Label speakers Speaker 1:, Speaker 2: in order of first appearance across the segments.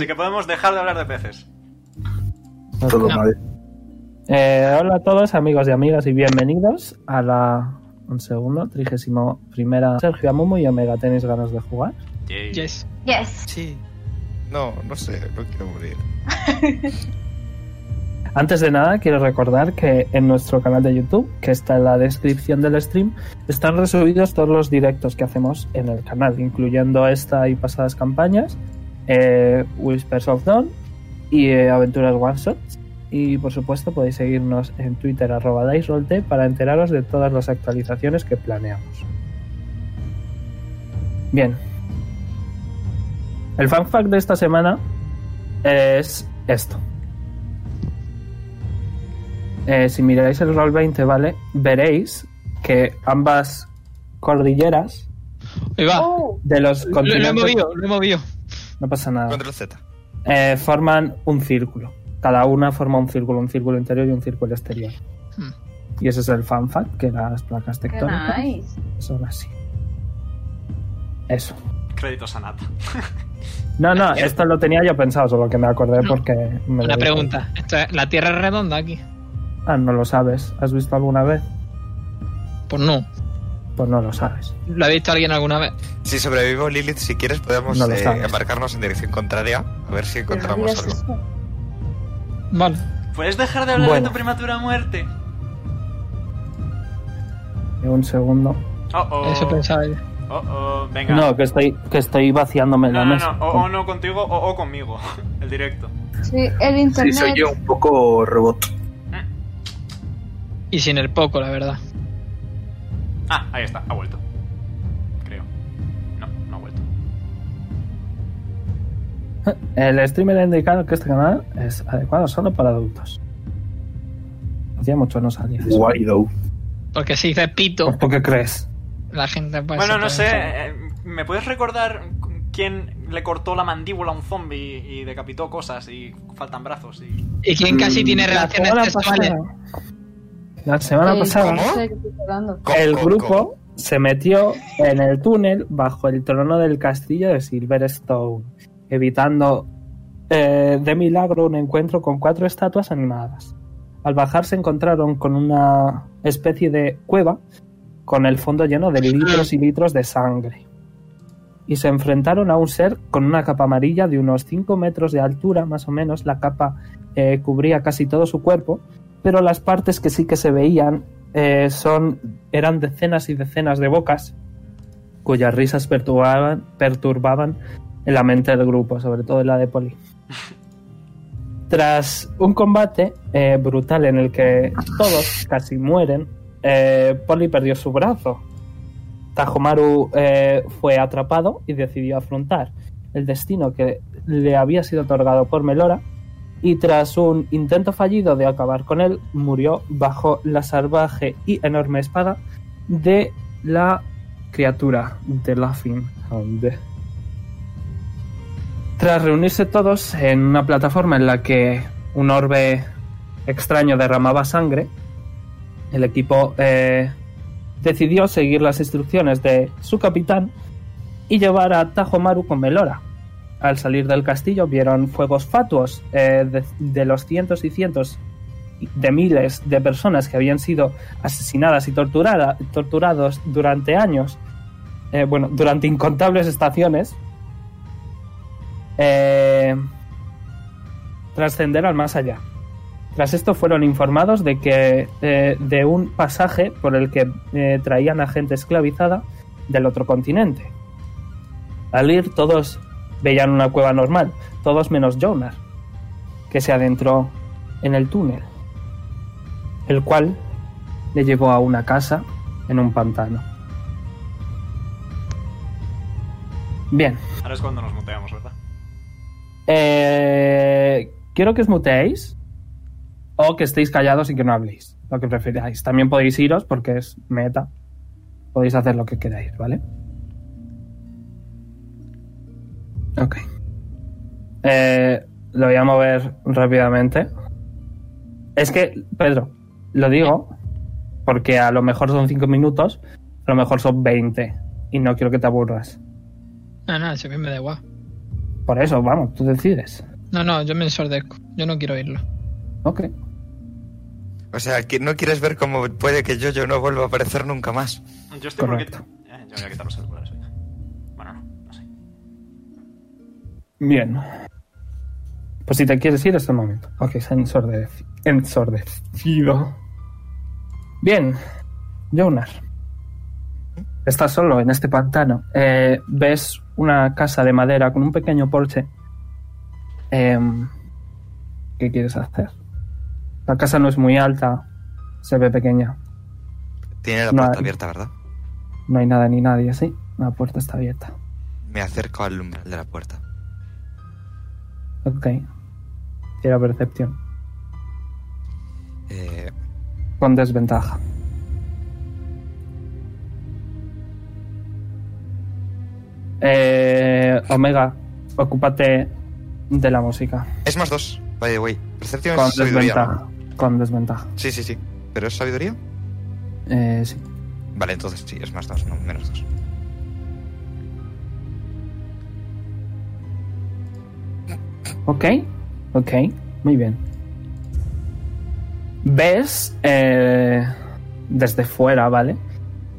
Speaker 1: Así que podemos dejar de hablar de peces.
Speaker 2: Todo
Speaker 3: No.
Speaker 2: mal.
Speaker 4: Eh, hola a todos, amigos y amigas, y bienvenidos a la. Un segundo, trigésimo primera. Sergio Amumu y Omega, ¿tenéis ganas de jugar?
Speaker 1: Yay.
Speaker 3: Yes.
Speaker 5: Yes.
Speaker 3: Sí.
Speaker 2: No, no sé, no quiero morir.
Speaker 4: Antes de nada, quiero recordar que en nuestro canal de YouTube, que está en la descripción del stream, están resubidos todos los directos que hacemos en el canal, incluyendo esta y pasadas campañas, eh, Whispers of Dawn y eh, Aventuras One Shots. Y por supuesto podéis seguirnos en Twitter arroba DiceRollT para enteraros de todas las actualizaciones que planeamos. Bien. El fan fact de esta semana es esto. Eh, si miráis el Roll 20, ¿vale? Veréis que ambas cordilleras
Speaker 3: Ahí va.
Speaker 5: Oh,
Speaker 4: de los
Speaker 3: Lo, lo he
Speaker 4: continentes...
Speaker 3: movido, lo he movido.
Speaker 4: No pasa nada.
Speaker 2: Control Z.
Speaker 4: Eh, forman un círculo. Cada una forma un círculo, un círculo interior y un círculo exterior.
Speaker 3: Hmm.
Speaker 4: Y ese es el fan fact, que las placas
Speaker 5: qué
Speaker 4: tectónicas
Speaker 5: nice.
Speaker 4: son así. Eso.
Speaker 1: Créditos a Nat.
Speaker 4: No, no, esto lo tenía yo pensado, solo que me acordé
Speaker 3: No.
Speaker 4: porque... Me
Speaker 3: Una
Speaker 4: lo-
Speaker 3: pregunta. Esto es- ¿La Tierra es redonda aquí?
Speaker 4: Ah, no lo sabes. ¿Has visto alguna vez?
Speaker 3: Pues no.
Speaker 4: Pues no lo sabes.
Speaker 3: ¿Lo ha visto alguien alguna vez?
Speaker 2: Si sobrevivimos, Lilith, si quieres, podemos
Speaker 4: No lo
Speaker 2: eh,
Speaker 4: sabes.
Speaker 2: embarcarnos en dirección contraria. A ver si
Speaker 5: Pero no
Speaker 2: encontramos
Speaker 5: digas
Speaker 2: algo.
Speaker 5: eso.
Speaker 3: Vale.
Speaker 1: ¿Puedes dejar de hablar
Speaker 4: Bueno.
Speaker 1: de tu prematura muerte?
Speaker 4: Un segundo.
Speaker 1: Oh, oh.
Speaker 3: Eso pensaba yo.
Speaker 1: Oh, oh. Venga.
Speaker 4: No, que estoy, que estoy vaciándome
Speaker 1: no,
Speaker 4: la
Speaker 1: no,
Speaker 4: mesa.
Speaker 1: no. O, o no contigo o, o conmigo. El directo.
Speaker 5: Sí, el
Speaker 6: Sí,
Speaker 5: internet.
Speaker 6: soy yo un poco robot.
Speaker 1: Mm.
Speaker 3: Y sin el poco, la verdad.
Speaker 1: Ah, ahí está. Ha vuelto. Creo. No, no ha vuelto.
Speaker 4: El streamer ha indicado que este canal es adecuado solo para adultos. Hacía mucho no salía. eso.
Speaker 6: Guay, though.
Speaker 3: Porque si dices pito,
Speaker 4: ¿Por qué crees?
Speaker 3: la gente pues, puede
Speaker 1: Bueno,
Speaker 3: ser
Speaker 1: no sé.
Speaker 3: también-
Speaker 1: eh, ¿Me puedes recordar quién le cortó la mandíbula a un zombie y decapitó cosas y faltan brazos? Y...
Speaker 3: ¿Y quién casi
Speaker 6: Mm,
Speaker 3: tiene
Speaker 4: La
Speaker 3: relaciones
Speaker 4: semana
Speaker 3: sexuales?
Speaker 4: pasada. La semana
Speaker 5: Eh,
Speaker 4: pasada.
Speaker 5: no sé de qué estoy hablando.
Speaker 2: Co-
Speaker 4: El
Speaker 2: co-
Speaker 4: grupo se metió en el túnel bajo el trono del castillo de Silverstone, evitando eh, de milagro un encuentro con cuatro estatuas animadas. Al bajar se encontraron con una especie de cueva con el fondo lleno de litros y litros de sangre. Y se enfrentaron a un ser con una capa amarilla de unos 5 metros de altura, más o menos. La capa eh, cubría casi todo su cuerpo, pero las partes que sí que se veían eh, son, eran decenas y decenas de bocas cuyas risas perturbaban, perturbaban la mente del grupo, sobre todo la de Poli. Tras un combate eh, brutal en el que todos casi mueren, eh, Poli perdió su brazo. Tajomaru eh, fue atrapado y decidió afrontar el destino que le había sido otorgado por Melora y tras un intento fallido de acabar con él, murió bajo la salvaje y enorme espada de la criatura de Laughing Hound. Tras reunirse todos en una plataforma en la que un orbe extraño derramaba sangre, el equipo eh, decidió seguir las instrucciones de su capitán y llevar a Tajomaru con Melora. Al salir del castillo vieron fuegos fatuos eh, de, de los cientos y cientos de miles de personas que habían sido asesinadas y torturada- torturados durante años, eh, bueno, durante incontables estaciones, eh, trascender al más allá. Tras esto fueron informados de que eh, de un pasaje por el que eh, traían a gente esclavizada del otro continente. Al ir todos veían una cueva normal, todos menos Jonar, que se adentró en el túnel, el cual le llevó a una casa en un pantano. Bien,
Speaker 1: Ahora es cuando nos muteamos, ¿verdad?
Speaker 4: eh, quiero que os muteéis o que estéis callados y que no habléis, lo que preferáis. También podéis iros porque es meta. Podéis hacer lo que queráis, ¿vale? Ok. Eh, lo voy a mover rápidamente. Es que, Pedro, lo digo porque a lo mejor son 5 minutos, a lo mejor son 20 y no quiero que te aburras.
Speaker 3: No, no, eso a mí me da igual.
Speaker 4: Por eso, vamos, tú decides.
Speaker 3: No, no, yo me ensordezco. Yo no quiero oírlo.
Speaker 4: Ok.
Speaker 2: O sea, que no quieres ver cómo puede que yo, yo no vuelva a aparecer nunca más.
Speaker 1: Yo estoy porque...
Speaker 4: Correcto.
Speaker 1: Eh, yo voy a quitar los auriculares. venga. Bueno, no, no sé.
Speaker 4: Bien. Pues si te quieres ir, es el momento. Ok, se ha ensordec- ensordecido. Bien. Jonar. Estás solo en este pantano. Eh, ves una casa de madera con un pequeño porche. Em, ¿Qué quieres hacer? La casa no es muy alta. Se ve pequeña.
Speaker 2: Tiene la
Speaker 4: No,
Speaker 2: puerta
Speaker 4: eh.
Speaker 2: abierta, ¿verdad?
Speaker 4: No hay nada ni nadie, ¿sí? La puerta está abierta.
Speaker 2: Me acerco al umbral de la puerta.
Speaker 4: Ok. Tira percepción.
Speaker 2: Eh,
Speaker 4: Con desventaja. Eh, Omega, ocúpate de la música.
Speaker 2: es más dos, by the way. Percepción
Speaker 4: Con
Speaker 2: es sabiduría. ¿no?
Speaker 4: desventaja. Con desventaja.
Speaker 2: Sí, sí, sí. ¿Pero es sabiduría?
Speaker 4: Eh, sí.
Speaker 2: Vale, entonces sí, es más dos, no menos dos.
Speaker 4: Ok, ok, muy bien. Ves eh, desde fuera, ¿vale?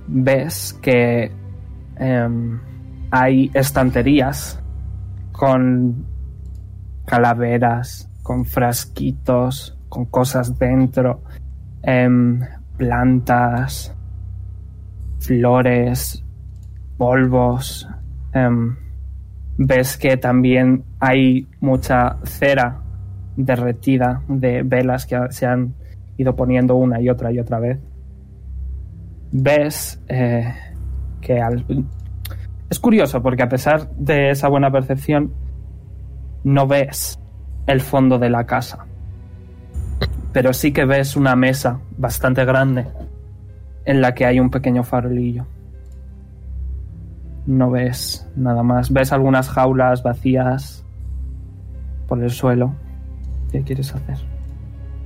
Speaker 4: Ves que em, hay estanterías con calaveras, con frasquitos, con cosas dentro, em, plantas, flores, polvos. em, ves que también hay mucha cera derretida de velas que se han ido poniendo una y otra y otra vez. Ves eh, que al- es curioso porque a pesar de esa buena percepción no ves el fondo de la casa, pero sí que ves una mesa bastante grande en la que hay un pequeño farolillo no ves nada más. Ves algunas jaulas vacías por el suelo. ¿Qué quieres hacer?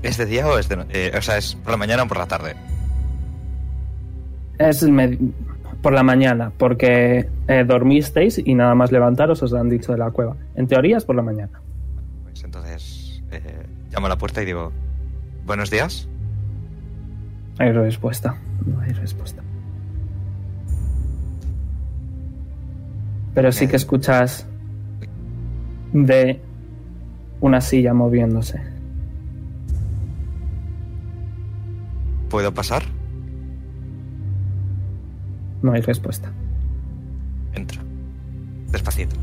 Speaker 2: ¿Es de día o es de no- eh, o sea, es por la mañana o por la tarde.
Speaker 4: Es med- por la mañana, porque eh, dormisteis y nada más levantaros os han dicho de la cueva. En teoría es por la mañana.
Speaker 2: Pues entonces eh, llamo a la puerta y digo, buenos días.
Speaker 4: Hay respuesta. No hay respuesta. Pero sí que escuchas de una silla moviéndose.
Speaker 2: ¿Puedo pasar?
Speaker 4: No hay respuesta.
Speaker 2: Entro. Despacito.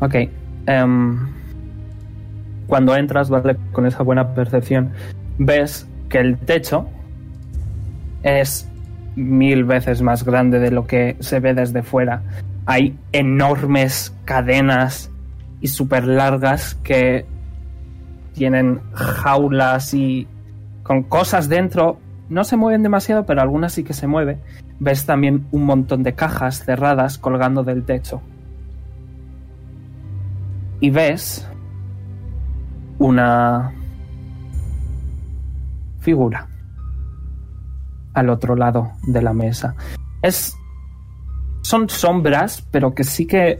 Speaker 4: Ok. em, cuando entras, ¿vale? Con esa buena percepción, ves que el techo es mil veces más grande de lo que se ve desde fuera. Hay enormes cadenas y súper largas que tienen jaulas y con cosas dentro. No se mueven demasiado, pero algunas sí que se mueven. Ves también un montón de cajas cerradas colgando del techo y ves una figura al otro lado de la mesa. Es son sombras, pero que sí que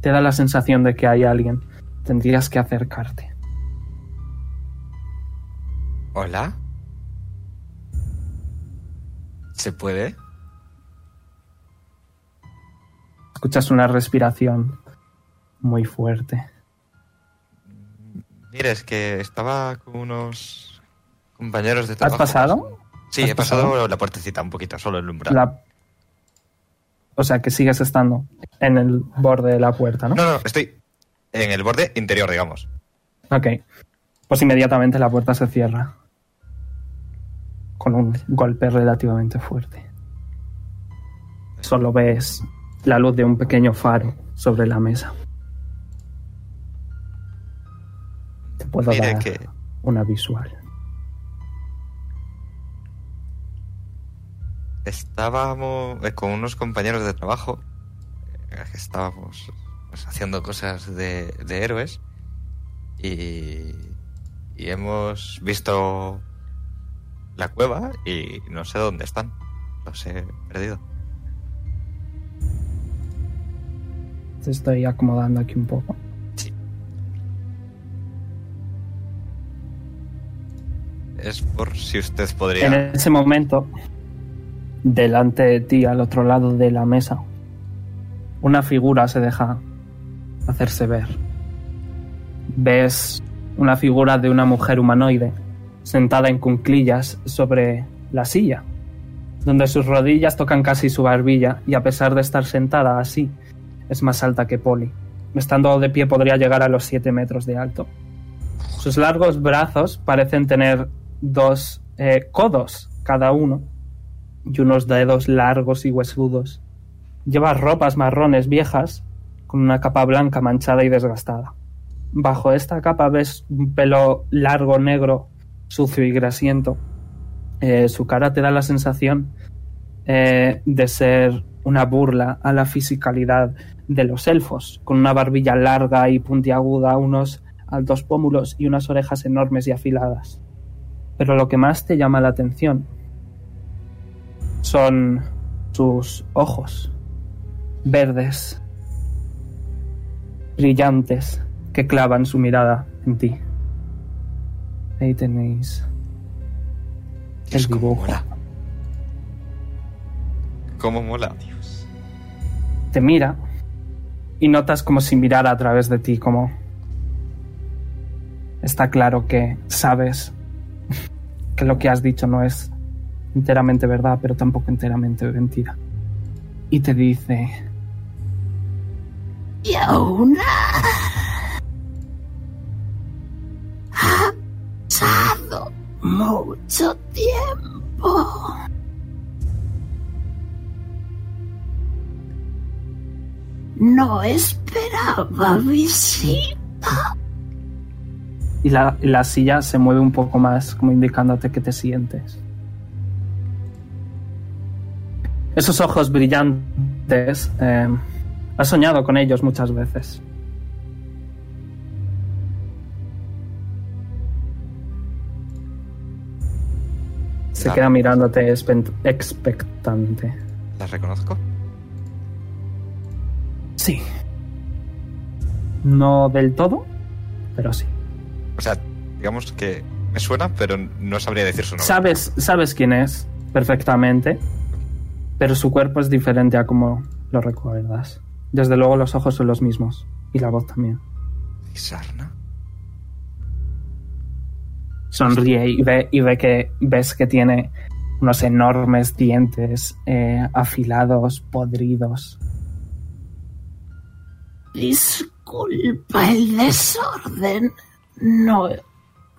Speaker 4: te da la sensación de que hay alguien. Tendrías que acercarte.
Speaker 2: Hola. ¿Se puede?
Speaker 4: Escuchas una respiración muy fuerte.
Speaker 2: Mira, es que estaba con unos compañeros de
Speaker 4: ¿Has
Speaker 2: trabajo.
Speaker 4: pasado?
Speaker 2: Sí,
Speaker 4: ¿Has
Speaker 2: he pasado,
Speaker 4: pasado?
Speaker 2: la puertecita un poquito, solo el umbral.
Speaker 4: La... O sea que sigues estando en el borde de la puerta, ¿no?
Speaker 2: No, no, estoy en el borde interior, digamos.
Speaker 4: Ok. Pues inmediatamente la puerta se cierra. Con un golpe relativamente fuerte. Solo ves la luz de un pequeño faro sobre la mesa. Te puedo
Speaker 2: Mire
Speaker 4: dar
Speaker 2: que-
Speaker 4: una visual.
Speaker 2: Estábamos eh, con unos compañeros de trabajo. eh, que Estábamos pues, haciendo cosas de, de héroes. Y, y hemos visto la cueva y no sé dónde están. Los he perdido.
Speaker 4: Te estoy acomodando aquí un poco.
Speaker 2: Es por si usted
Speaker 4: En
Speaker 2: podría.
Speaker 4: ese momento, delante de ti, al otro lado de la mesa, una figura se deja hacerse ver. Ves una figura de una mujer humanoide sentada en cunclillas sobre la silla, donde sus rodillas tocan casi su barbilla y a pesar de estar sentada así, es más alta que Polly. Estando de pie podría llegar a los 7 metros de alto. Sus largos brazos parecen tener dos eh, codos cada uno y unos dedos largos y huesudos. Lleva ropas marrones viejas con una capa blanca manchada y desgastada. Bajo esta capa ves un pelo largo negro, sucio y grasiento. Eh, su cara te da la sensación eh, de ser una burla a la fisicalidad de los elfos, con una barbilla larga y puntiaguda, unos altos pómulos y unas orejas enormes y afiladas. Pero lo que más te llama la atención son sus ojos, verdes, brillantes, que clavan su mirada en ti. Ahí tenéis el
Speaker 2: Es como
Speaker 4: dibujo.
Speaker 2: mola. ¿Cómo mola?
Speaker 1: Dios.
Speaker 4: te mira y notas como si mirara a través de ti, como está claro que sabes que lo que has dicho no es enteramente verdad, pero tampoco enteramente mentira. Y te dice,
Speaker 5: Y aún ha pasado mucho tiempo. No esperaba visita.
Speaker 4: y la, la silla se mueve un poco más, como indicándote que te sientes. Esos ojos brillantes, eh, has soñado con ellos muchas veces. Se
Speaker 2: Claro.
Speaker 4: queda mirándote espen- expectante.
Speaker 2: ¿La reconozco?
Speaker 4: Sí. No del todo, pero sí.
Speaker 2: O sea, digamos que me suena, pero no sabría decir su nombre.
Speaker 4: Sabes, sabes quién es perfectamente, pero su cuerpo es diferente a como lo recuerdas. Desde luego los ojos son los mismos y la voz también.
Speaker 2: ¿Sarna?
Speaker 4: Sonríe y ve, y ve que ves que tiene unos enormes dientes eh, afilados, podridos.
Speaker 5: Disculpa el desorden. No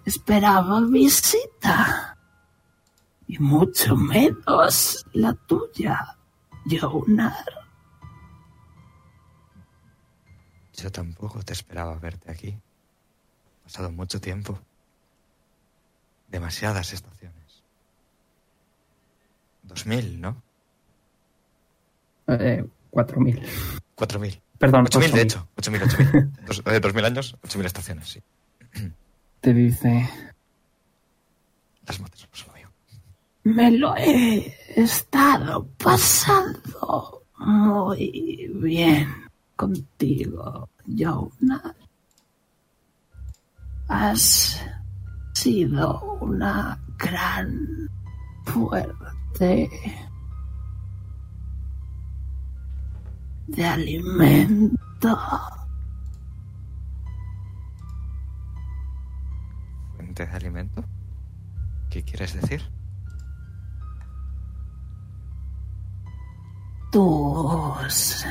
Speaker 5: esperaba visita. Y mucho menos la tuya, Jonar.
Speaker 2: Yo tampoco te esperaba verte aquí. Ha pasado mucho tiempo. Demasiadas estaciones. 2000, ¿no?
Speaker 4: Eh, 4.000.
Speaker 2: 4000.
Speaker 4: Perdón,
Speaker 2: 8000, de
Speaker 4: 8.000.
Speaker 2: hecho. 8000, 8000. Dos- eh, 2000 años, 8000 estaciones, sí.
Speaker 4: Te dice...
Speaker 2: Las matas, pues lo mío.
Speaker 5: Me lo he estado pasando muy bien contigo, Jonas. Has sido una gran fuerte de alimento.
Speaker 2: ¿Fuente de alimento? ¿Qué quieres decir?
Speaker 5: tus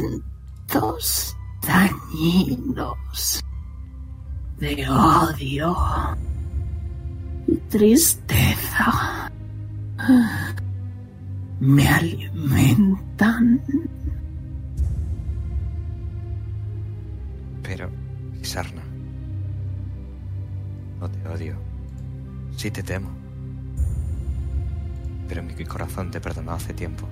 Speaker 5: sentimientos dañinos de odio y tristeza me alimentan
Speaker 2: Pero, Sarna, no te odio. Sí te temo. Pero mi corazón te perdonó hace tiempo.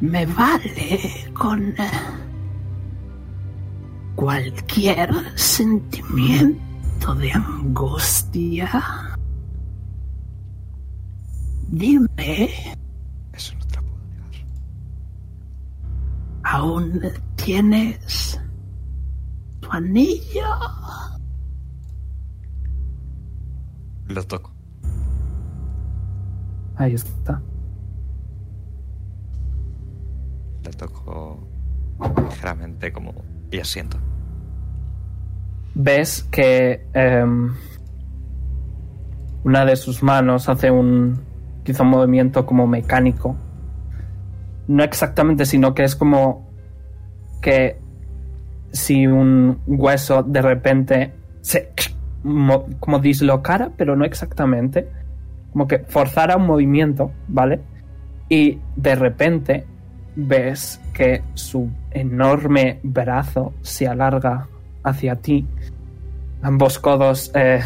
Speaker 5: eh, me vale con cualquier sentimiento de angustia. Dime,
Speaker 2: Eso no te lo puedo negar.
Speaker 5: ¿aún tienes tu anillo?
Speaker 2: Lo toco.
Speaker 4: Ahí está.
Speaker 2: Lo toco ligeramente como... Y asiento.
Speaker 4: ves que em, una de sus manos hace un quizá un movimiento como mecánico no exactamente sino que es como que si un hueso de repente se mo- como dislocara pero no exactamente como que forzara un movimiento vale y de repente ves que su enorme brazo se alarga hacia ti. Ambos codos eh,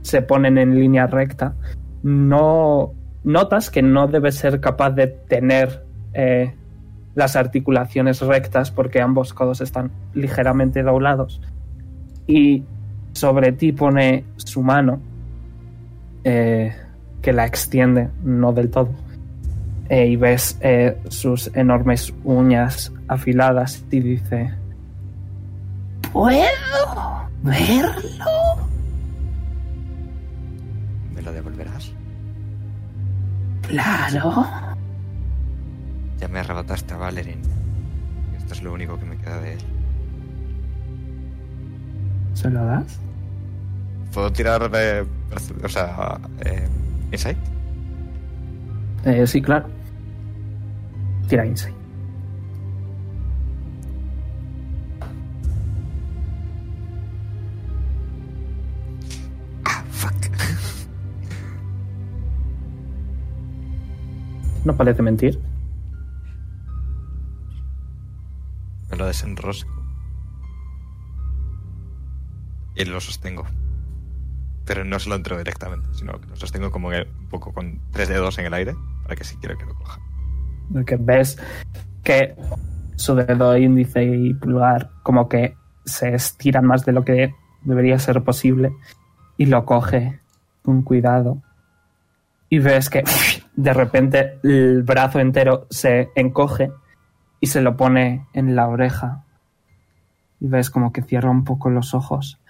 Speaker 4: se ponen en línea recta. No notas que no debes ser capaz de tener eh, las articulaciones rectas porque ambos codos están ligeramente doblados. Y sobre ti pone su mano eh, que la extiende, no del todo. Eh, y ves eh, sus enormes uñas afiladas y dice...
Speaker 5: ¿Puedo verlo?
Speaker 2: ¿Me lo devolverás?
Speaker 5: Claro.
Speaker 2: Ya me arrebataste a Valerin. Esto es lo único que me queda de él.
Speaker 4: ¿Se lo das?
Speaker 2: ¿Puedo tirar de... perce- O sea... eh, ¿Insight?
Speaker 4: Eh, sí, claro. Tira insight.
Speaker 2: Ah, fuck.
Speaker 4: No parece mentir.
Speaker 2: Me lo desenrosco. Y lo sostengo. Pero no se lo entrego directamente, sino que lo sostengo como que un poco con tres dedos en el aire para que si quiero que lo coja.
Speaker 4: Porque ves que su dedo índice y pulgar como que se estiran más de lo que debería ser posible y lo coge con cuidado. Y ves que de repente el brazo entero se encoge y se lo pone en la oreja. Y ves como que cierra un poco los ojos.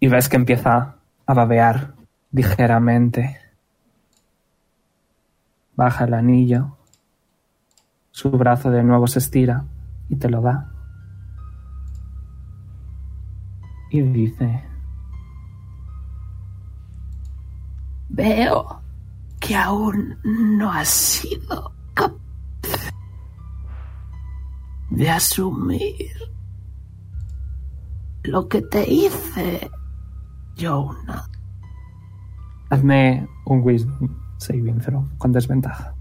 Speaker 4: Y ves que empieza a babear ligeramente. Baja el anillo. Su brazo de nuevo se estira y te lo da. Y dice,
Speaker 5: Veo que aún no has sido capaz de asumir lo que te hice, Jonah.
Speaker 4: hazme un wisdom saving throw con desventaja.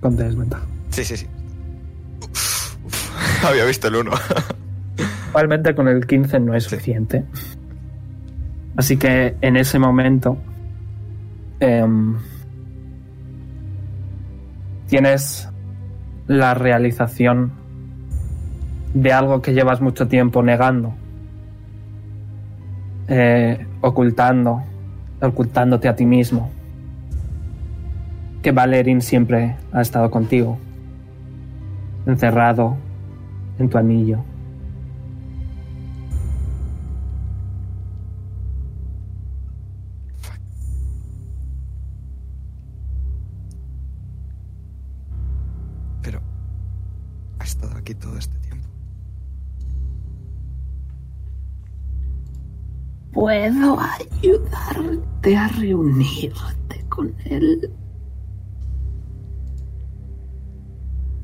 Speaker 4: Con desventaja.
Speaker 2: Sí, sí, sí. Uf, uf, había visto el uno.
Speaker 4: Igualmente con el 15 no es suficiente. Así que en ese momento em, tienes la realización de algo que llevas mucho tiempo negando, eh, ocultando, ocultándote a ti mismo. Que Valerín siempre ha estado contigo, encerrado en tu anillo.
Speaker 2: Pero... Ha estado aquí todo este tiempo.
Speaker 5: Puedo ayudarte a reunirte con él.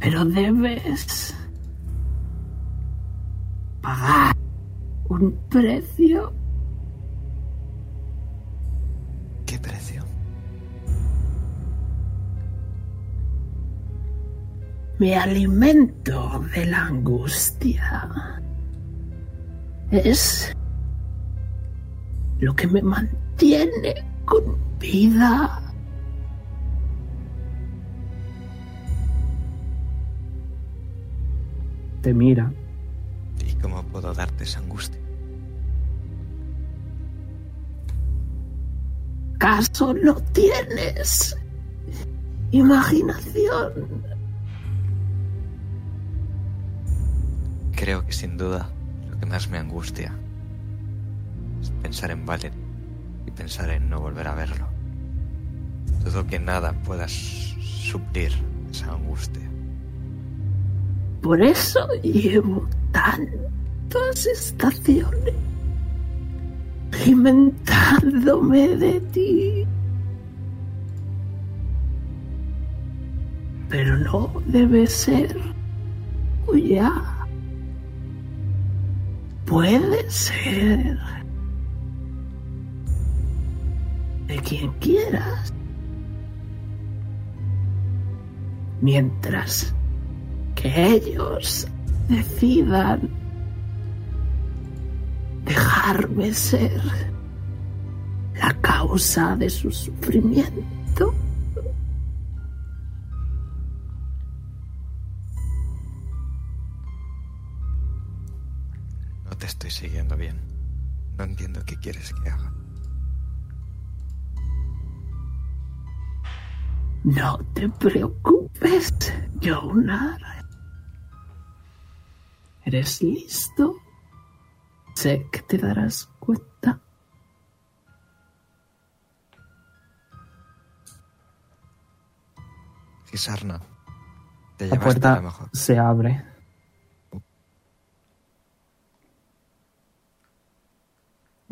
Speaker 5: Pero debes pagar un precio
Speaker 2: ¿Qué precio?
Speaker 5: Me alimento de la angustia. Es lo que me mantiene con vida.
Speaker 4: Te mira.
Speaker 2: ¿Y cómo puedo darte esa angustia?
Speaker 5: ¿Caso no tienes imaginación?
Speaker 2: Creo que sin duda lo que más me angustia es pensar en Valer y pensar en no volver a verlo. Dudo que nada pueda su- suplir esa angustia.
Speaker 5: Por eso llevo tantas estaciones alimentándome de ti. Pero no debe ser tuya. Puede ser de quien quieras. Mientras que ellos decidan dejarme ser la causa de su sufrimiento.
Speaker 2: No te estoy siguiendo bien. No entiendo qué quieres que haga.
Speaker 5: No te preocupes, Jonar. ¿Eres listo? Sé que te darás cuenta.
Speaker 2: Gisarna, te
Speaker 4: La
Speaker 2: llevaste
Speaker 4: puerta
Speaker 2: la mejor.
Speaker 4: se abre.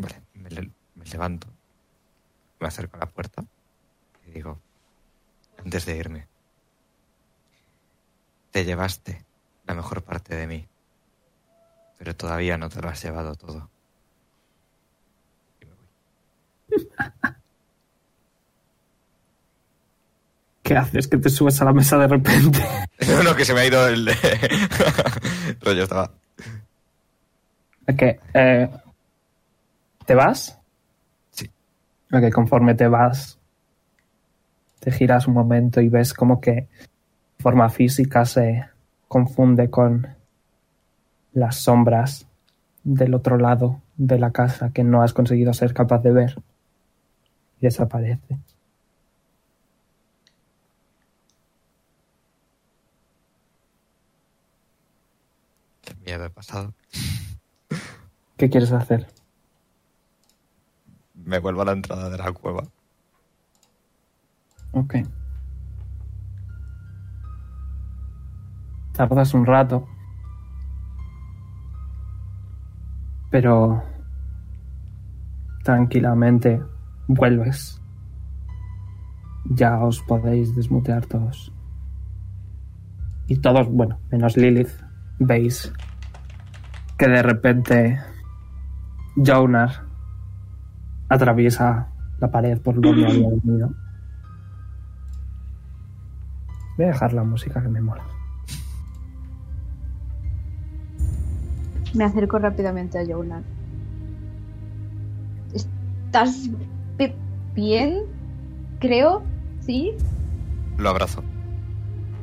Speaker 2: Vale, me, le- me levanto, me acerco a la puerta y digo, antes de irme, te llevaste la mejor parte de mí, pero todavía no te lo has llevado todo.
Speaker 4: ¿Qué haces? Que te subes a la mesa de repente.
Speaker 2: No, no, que se me ha ido el... rollo estaba...
Speaker 4: Ok, eh, ¿Te vas?
Speaker 2: Sí.
Speaker 4: Ok, conforme te vas, te giras un momento y ves como que forma física se confunde con las sombras del otro lado de la casa que no has conseguido ser capaz de ver. Y desaparece.
Speaker 2: Qué miedo he pasado.
Speaker 4: ¿Qué quieres hacer?
Speaker 2: Me vuelvo a la entrada de la cueva.
Speaker 4: Ok. Tardas un rato. Pero tranquilamente vuelves. Ya os podéis desmutear todos. Y todos, bueno, menos Lilith, veis que de repente Jonar atraviesa la pared por donde había venido. Voy a dejar la música que me mola.
Speaker 7: Me acerco rápidamente a Jonar. ¿Estás bi- bien? Creo, ¿sí?
Speaker 2: Lo abrazo.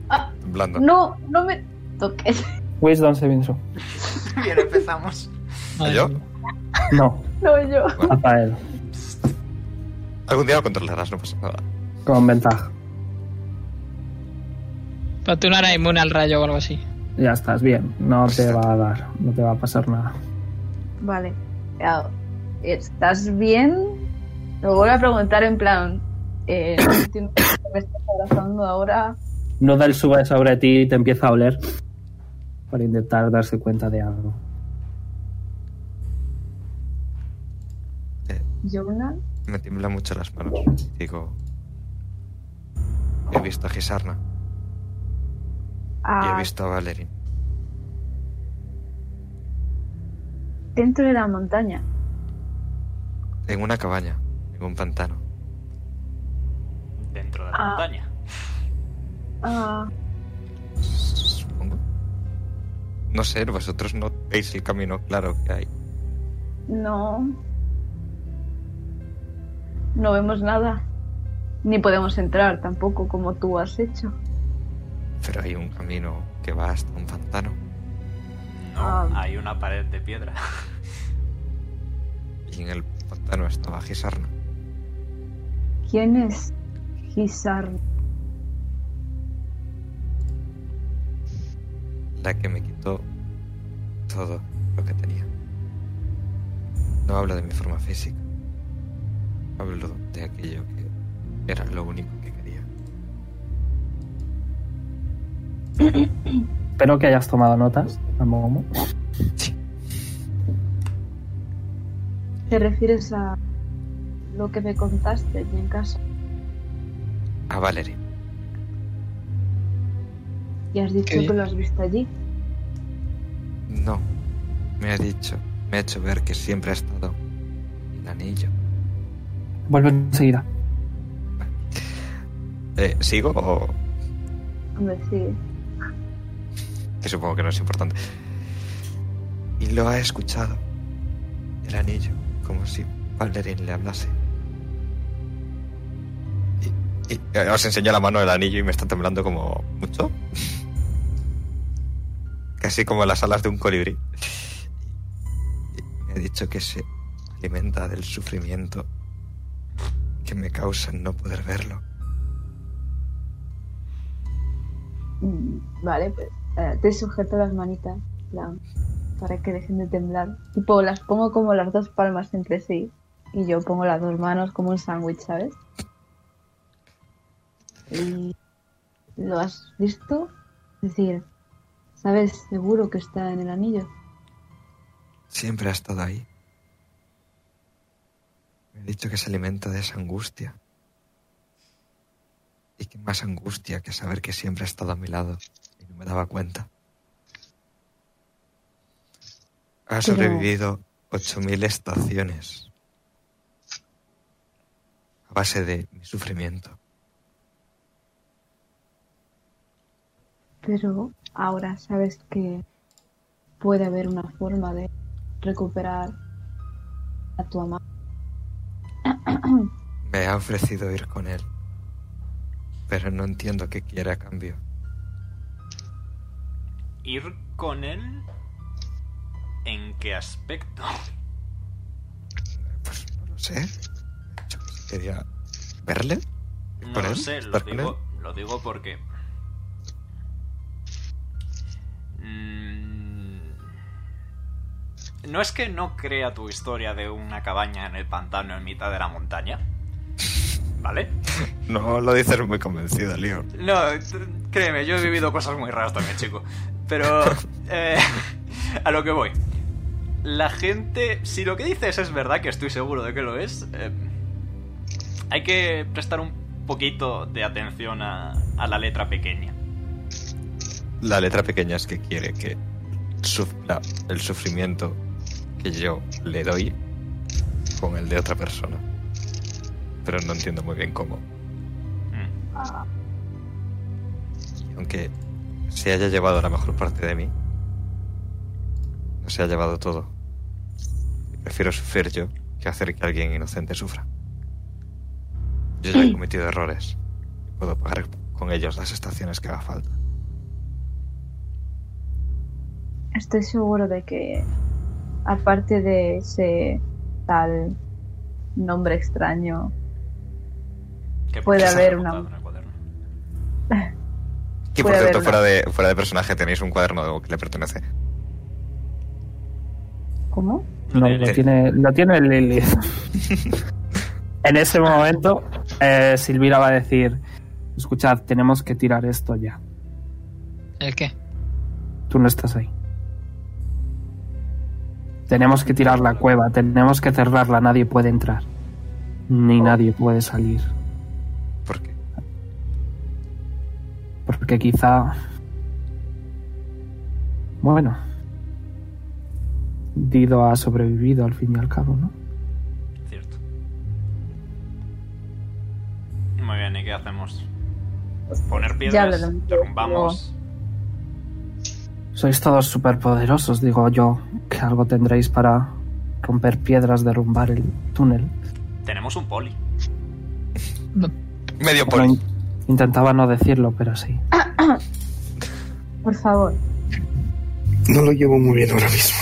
Speaker 7: Ah,
Speaker 2: Blando.
Speaker 7: no, no me toques.
Speaker 4: Wisdom Saving throw.
Speaker 1: Bien, empezamos.
Speaker 3: Madre
Speaker 2: ¿Yo?
Speaker 3: mía.
Speaker 4: No,
Speaker 7: No, yo.
Speaker 4: Rafael,
Speaker 2: Algún día lo controlarás, no pasa nada.
Speaker 4: con ventaja.
Speaker 3: Pero Pues tú no eras inmune al rayo o algo así.
Speaker 4: Ya estás bien, no te va a dar, no te va a pasar nada.
Speaker 7: Vale. Ya, ¿Estás bien? Lo vuelvo a preguntar en plan. Eh, no entiendo por qué me estás abrazando ahora.
Speaker 4: Nodal sube sobre ti y te empieza a oler para intentar darse cuenta de algo.
Speaker 7: Jonar.
Speaker 2: Me tiemblan mucho las manos. Digo... He visto a Gisarna y he
Speaker 7: Ah,
Speaker 2: visto a Valerie.
Speaker 7: dentro de la montaña.
Speaker 2: En una cabaña, en un pantano.
Speaker 1: Dentro de la
Speaker 7: Ah.
Speaker 1: montaña.
Speaker 7: Ah,
Speaker 2: Supongo. No sé, vosotros no veis el camino claro que hay.
Speaker 7: no. No vemos nada. Ni podemos entrar tampoco, como tú has hecho.
Speaker 2: Pero hay un camino que va hasta un pantano.
Speaker 7: Ah.
Speaker 1: No, hay una pared de piedra.
Speaker 2: Y en el pantano estaba Gisarna.
Speaker 7: ¿Quién es Gisar?
Speaker 2: la que me quitó todo lo que tenía. No hablo de mi forma física, hablo de aquello que era lo único que quería.
Speaker 4: Espero que hayas tomado notas, Amomo.
Speaker 7: ¿Te refieres a lo que me contaste allí en casa?
Speaker 2: A Valerie,
Speaker 7: Y has dicho
Speaker 3: bien.
Speaker 7: que lo has visto allí.
Speaker 2: no, me ha dicho, me ha hecho ver que siempre ha estado el anillo.
Speaker 4: Vuelve enseguida.
Speaker 2: Eh, ¿Sigo o.?
Speaker 7: Hombre, sí.
Speaker 2: que supongo que no es importante. Y lo ha escuchado. El anillo, como si Valerian le hablase. Y, y- eh, os enseño la mano del anillo y me está temblando como mucho. Casi como las alas de un colibrí. Y me ha dicho que se alimenta del sufrimiento que me causa no poder verlo.
Speaker 7: Mm, Vale, pues eh, te sujeto las manitas en plan, para que dejen de temblar. Tipo, las pongo como las dos palmas entre sí. Y yo pongo las dos manos como un sándwich, ¿sabes? Y lo has visto. Es decir, ¿sabes seguro que está en el anillo?
Speaker 2: Siempre ha estado ahí. Me ha dicho que se alimenta de esa angustia. Y que más angustia que saber que siempre ha estado a mi lado y no me daba cuenta. Ha sobrevivido 8.000 estaciones a base de mi sufrimiento.
Speaker 7: Pero ahora sabes que puede haber una forma de recuperar a tu amada.
Speaker 2: Me ha ofrecido ir con él, pero no entiendo qué quiere a cambio.
Speaker 1: ¿Ir con él? ¿En qué aspecto?
Speaker 2: Pues no lo sé. Yo quería verle.
Speaker 1: No
Speaker 2: ¿Con
Speaker 1: lo
Speaker 2: él?
Speaker 1: sé, lo
Speaker 2: ¿Estar con
Speaker 1: digo, lo digo porque... Mm. No es que no crea tu historia de una cabaña en el pantano en mitad de la montaña. ¿Vale?
Speaker 2: No lo dices muy convencido, Leon.
Speaker 1: No, t- créeme, yo he vivido cosas muy raras también, chico. Pero... eh, a lo que voy. La gente... Si lo que dices es verdad, que estoy seguro de que lo es, eh, hay que prestar un poquito de atención a, a la letra pequeña.
Speaker 2: La letra pequeña es que quiere que sufra el sufrimiento que yo le doy con el de otra persona. Pero no entiendo muy bien cómo.
Speaker 1: Mm.
Speaker 2: Y aunque se haya llevado la mejor parte de mí, no se ha llevado todo. Y Prefiero sufrir yo que hacer que alguien inocente sufra. Yo ya he cometido errores y puedo pagar con ellos las estaciones que haga falta.
Speaker 7: Estoy seguro de que, aparte de ese tal nombre extraño,
Speaker 1: Que por
Speaker 7: Puede
Speaker 1: cierto,
Speaker 7: haber
Speaker 1: lo he
Speaker 7: una-
Speaker 1: apuntado en el cuaderno.
Speaker 2: Que por
Speaker 7: Puede
Speaker 2: cierto,
Speaker 7: haber
Speaker 2: fuera de, fuera de personaje tenéis un cuaderno que le pertenece.
Speaker 7: ¿cómo?
Speaker 4: No, lo tiene, lo tiene Lilith. en ese momento, eh, Silvira va a decir: Escuchad, tenemos que tirar esto ya.
Speaker 3: ¿El qué?
Speaker 4: Tú no estás ahí. Tenemos que tirar la cueva, tenemos que cerrarla, nadie puede entrar. Ni nadie puede salir.
Speaker 2: ¿Por qué?
Speaker 4: Porque quizá... Bueno. Dido ha sobrevivido al fin y al cabo, ¿no?
Speaker 1: Cierto. Muy bien, ¿y qué hacemos? Poner piedras,
Speaker 7: hablaremos.
Speaker 1: derrumbamos.
Speaker 4: Sois todos superpoderosos, digo yo, que algo tendréis para romper piedras, derrumbar el túnel.
Speaker 1: Tenemos un poli.
Speaker 2: Medio
Speaker 4: Bueno,
Speaker 2: poli.
Speaker 4: in- intentaba no decirlo, pero sí.
Speaker 7: Por favor.
Speaker 8: No lo llevo muy bien ahora mismo.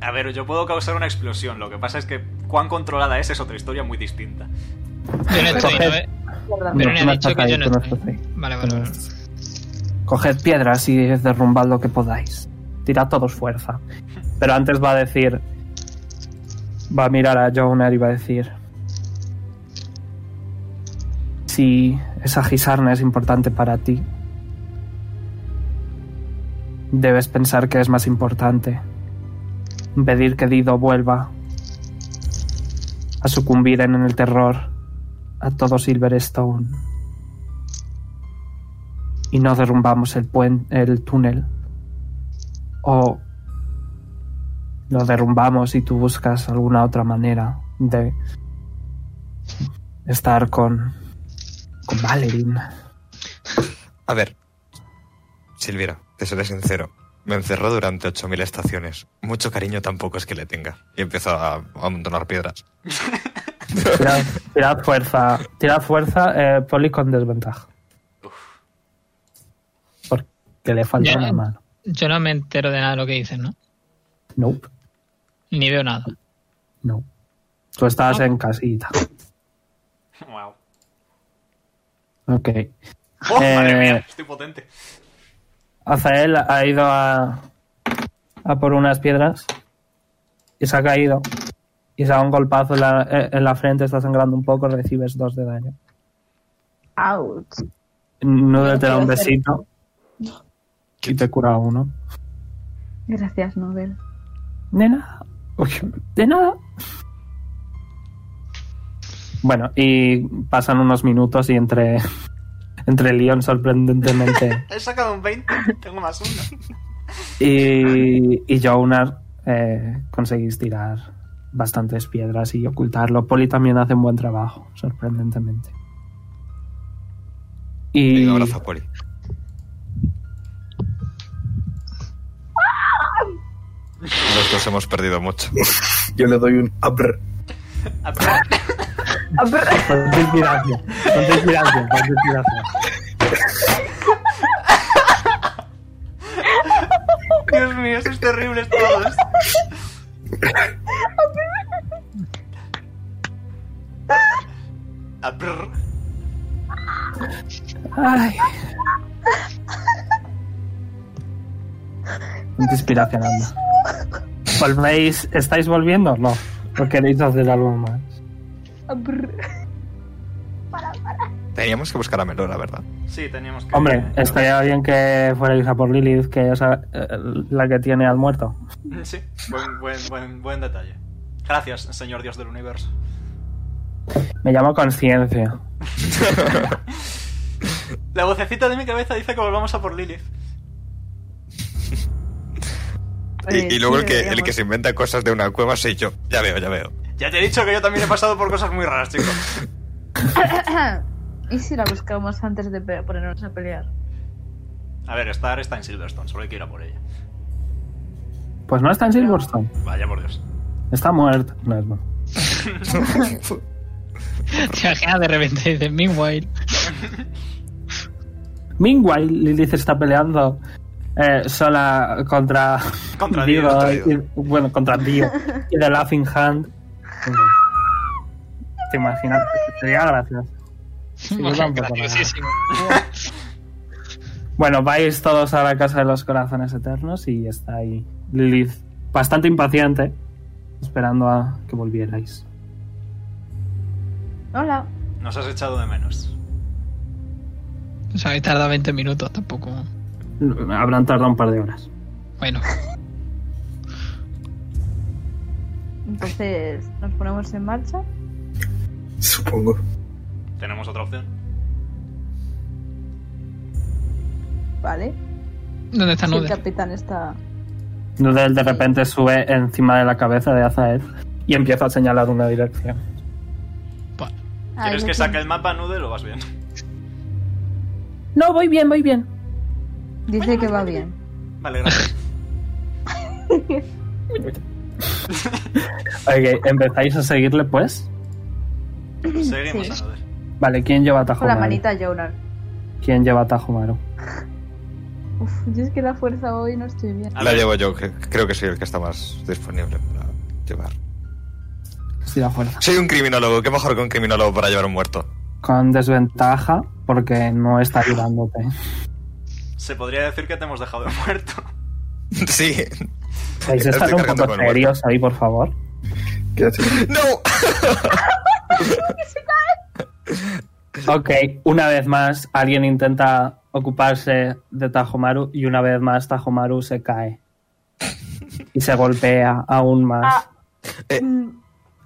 Speaker 1: A ver, yo puedo causar una explosión. Lo que pasa es que cuán controlada es es otra historia muy distinta.
Speaker 3: Yo no estoy, ¿no? eh?
Speaker 7: Guárdame.
Speaker 3: Pero
Speaker 4: No, tú
Speaker 3: me ha
Speaker 4: no
Speaker 3: dicho
Speaker 4: estás
Speaker 3: que
Speaker 4: ahí,
Speaker 3: yo no
Speaker 4: tú no
Speaker 3: estoy.
Speaker 4: estás ahí.
Speaker 3: Vale, vale, vale.
Speaker 4: Coged piedras y derrumbad lo que podáis. Tirad todos fuerza. Pero antes va a decir. Va a mirar a Jonar y va a decir. Si esa gisarna es importante para ti, debes pensar que es más importante impedir que Dido vuelva a sucumbir en el terror a todo Silverstone y no derrumbamos el puen- el túnel. O lo derrumbamos y tú buscas alguna otra manera de estar con con Valerin.
Speaker 2: A ver, Silvira, te seré sincero. Me encerró durante 8.000 estaciones. Mucho cariño tampoco es que le tenga. Y empezó a a amontonar piedras.
Speaker 4: Tirad, tirad fuerza, tirad fuerza, eh, poli con desventaja. Porque le falta
Speaker 3: Ya.
Speaker 4: una mano.
Speaker 3: Yo no me entero de nada de lo que dicen, ¿no?
Speaker 4: Nope,
Speaker 3: Ni veo nada.
Speaker 4: no. Tú estás en casita.
Speaker 1: Wow.
Speaker 4: Ok.
Speaker 1: ¡Oh, madre
Speaker 4: Eh,
Speaker 1: mía! Estoy potente.
Speaker 4: Azael ha ido a, a por unas piedras y se ha caído. Y se da un golpazo en la, eh, en la frente, está sangrando un poco, recibes dos de daño.
Speaker 7: Ouch.
Speaker 4: Nudel te da un
Speaker 7: Quiero hacer-
Speaker 4: besito y te cura uno.
Speaker 7: Gracias, Nobel.
Speaker 4: De nada. Uy, de nada. Bueno, y pasan unos minutos y entre, entre Leon sorprendentemente
Speaker 1: He sacado un 20. Tengo más uno.
Speaker 4: Y, y Jonar eh, conseguís tirar bastantes piedras y ocultarlo. Poli también hace un buen trabajo, sorprendentemente. Y
Speaker 2: Un abrazo a Poli. Los dos hemos perdido mucho.
Speaker 8: Yo le doy un abr.
Speaker 1: Ah, pero-
Speaker 4: con tu inspiración, con tu inspiración, con tu inspiración.
Speaker 1: Dios mío, sois terribles todos. Ah, pero-
Speaker 4: Ay. Con tu inspiración, anda. ¿Volvéis? ¿Estáis volviendo? No. ¿O queréis hacer algo más?
Speaker 2: Teníamos que buscar a Melora, ¿verdad?
Speaker 1: Sí, teníamos que.
Speaker 4: Hombre, estaría bien que fuerais a por Lilith, que es eh, la que tiene al muerto.
Speaker 1: Sí, buen, buen, buen, buen detalle. Gracias, señor Dios del universo.
Speaker 4: Me llamo Conciencia.
Speaker 1: La vocecita de mi cabeza dice que volvamos a por Lilith.
Speaker 2: Y, y luego el que, el que se inventa cosas de una cueva soy yo. Ya veo, ya veo.
Speaker 1: Ya te he dicho que yo también he pasado por cosas muy raras, chicos.
Speaker 7: ¿Y si la buscamos antes de pe- ponernos a pelear?
Speaker 1: A ver, Star está en Silverstone, solo hay que ir a por ella.
Speaker 4: Pues no está en Silverstone.
Speaker 1: Vaya por Dios.
Speaker 4: Está muerto. No es bueno.
Speaker 3: Te imaginas de repente y dices, meanwhile.
Speaker 4: Meanwhile, Lilith está peleando eh, sola contra.
Speaker 1: Contra
Speaker 4: Dio,
Speaker 1: Dio,
Speaker 2: contra
Speaker 4: y-
Speaker 2: Dio.
Speaker 4: bueno, contra Dio. y The Laughing Hand. Te imaginas. Sería gracioso. yo tampoco, la verdad.
Speaker 3: Graciosísimo.
Speaker 4: Bueno, vais todos a la casa de los corazones eternos y está ahí Lilith, bastante impaciente, esperando a que volvierais.
Speaker 7: Hola.
Speaker 1: Nos has echado de menos.
Speaker 3: O sea, habéis tardado 20 minutos tampoco.
Speaker 4: Habrán tardado un par de horas.
Speaker 3: Bueno,
Speaker 7: Entonces, ¿nos ponemos en marcha?
Speaker 8: Supongo.
Speaker 1: ¿Tenemos otra opción?
Speaker 7: Vale.
Speaker 3: ¿dónde está
Speaker 7: Si el
Speaker 3: Nude?
Speaker 7: capitán está...
Speaker 4: Nudel de repente sube encima de la cabeza de Azael y empieza a señalar una dirección.
Speaker 7: Ah,
Speaker 1: ¿Quieres
Speaker 7: yo
Speaker 1: que
Speaker 7: sí.
Speaker 1: saque el mapa nude o vas bien?
Speaker 4: No, voy bien, voy bien.
Speaker 7: Dice que va bien.
Speaker 1: Vale, gracias.
Speaker 4: Ok, empezáis a seguirle pues.
Speaker 1: Seguimos
Speaker 7: Sí.
Speaker 1: a nude.
Speaker 4: Vale, ¿quién lleva atajo
Speaker 7: Con la
Speaker 4: Maru?
Speaker 7: manita Jonar.
Speaker 4: ¿Quién lleva atajo Maru?
Speaker 7: Uf, yo es que la fuerza hoy no estoy bien.
Speaker 1: A
Speaker 2: la
Speaker 1: ver.
Speaker 2: llevo yo, que creo que soy el que está más disponible para llevar.
Speaker 4: Sí, la fuerza.
Speaker 2: Soy un criminólogo, qué mejor que un criminólogo para llevar un muerto.
Speaker 4: Con desventaja, porque no está ayudándote.
Speaker 1: Se podría decir que te hemos dejado muerto.
Speaker 2: sí.
Speaker 4: ¿Vais a
Speaker 2: Estoy
Speaker 4: estar un
Speaker 2: cargando
Speaker 4: poco
Speaker 2: con el muerto.
Speaker 4: serios ahí, por favor?
Speaker 8: Quédate.
Speaker 2: ¡No!
Speaker 4: Ok, una vez más, alguien intenta ocuparse de Tajomaru y una vez más Tajomaru se cae. Y se golpea aún más.
Speaker 7: Ah. Mm,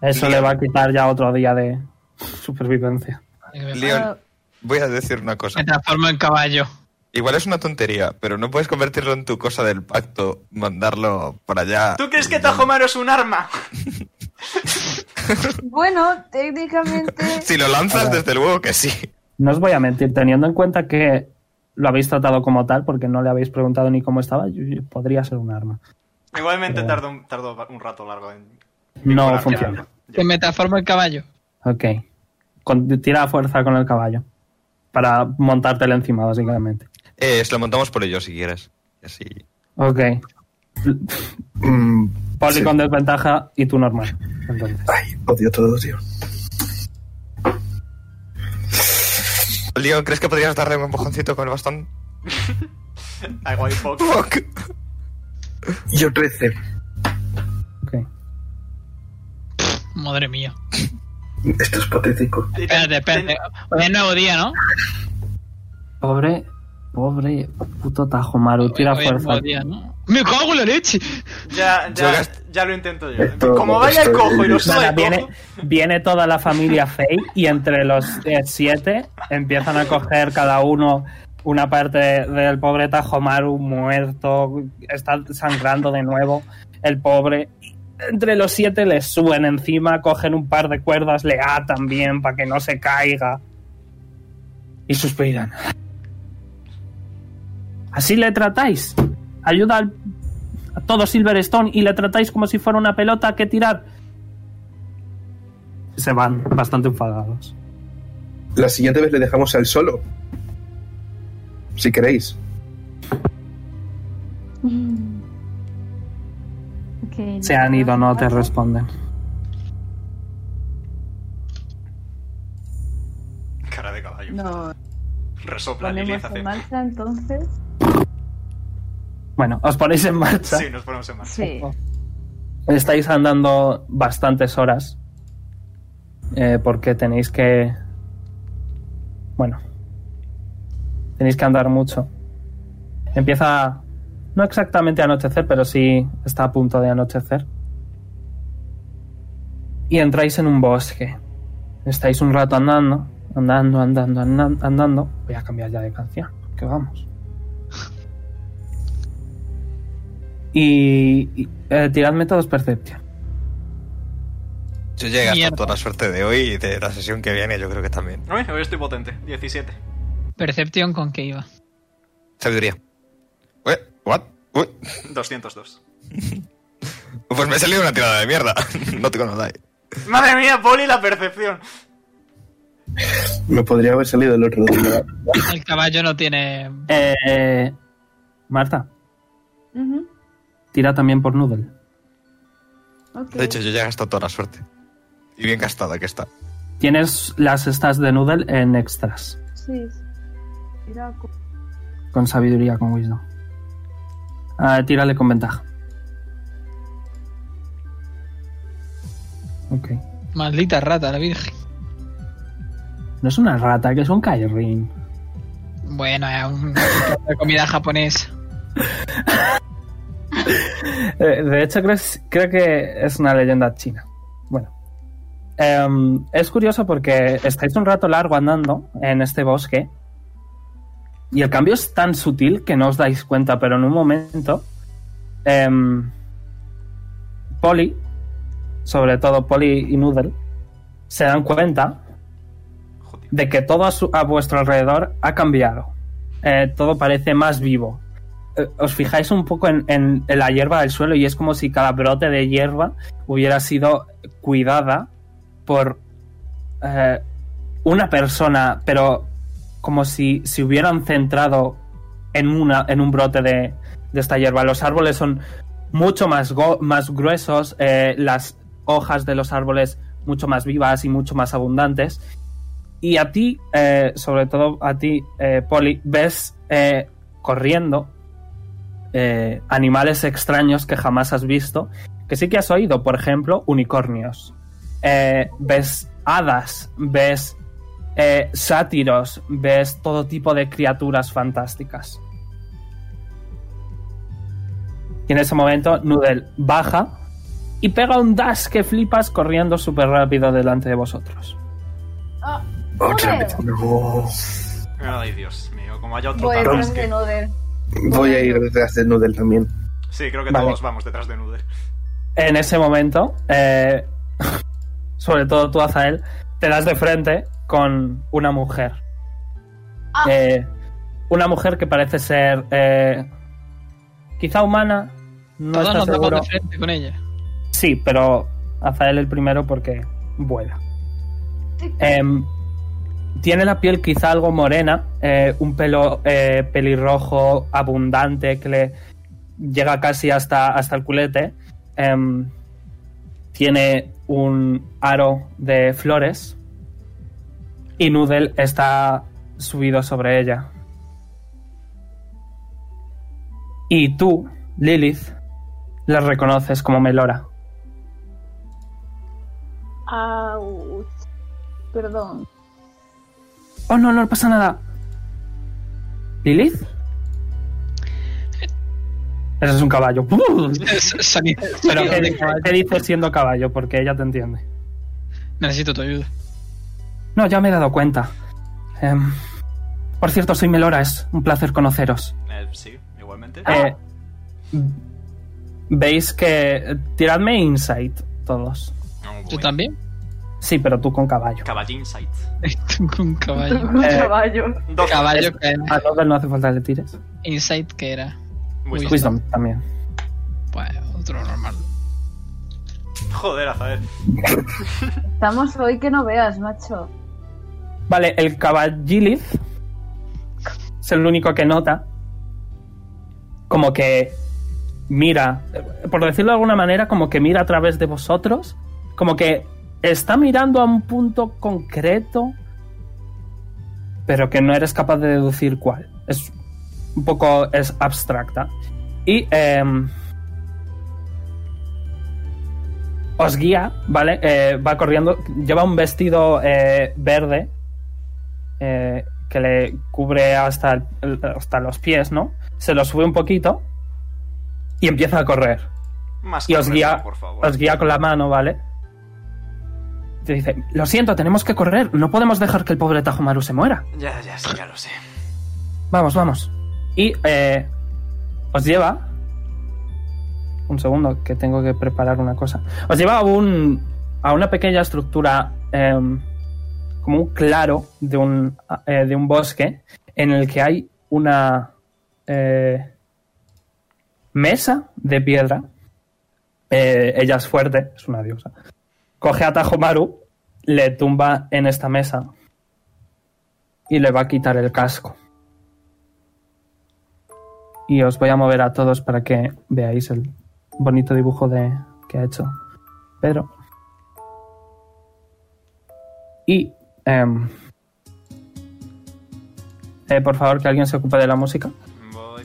Speaker 4: Eso le va a quitar ya otro día de supervivencia.
Speaker 3: Que me-
Speaker 7: ah,
Speaker 2: Leon, voy a decir una cosa.
Speaker 3: Me transformo en caballo.
Speaker 2: Igual es una tontería, pero no puedes convertirlo en tu cosa del pacto, mandarlo para allá.
Speaker 1: ¿Tú crees que Tajomaro es un arma?
Speaker 7: Bueno, técnicamente.
Speaker 2: Si lo lanzas, desde luego que sí.
Speaker 4: No os voy a mentir, teniendo en cuenta que lo habéis tratado como tal, porque no le habéis preguntado ni cómo estaba, yo- yo- podría ser un arma.
Speaker 1: Igualmente
Speaker 4: Ya.
Speaker 1: tardó un, tardó un rato largo en...
Speaker 4: No
Speaker 1: Bueno,
Speaker 4: funciona.
Speaker 1: ya,
Speaker 3: Que
Speaker 1: ya.
Speaker 3: me transformo en caballo.
Speaker 4: Ok. Con- tira a fuerza con el caballo. Para montártelo encima, básicamente.
Speaker 2: Eh, se lo montamos por ello si quieres. Y Así.
Speaker 4: Ok.
Speaker 8: Mm,
Speaker 4: Poli
Speaker 8: Sí.
Speaker 4: con desventaja y tú normal. Entonces.
Speaker 8: ay, odio todo, tío.
Speaker 2: Leon, ¿crees que podrías darle un empujoncito con el bastón?
Speaker 1: Algo ahí Ah, poco.
Speaker 2: Fuck.
Speaker 8: Yo 13.
Speaker 4: Ok.
Speaker 3: Madre mía.
Speaker 8: Esto es patético.
Speaker 1: Y ten-
Speaker 3: Espérate, espérate.
Speaker 1: ten-
Speaker 3: Hoy es nuevo día, ¿no?
Speaker 4: Pobre, pobre puto Tajomaru. Tira
Speaker 3: Hoy es nuevo
Speaker 4: fuerza.
Speaker 3: día, ¿no? ¡Me cago en la leche!
Speaker 1: Ya,
Speaker 2: Yo
Speaker 1: ya,
Speaker 2: gast-
Speaker 1: ya lo intento yo. ¿eh?
Speaker 8: Esto-
Speaker 1: Como vaya el
Speaker 8: esto-
Speaker 1: cojo y lo suba
Speaker 4: Nada,
Speaker 1: el
Speaker 4: viene,
Speaker 1: cojo...
Speaker 4: viene toda la familia Fey y entre los eh, siete empiezan a coger cada uno una parte del pobre Tajomaru muerto, está sangrando de nuevo el pobre. Entre los siete le suben encima, cogen un par de cuerdas, le atan bien para que no se caiga. Y suspiran. Así le tratáis. Ayuda al- a todo Silverstone y le tratáis como si fuera una pelota que tirar se van bastante enfadados.
Speaker 8: La siguiente vez le dejamos al solo. Si queréis.
Speaker 7: Mm. Ok,
Speaker 4: Se han ido, no te responden.
Speaker 1: Cara de caballo.
Speaker 7: No,
Speaker 1: Resopla, Lilith
Speaker 7: ponemos
Speaker 1: hace...
Speaker 7: en marcha entonces.
Speaker 4: Bueno, os ponéis en marcha.
Speaker 1: Sí, nos ponemos en marcha.
Speaker 7: Ah, Sí.
Speaker 4: Estáis andando bastantes horas. eh, porque tenéis que... Bueno. Tenéis que andar mucho. Empieza... No exactamente a anochecer, pero sí está a punto de anochecer. Y entráis en un bosque. Estáis un rato andando, andando, andando, andan- andando. Voy a cambiar ya de canción, que vamos. Y, y, eh, tiradme todos Perception.
Speaker 2: Yo llegué hasta
Speaker 3: Mierda.
Speaker 2: toda la suerte de hoy y de la sesión que viene, yo creo que también.
Speaker 1: Uy, hoy estoy potente. 17.
Speaker 3: Percepción con que iba.
Speaker 2: Sabiduría. Ué, ¿What? Uy,
Speaker 1: 202.
Speaker 2: Pues me ha salido una tirada de mierda. no te conozco.
Speaker 1: Madre mía, Poli, la percepción.
Speaker 8: Me podría haber salido el otro día.
Speaker 3: El caballo no tiene.
Speaker 4: Eh, Marta,
Speaker 7: Ujú,
Speaker 4: tira también por Noodle.
Speaker 7: ok.
Speaker 2: De hecho, yo ya he gastado toda la suerte. Y bien gastada que está.
Speaker 4: Tienes las stats de Noodle en extras.
Speaker 7: Sí. Era co-
Speaker 4: Con sabiduría, con wisdom. Ah, tírale con ventaja. Ok.
Speaker 3: Maldita rata, la virgen.
Speaker 4: No es una rata, que es un Kairin.
Speaker 3: Bueno, es un- una comida japonesa.
Speaker 4: Eh, de hecho, creo, creo que es una leyenda china. Bueno. Em, es curioso porque estáis un rato largo andando en este bosque y el cambio es tan sutil que no os dais cuenta, pero en un momento em, Polly, sobre todo Polly y Noodle, se dan cuenta
Speaker 1: Joder.
Speaker 4: de que todo a, su- a vuestro alrededor ha cambiado. Eh, todo parece más vivo. Eh, os fijáis un poco en, en- en la hierba del suelo y es como si cada brote de hierba hubiera sido cuidada por eh, una persona, pero como si se hubieran centrado en, una, en un brote de, de esta hierba. Los árboles son mucho más, go- más gruesos, eh, las hojas de los árboles mucho más vivas y mucho más abundantes. Y a ti, eh, sobre todo a ti, eh, Polly, ves eh, corriendo eh, animales extraños que jamás has visto, que sí que has oído, por ejemplo, unicornios. Eh, ves hadas, ves eh, sátiros, ves todo tipo de criaturas fantásticas. Y en ese momento, Noodle baja y pega un dash que flipas corriendo súper rápido delante de vosotros.
Speaker 7: Ah,
Speaker 8: Otra
Speaker 7: Joder.
Speaker 8: vez. No.
Speaker 1: Ay, Dios mío, como haya otro
Speaker 7: voy
Speaker 1: tarro,
Speaker 7: detrás
Speaker 1: es
Speaker 7: de
Speaker 1: que...
Speaker 7: Noder.
Speaker 8: Voy a ir detrás de Noodle también.
Speaker 1: Sí, creo que
Speaker 4: Vale.
Speaker 1: todos vamos detrás de Nuder.
Speaker 4: En ese momento, eh, sobre todo tú, Azael, te das de frente con una mujer.
Speaker 7: Ah.
Speaker 4: Eh, una mujer que parece ser eh, quizá humana, no
Speaker 3: Todos
Speaker 4: está
Speaker 3: nos damos
Speaker 4: seguro.
Speaker 3: de frente con ella.
Speaker 4: Sí, pero Azael el primero porque vuela. Em, tiene la piel quizá algo morena, eh, un pelo eh, pelirrojo abundante que le llega casi hasta, hasta el culete. Em, tiene un aro de flores y Noodle está subido sobre ella. Y tú, Lilith, la reconoces como Melora.
Speaker 7: Ouch. Perdón.
Speaker 4: Oh, no, no pasa nada. ¿Lilith? Ese es un caballo.
Speaker 3: S- sonido-
Speaker 4: Pero
Speaker 3: sonido
Speaker 4: ¿qué,
Speaker 3: de
Speaker 4: dice-
Speaker 3: caballo.
Speaker 4: qué dices siendo caballo? Porque ella te entiende.
Speaker 3: Necesito tu ayuda.
Speaker 4: No, ya me he dado cuenta. Em, por cierto, soy Melora, es un placer conoceros.
Speaker 1: Eh, sí, igualmente.
Speaker 4: Eh, Veis que... Tiradme insight, todos.
Speaker 1: No,
Speaker 3: ¿Tú
Speaker 1: voy.
Speaker 3: también?
Speaker 4: Sí, pero tú con caballo.
Speaker 1: Oh, Caballín Sight.
Speaker 3: Tengo un caballo.
Speaker 7: Un
Speaker 4: Eh,
Speaker 7: caballo.
Speaker 1: Dos.
Speaker 3: Caballo que era
Speaker 4: A Nobel no hace falta que le tires.
Speaker 3: Insight que era.
Speaker 1: Wisdom.
Speaker 4: Wisdom también.
Speaker 3: Pues otro normal.
Speaker 1: Joder, Azael.
Speaker 7: Estamos hoy que no veas, macho.
Speaker 4: Vale, el caballilith es el único que nota. Como que mira, por decirlo de alguna manera, como que mira a través de vosotros. Como que está mirando a un punto concreto, pero que no eres capaz de deducir cuál. Es un poco es abstracta. Y em, os guía, ¿vale? Eh, va corriendo, lleva un vestido eh, verde eh, que le cubre hasta, el- hasta los pies, ¿no? Se lo sube un poquito y empieza a correr.
Speaker 1: Más
Speaker 4: Y os
Speaker 1: correcto,
Speaker 4: guía,
Speaker 1: por favor.
Speaker 4: os guía con la mano, ¿vale? Te dice, lo siento, tenemos que correr, no podemos dejar que el pobre Tajumaru se muera.
Speaker 1: Ya, ya, sí, ya lo sé.
Speaker 4: Vamos, vamos. Y eh, os lleva... Un segundo, que tengo que preparar una cosa. Os lleva a, un, a una pequeña estructura, em, como un claro de un, eh, de un bosque, en el que hay una eh, mesa de piedra. Eh, ella es fuerte, es una diosa. Coge a Tajomaru, le tumba en esta mesa y le va a quitar el casco y os voy a mover a todos para que veáis el bonito dibujo de, que ha hecho. Pero. Y. em, eh, por favor, que alguien se ocupe de la música.
Speaker 1: Voy.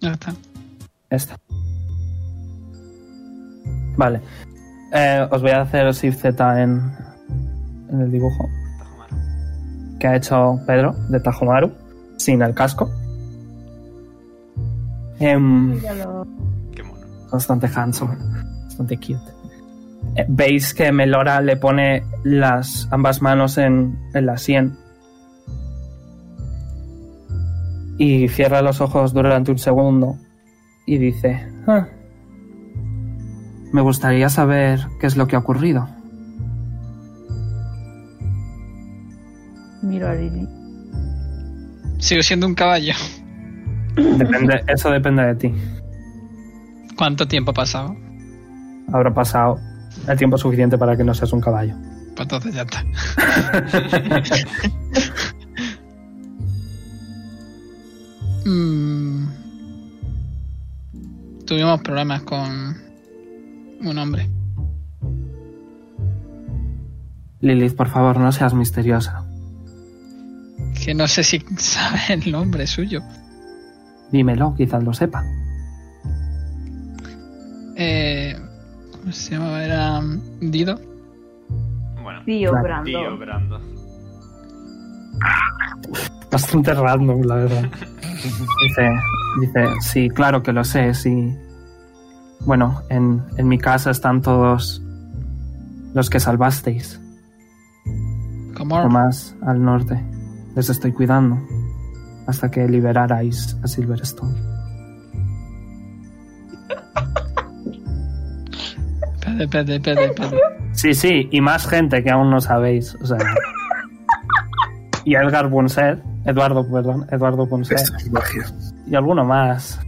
Speaker 3: Ya está.
Speaker 4: Esta. Vale. Eh, os voy a hacer Shift Z en, en el dibujo
Speaker 1: Tajomaru.
Speaker 4: que ha hecho Pedro de Tajomaru sin el casco. Em,
Speaker 7: Ya lo-
Speaker 1: Qué mono.
Speaker 4: bastante handsome, bastante cute. Eh, Veis que Melora le pone las ambas manos en, en la sien y cierra los ojos durante un segundo y dice, "Ah, me gustaría saber qué es lo que ha ocurrido.
Speaker 7: Miro a Lili.
Speaker 3: Sigo siendo un caballo.
Speaker 4: Depende- eso depende de ti.
Speaker 3: ¿Cuánto tiempo ha pasado?
Speaker 4: habrá pasado el tiempo suficiente para que no seas un caballo.
Speaker 3: Pues entonces ya está. Mm. Tuvimos problemas con un hombre.
Speaker 4: Lilith, por favor, no seas misteriosa.
Speaker 3: Que no sé si sabe el nombre suyo.
Speaker 4: Dímelo, quizás lo sepa.
Speaker 3: Eh, ¿Cómo se llamaba? Era um, Dido.
Speaker 1: Bueno,
Speaker 7: Tío
Speaker 4: Claro.
Speaker 7: Brando.
Speaker 1: tío Brando.
Speaker 4: Bastante random, la verdad. dice, dice, sí, claro que lo sé, sí. Bueno, en, en mi casa están todos los que salvasteis, o
Speaker 3: Como
Speaker 4: más al norte. Les estoy cuidando hasta que liberarais a Silverstone.
Speaker 3: Espérate, espérate, espérate, espérate.
Speaker 4: Sí, sí, y más gente que aún no sabéis. O sea, y Edgar Ponset, Eduardo, perdón, Eduardo Ponset,
Speaker 8: Esto es magia.
Speaker 4: y alguno más.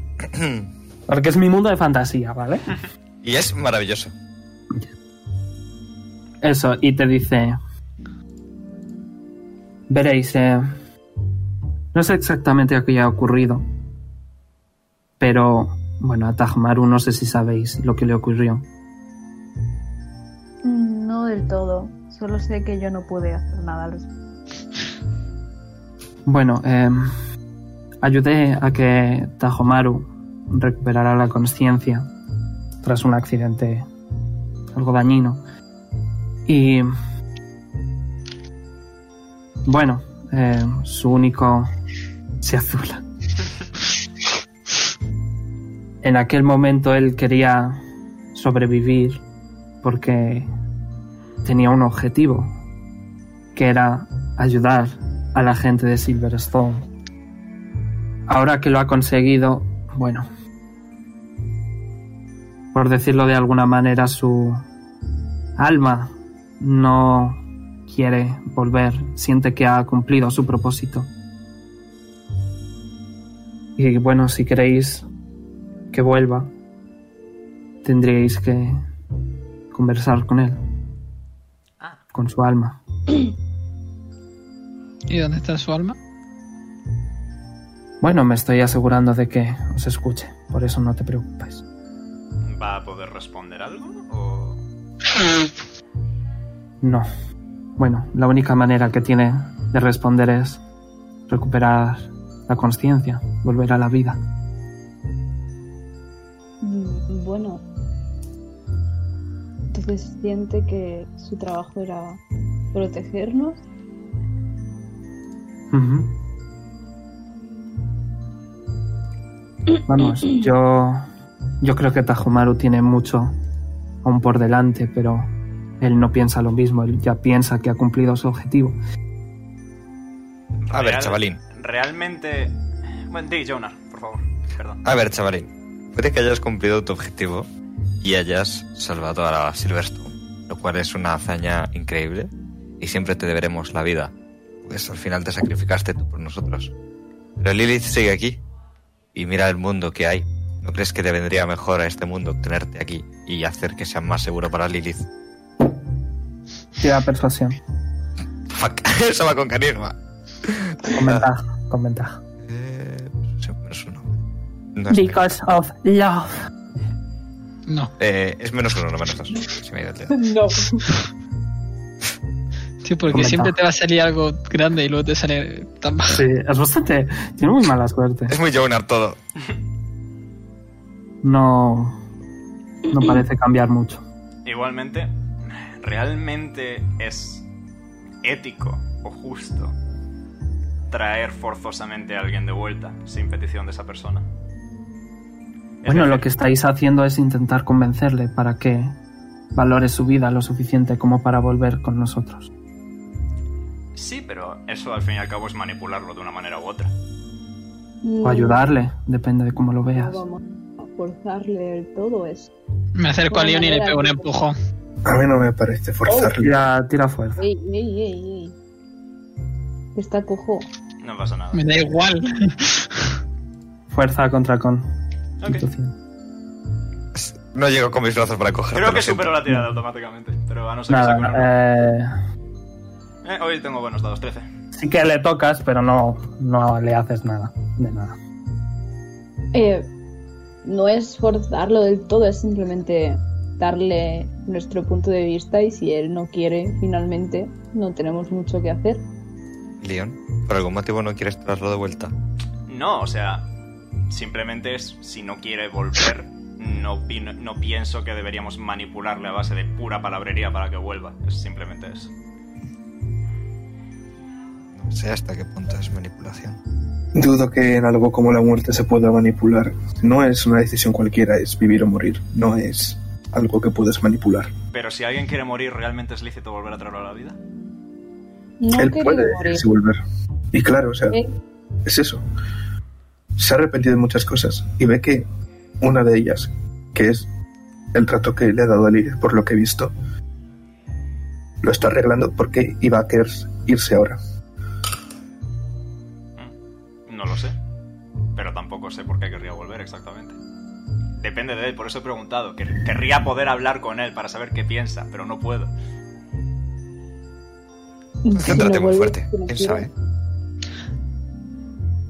Speaker 4: Porque es mi mundo de fantasía, ¿vale?
Speaker 2: Y es maravilloso.
Speaker 4: Eso, y te dice... Veréis, eh, no sé exactamente qué ha ocurrido, pero bueno, a Tajmaru no sé si sabéis lo que le ocurrió.
Speaker 7: Mm, No del todo. Solo sé que yo no pude hacer nada al respecto.
Speaker 4: Bueno, eh, ayudé a que Tajomaru recuperara la conciencia tras un accidente algo dañino. Y bueno, eh, su único se azula. En aquel momento él quería sobrevivir porque tenía un objetivo, que era ayudar a la gente de Silverstone. Ahora que lo ha conseguido, bueno, por decirlo de alguna manera, su alma no quiere volver, siente que ha cumplido su propósito. Y bueno, si queréis que vuelva, tendríais que conversar con él, con su alma.
Speaker 3: ¿Y dónde está su alma?
Speaker 4: Bueno, me estoy asegurando de que os escuche, por eso no te preocupes.
Speaker 1: ¿Va a poder responder algo? O...
Speaker 7: Mm.
Speaker 4: No. Bueno, la única manera que tiene de responder es recuperar la conciencia, volver a la vida.
Speaker 7: Mm, Bueno. Entonces siente que su trabajo era protegernos.
Speaker 4: Ujú. Vamos, yo yo creo que Tajomaru tiene mucho aún por delante, pero él no piensa lo mismo, él ya piensa que ha cumplido su objetivo.
Speaker 2: A ver,
Speaker 1: Real-
Speaker 2: chavalín.
Speaker 1: Realmente... Bueno, di, Jonar, por favor. Perdón.
Speaker 2: A ver, chavalín. Puede que hayas cumplido tu objetivo y hayas salvado a la Silverstone, lo cual es una hazaña increíble y siempre te deberemos la vida, pues al final te sacrificaste tú por nosotros. Pero Lilith sigue aquí y mira el mundo que hay. ¿No crees que te vendría mejor a este mundo tenerte aquí y hacer que sea más seguro para Lilith?
Speaker 4: Tira persuasión,
Speaker 2: Fuck, eso va con carisma.
Speaker 4: con ventaja, con ventaja.
Speaker 2: Eh, sí, menos uno. No es,
Speaker 4: of love.
Speaker 3: No.
Speaker 2: eh, es menos uno, no menos dos. Se me ha ido el dedo.
Speaker 7: No.
Speaker 3: Sí, porque
Speaker 4: Comenta.
Speaker 3: siempre te va a salir algo grande y luego te sale tan bajo.
Speaker 4: Sí, es bastante. Tiene muy mala suerte.
Speaker 2: Es muy Jonar todo.
Speaker 4: No. No parece cambiar mucho.
Speaker 1: Igualmente, ¿realmente es ético o justo traer forzosamente a alguien de vuelta sin petición de esa persona? Es
Speaker 4: Bueno,
Speaker 1: decir,
Speaker 4: lo que estáis haciendo es intentar convencerle para que valore su vida lo suficiente como para volver con nosotros.
Speaker 1: Sí, pero eso al fin y al cabo es manipularlo de una manera u otra.
Speaker 4: O ayudarle, depende de cómo lo veas.
Speaker 7: vamos a forzarle del todo eso.
Speaker 3: Me acerco a
Speaker 7: Bueno,
Speaker 3: Leon y le
Speaker 7: era-
Speaker 3: pego un empujón.
Speaker 8: A mí no me parece forzarle.
Speaker 4: Tira, tira fuerza.
Speaker 7: Ey, ey, ey, ey. Está cojo.
Speaker 1: No pasa nada.
Speaker 3: Me da igual.
Speaker 4: Fuerza contra con.
Speaker 1: Ok.
Speaker 4: Constitución.
Speaker 2: No llego con mis brazos para cogerlo.
Speaker 1: Creo
Speaker 2: lo
Speaker 1: que
Speaker 2: siento.
Speaker 1: supero la tirada automáticamente, pero a no ser que saque una-
Speaker 4: Nada, eh,
Speaker 1: Eh, hoy tengo buenos dados, 13.
Speaker 4: sí que le tocas, pero no, no le haces nada. De nada.
Speaker 7: Eh, no es forzarlo del todo, es simplemente darle nuestro punto de vista y si él no quiere, finalmente, no tenemos mucho que hacer.
Speaker 2: Leon, ¿por algún motivo no quieres traerlo de vuelta?
Speaker 1: No, o sea, simplemente es si no quiere volver, no, pi- no pienso que deberíamos manipularle a base de pura palabrería para que vuelva. Es simplemente eso.
Speaker 2: No sé hasta qué punto es manipulación.
Speaker 8: Dudo que en algo como la muerte se pueda manipular. No es una decisión cualquiera, es vivir o morir. No es algo que puedas manipular.
Speaker 1: Pero si alguien quiere morir, ¿realmente es lícito volver a traerlo a la vida?
Speaker 7: No
Speaker 8: Él
Speaker 7: quería
Speaker 8: puede
Speaker 7: morir.
Speaker 8: irse y volver. Y claro, o sea,
Speaker 7: Eh,
Speaker 8: es eso. Se ha arrepentido de muchas cosas y ve que una de ellas, que es el trato que le ha dado a Liria, por lo que he visto, lo está arreglando porque iba a querer irse ahora.
Speaker 1: No lo sé. Pero tampoco sé por qué querría volver exactamente. Depende de él, por eso he preguntado. Quer- Querría poder hablar con él para saber qué piensa, pero no puedo.
Speaker 2: Céntrate
Speaker 7: si no
Speaker 2: muy
Speaker 7: vuelve,
Speaker 2: fuerte,
Speaker 7: si no
Speaker 2: quién
Speaker 7: quiere.
Speaker 2: sabe.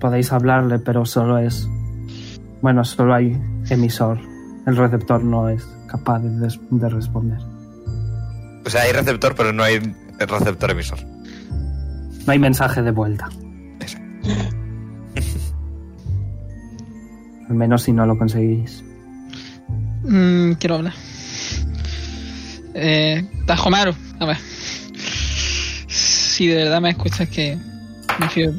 Speaker 4: Podéis hablarle, pero solo es. Bueno, solo hay emisor. El receptor no es capaz de, des- de responder.
Speaker 2: O sea, hay receptor, pero no hay receptor emisor.
Speaker 4: No hay mensaje de vuelta. Al menos si no lo conseguís.
Speaker 3: Mm, quiero hablar. Eh, Tajomaru, a ver. Si de verdad me escuchas que me fío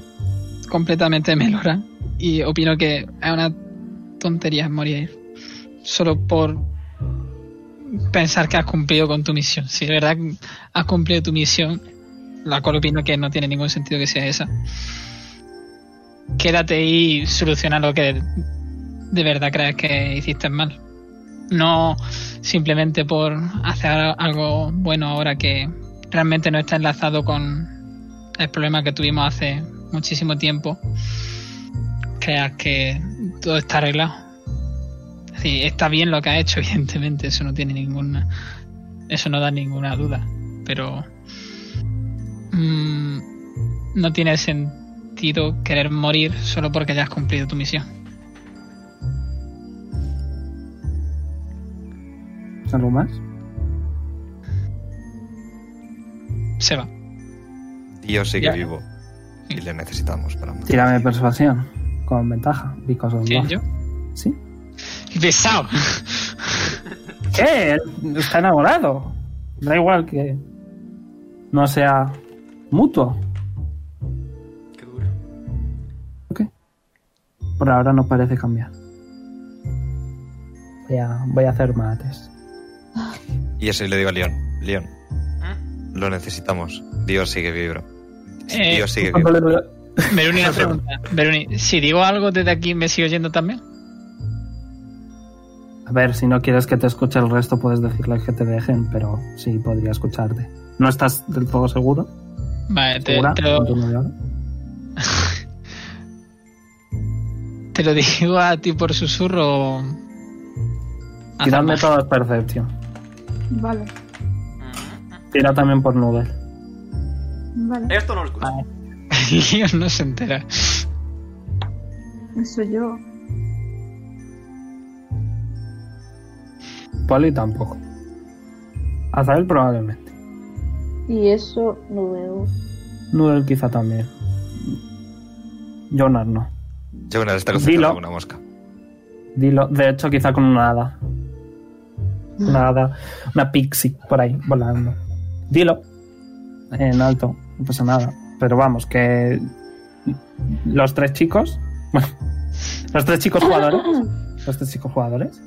Speaker 3: completamente de Melora y opino que es una tontería morir solo por pensar que has cumplido con tu misión. Si de verdad has cumplido tu misión, la cual opino que no tiene ningún sentido que sea esa, quédate y soluciona lo que de verdad crees que hiciste mal no simplemente por hacer algo bueno ahora que realmente no está enlazado con el problema que tuvimos hace muchísimo tiempo, creas que todo está arreglado. Es decir, está bien lo que ha hecho, evidentemente, eso no tiene ninguna. Eso no da ninguna duda, pero. mm, no tiene sentido querer morir solo porque hayas cumplido tu misión.
Speaker 4: ¿Algo más?
Speaker 3: Se va.
Speaker 2: Dios sigue
Speaker 3: Ya.
Speaker 2: vivo. Y le necesitamos para matar.
Speaker 4: Tírame persuasión. Con ventaja. Because of
Speaker 3: ¿Quién
Speaker 4: love.
Speaker 3: yo?
Speaker 4: ¿Sí?
Speaker 3: ¡Besado!
Speaker 4: ¿Qué? Él Está enamorado. Da igual que no sea mutuo.
Speaker 1: Qué duro.
Speaker 4: Por ahora no parece cambiar. Voy a, voy a hacer mates.
Speaker 2: Y eso le digo a Leon. Leon,
Speaker 4: ¿Ah?
Speaker 1: ¿Mm?
Speaker 2: lo necesitamos. Dios sigue vivo.
Speaker 3: Eh,
Speaker 2: Dios sigue vivo.
Speaker 3: Veruni, una pregunta. Veruni, si digo algo desde aquí, ¿me sigo yendo también?
Speaker 4: A ver, si no quieres que te escuche el resto, puedes decirle que te dejen, pero sí podría escucharte. ¿No estás del todo seguro?
Speaker 3: Vale, te,
Speaker 4: ¿Segura?
Speaker 3: te lo,
Speaker 4: ¿Con tu novio?
Speaker 3: te lo digo a ti por susurro. o-
Speaker 4: Tiradme
Speaker 3: Azar,
Speaker 4: todos percepción.
Speaker 7: Vale,
Speaker 4: Tira también por Noodle.
Speaker 7: vale.
Speaker 1: Esto no lo escucho.
Speaker 3: Dios, no se entera.
Speaker 7: Eso yo.
Speaker 4: Poli tampoco. Azael probablemente.
Speaker 7: Y eso no veo.
Speaker 4: Noodle quizá también. Jonas no.
Speaker 2: Yo una vez te concentrado
Speaker 4: Dilo.
Speaker 2: con una mosca.
Speaker 4: Dilo. De hecho, quizá con una hada. Una hada. Una pixie por ahí, volando. Dilo. En alto. No pasa nada. Pero vamos, que. Los tres chicos. Bueno. Los tres chicos jugadores. Los tres chicos jugadores.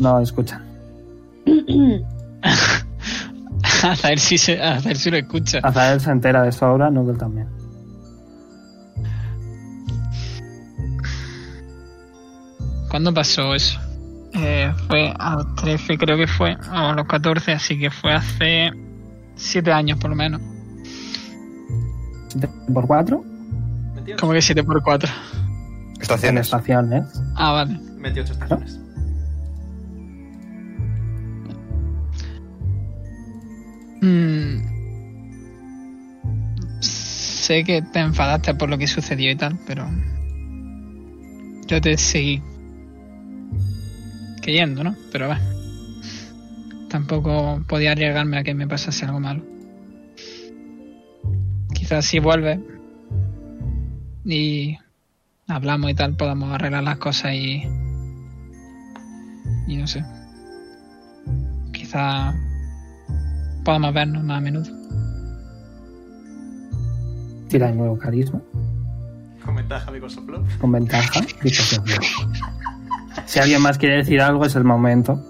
Speaker 4: No escuchan.
Speaker 3: A ver si, se, a ver si lo escucha.
Speaker 4: Azael se entera de sobra, Noodle también.
Speaker 3: ¿Cuándo pasó eso? Eh, fue a los 13, creo que fue, o a los 14, así que fue hace 7 años por lo menos.
Speaker 4: Siete por cuatro.
Speaker 1: ¿28?
Speaker 3: Como que 7 por 4.
Speaker 4: En ¿eh?
Speaker 2: Estaciones.
Speaker 4: estaciones.
Speaker 3: Ah, vale.
Speaker 1: 28 estaciones.
Speaker 3: Mm. sé que te enfadaste por lo que sucedió y tal, pero yo te seguí queriendo, ¿no? Pero va. Tampoco podía arriesgarme a que me pasase algo malo. Quizás si vuelve y hablamos y tal, podamos arreglar las cosas y. Y no sé. Quizá podamos vernos más a menudo.
Speaker 4: Tira de nuevo carisma.
Speaker 1: Con ventaja de Soplo.
Speaker 4: Con ventaja. Dicho que no. Si alguien más quiere decir algo, es el momento.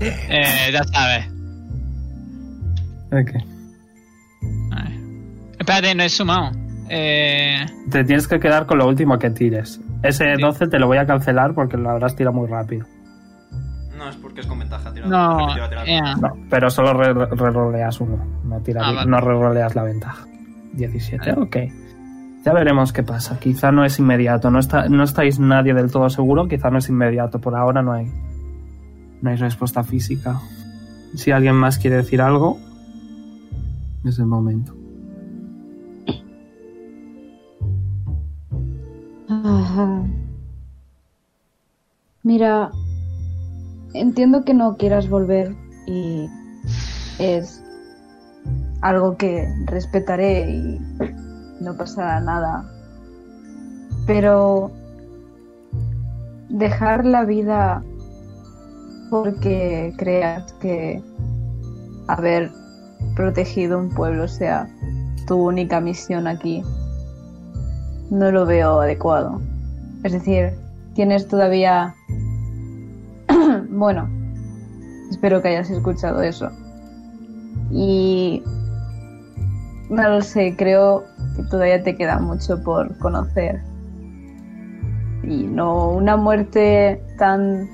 Speaker 3: Eh, ya sabes.
Speaker 4: Ok.
Speaker 3: Vale. Espérate, no he sumado. Eh,
Speaker 4: Te tienes que quedar con lo último que tires. Ese 12 te lo voy a cancelar porque lo habrás tirado muy rápido.
Speaker 1: No, es porque es con ventaja. Tira,
Speaker 3: no,
Speaker 1: repetida, tira.
Speaker 3: eh,
Speaker 4: No, pero solo re- reroleas uno. No, tira,
Speaker 3: Ah, vale.
Speaker 4: no reroleas la ventaja. 17, ok. Ya veremos qué pasa. Quizá no es inmediato. No, está, no estáis nadie del todo seguro. Quizá no es inmediato. Por ahora no hay, no hay respuesta física. Si alguien más quiere decir algo, es el momento.
Speaker 7: Ajá. Mira, entiendo que no quieras volver y es algo que respetaré y no pasará nada. Pero dejar la vida porque creas que haber protegido un pueblo sea tu única misión aquí no lo veo adecuado. Es decir, tienes todavía... bueno, espero que hayas escuchado eso. Y... No lo sé, creo que todavía te queda mucho por conocer. Y no una muerte tan...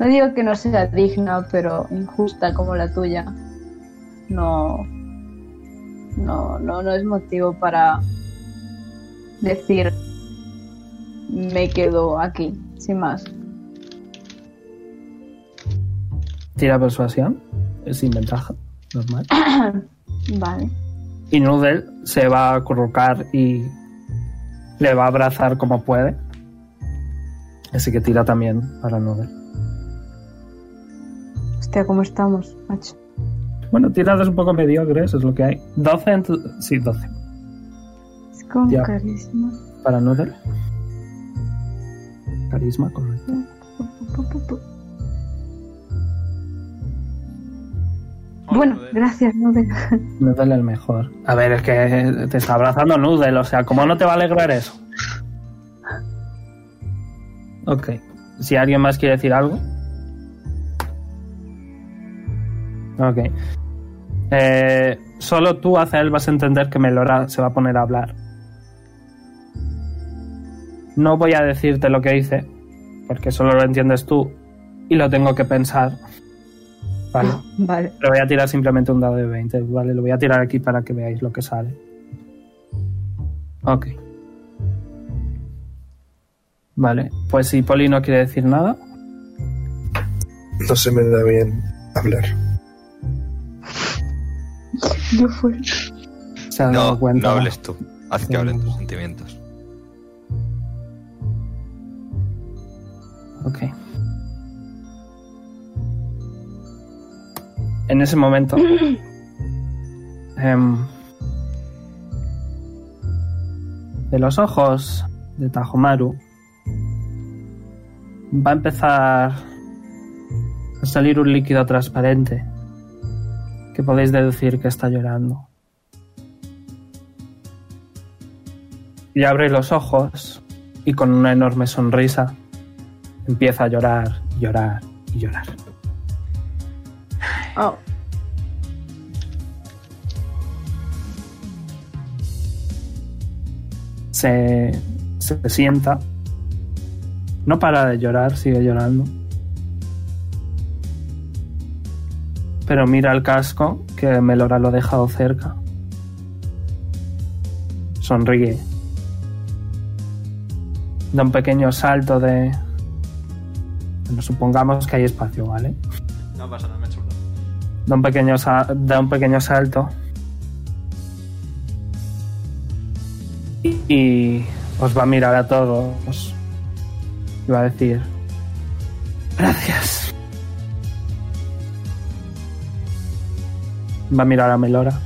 Speaker 7: No digo que no sea digna, pero injusta como la tuya. No... No, no, no es motivo para decir me quedo aquí, sin más.
Speaker 4: Tira persuasión. Es sin ventaja. Normal.
Speaker 7: Vale.
Speaker 4: Y Noodle se va a currucar y le va a abrazar como puede. Así que tira también para Noodle.
Speaker 7: Hostia, ¿cómo estamos, macho?
Speaker 4: Bueno, tiradas un poco mediocres, es lo que hay. 12 en tu- Sí, 12.
Speaker 7: Es con
Speaker 4: Ya.
Speaker 7: carisma.
Speaker 4: Para Noodle. Carisma, correcto.
Speaker 7: Pu, pu, pu.
Speaker 1: Hola,
Speaker 7: bueno,
Speaker 1: joder.
Speaker 7: gracias, no te-
Speaker 4: Noodle el mejor. A ver, es que te está abrazando Noodle, o sea, ¿cómo no te va a alegrar eso? Ok. Si alguien más quiere decir algo. Ok. Eh, solo tú, él vas a entender que Melora se va a poner a hablar. No voy a decirte lo que hice, porque solo lo entiendes tú y lo tengo que pensar. Vale.
Speaker 7: Vale.
Speaker 4: Le voy a tirar simplemente un dado de 20, ¿vale? Lo voy a tirar aquí para que veáis lo que sale. Ok. Vale, pues si Poli no quiere decir nada,
Speaker 8: No se me da bien hablar.
Speaker 7: Yo fui.
Speaker 4: se ha dado
Speaker 2: No,
Speaker 4: cuenta.
Speaker 2: no hables tú. Haz que
Speaker 4: Sí.
Speaker 2: hablen tus sentimientos.
Speaker 4: Ok. En ese momento. em, de los ojos de Tajomaru. Va a empezar a salir un líquido transparente. Que podéis deducir que está llorando. Y abre los ojos y con una enorme sonrisa empieza a llorar, llorar y llorar.
Speaker 7: Oh,
Speaker 4: Se, se sienta, no para de llorar, sigue llorando. Pero mira el casco que Melora lo ha dejado cerca. Sonríe. Da un pequeño salto de, Pero supongamos que hay espacio, ¿vale?
Speaker 1: No pasa nada, me he churrado.
Speaker 4: Da un pequeño, sa- da un pequeño salto. Y, y os va a mirar a todos. Y va a decir... Gracias. Va a mirar a Melora.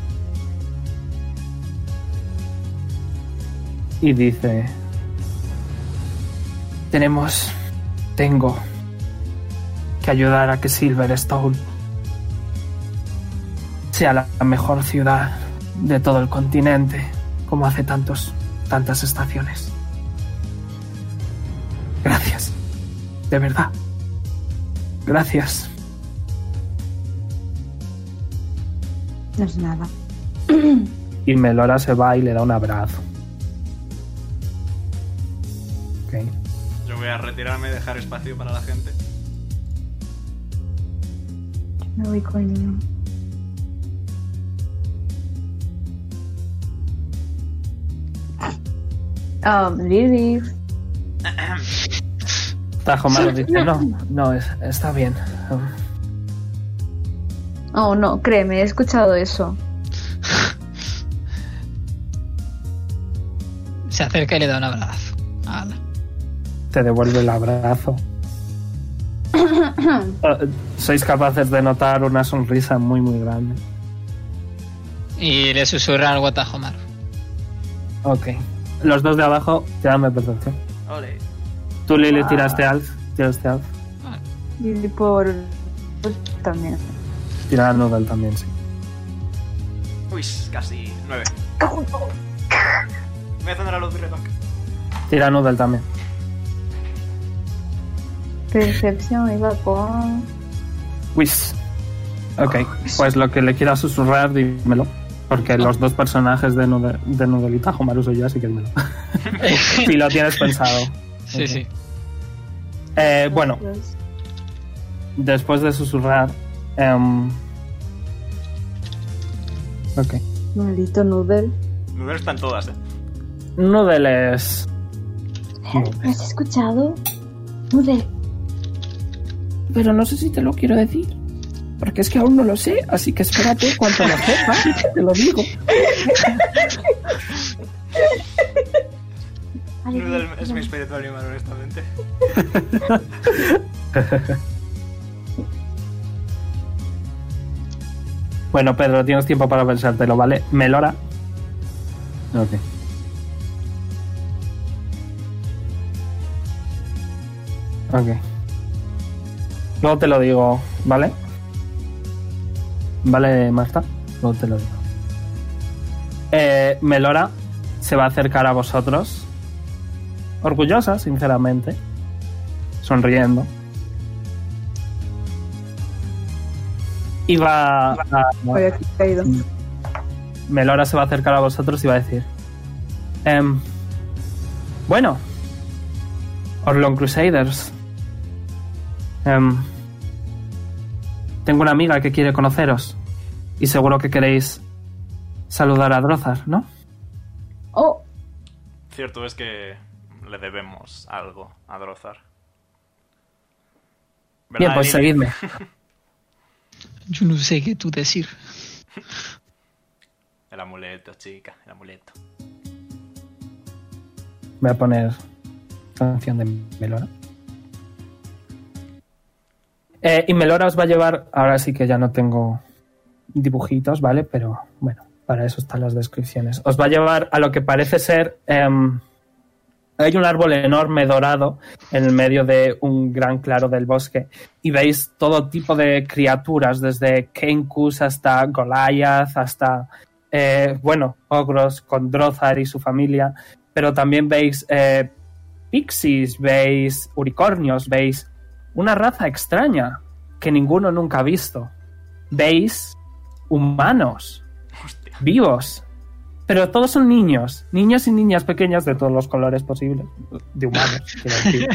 Speaker 4: Y dice... Tenemos... Tengo... Que ayudar a que Silverstone sea la mejor ciudad de todo el continente, como hace tantos, tantas estaciones. Gracias. De verdad. Gracias.
Speaker 7: No es nada.
Speaker 4: Y Melora se va y le da un abrazo. Ok.
Speaker 1: Yo voy a retirarme y dejar espacio para la gente.
Speaker 7: Me voy, coño. Um, Lily.
Speaker 4: Tajo Malo dice, no, no, es- está bien. Um,
Speaker 7: Oh, no, créeme, he escuchado eso.
Speaker 3: Se acerca y le da un abrazo. Ala.
Speaker 4: Te devuelve el abrazo. Eh, Sois capaces de notar una sonrisa muy, muy grande.
Speaker 3: Y le susurra algo a Tajomar.
Speaker 4: Ok. Los dos de abajo, tiradme percepción.
Speaker 1: Ole.
Speaker 4: Tú, Lily, tiraste alf. Tiraste alf.
Speaker 7: Lily por. pues, también.
Speaker 4: Tira Noodle también, sí.
Speaker 1: Uy, casi nueve. Voy a encender la luz de
Speaker 4: Tira Noodle también.
Speaker 7: Percepción iba con.
Speaker 4: Whis. Ok, pues lo que le quiera susurrar, dímelo. Porque los dos personajes de, Noodle, de Noodle y Tajo Maru soy yo, así que dímelo. si lo tienes pensado.
Speaker 3: sí, sí.
Speaker 4: Eh, bueno,
Speaker 7: Dios.
Speaker 4: después de susurrar. em, ok.
Speaker 7: Maldito Noodle.
Speaker 1: Números están todas, eh.
Speaker 4: Noodle es.
Speaker 7: ¿Me has escuchado? Noodle.
Speaker 5: Pero no sé si te lo quiero decir. Porque es que aún no lo sé, así que espérate, cuanto lo sepa, te lo digo.
Speaker 7: Ay,
Speaker 1: Noodle es mi espíritu animal, honestamente.
Speaker 4: Bueno, Pedro, tienes tiempo para pensártelo, ¿vale? Melora. Ok. Ok. Luego te lo digo, ¿vale? ¿Vale, Marta? Luego te lo digo. Eh, Melora se va a acercar a vosotros. Orgullosa, sinceramente. Sonriendo. Y va a-
Speaker 7: Voy aquí caído.
Speaker 4: Melora se va a acercar a vosotros y va a decir: em, Bueno, Orlon Crusaders. em, tengo una amiga que quiere conoceros y seguro que queréis saludar a Drozar, ¿no?
Speaker 7: Oh,
Speaker 1: Cierto es que le debemos algo a Drozar.
Speaker 4: Bien, pues
Speaker 1: Lily?
Speaker 4: seguidme.
Speaker 3: Yo no sé qué tú decir.
Speaker 1: El amuleto, chica, el amuleto.
Speaker 4: Voy a poner canción de Melora. Eh, y Melora os va a llevar. Ahora sí que ya no tengo dibujitos, ¿vale? Pero bueno, para eso están las descripciones. Os va a llevar a lo que parece ser. em, hay un árbol enorme dorado en el medio de un gran claro del bosque y veis todo tipo de criaturas, desde Kenkus hasta Goliath, hasta, eh, bueno, ogros con Drozar y su familia pero también veis eh, pixies, veis unicornios, veis una raza extraña que ninguno nunca ha visto. Veis humanos
Speaker 1: Hostia.
Speaker 4: vivos, pero todos son niños, niños y niñas pequeñas de todos los colores posibles, de humanos. quiero decir.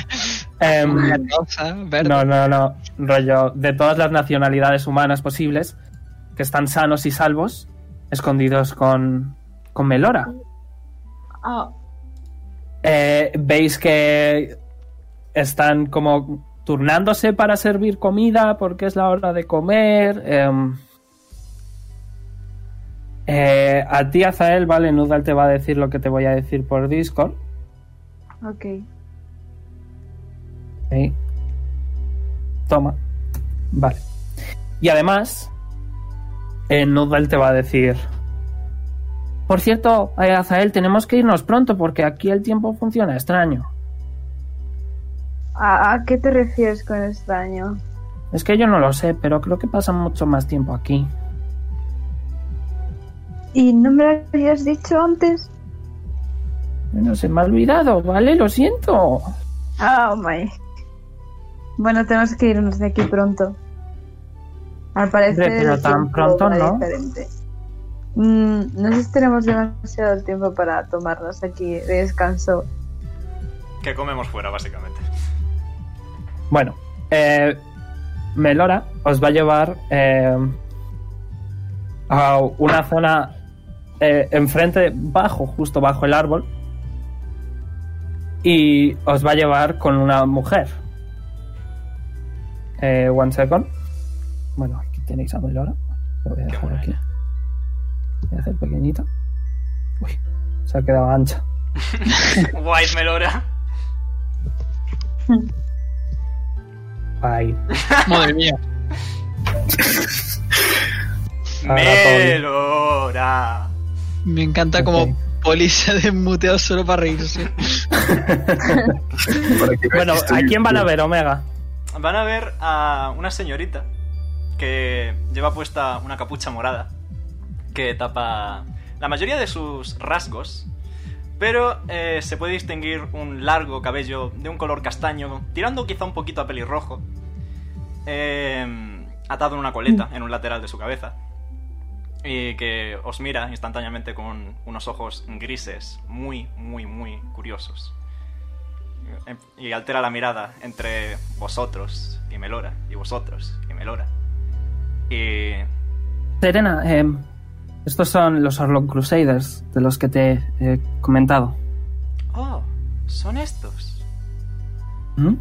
Speaker 4: Em,
Speaker 3: Mm. Rosa, verde.
Speaker 4: no, no, no, rollo de todas las nacionalidades humanas posibles que están sanos y salvos, escondidos con, con Melora.
Speaker 7: ah,
Speaker 4: Eh, veis que están como turnándose para servir comida porque es la hora de comer. em. Eh, a ti, Azael, vale, Nudal te va a decir lo que te voy a decir por Discord.
Speaker 7: Ok.
Speaker 4: Ahí. Toma. Vale. Y además, eh, Nudal te va a decir. Por cierto, eh, Azael, tenemos que irnos pronto porque aquí el tiempo funciona extraño.
Speaker 7: ¿A, a qué te refieres con extraño?
Speaker 4: Es que yo no lo sé, pero creo que pasa mucho más tiempo aquí.
Speaker 7: ¿Y no me lo habías dicho antes?
Speaker 4: Bueno, se me ha olvidado, ¿vale? Lo siento.
Speaker 7: Oh my. Bueno, tenemos que irnos de aquí pronto. Al parecer.
Speaker 4: Hombre, pero
Speaker 7: el
Speaker 4: tan
Speaker 7: tiempo
Speaker 4: pronto
Speaker 7: va
Speaker 4: no.
Speaker 7: diferente. Mm, no sé si tenemos demasiado tiempo para tomarnos aquí de descanso.
Speaker 1: Que comemos fuera, básicamente.
Speaker 4: Bueno, eh, Melora os va a llevar eh, a una zona eh, enfrente, bajo, justo bajo el árbol. Y os va a llevar con una mujer. Eh, one second. Bueno, aquí tenéis a Melora. Lo voy a dejar
Speaker 1: buena
Speaker 4: aquí. Voy a hacer pequeñita. Uy, se ha quedado ancha.
Speaker 1: White Melora.
Speaker 4: Ahí.
Speaker 3: Madre mía.
Speaker 4: Ahora todo bien.
Speaker 1: Melora.
Speaker 3: Me encanta
Speaker 4: Ok.
Speaker 3: como Poli se ha desmuteado solo para reírse.
Speaker 8: Para que veas
Speaker 4: Bueno,
Speaker 8: que
Speaker 4: ¿a
Speaker 8: estoy-
Speaker 4: quién van a ver, Omega?
Speaker 1: Van a ver a una señorita que lleva puesta una capucha morada que tapa la mayoría de sus rasgos, pero eh, se puede distinguir un largo cabello de un color castaño, tirando quizá un poquito a pelirrojo, eh, atado en una coleta en un lateral de su cabeza, y que os mira instantáneamente con unos ojos grises muy, muy, muy curiosos em, y altera la mirada entre vosotros y Melora y vosotros y Melora. Y
Speaker 4: Serena, em, estos son los Orlok Crusaders de los que te he comentado.
Speaker 1: oh, son estos.
Speaker 4: ¿Mm?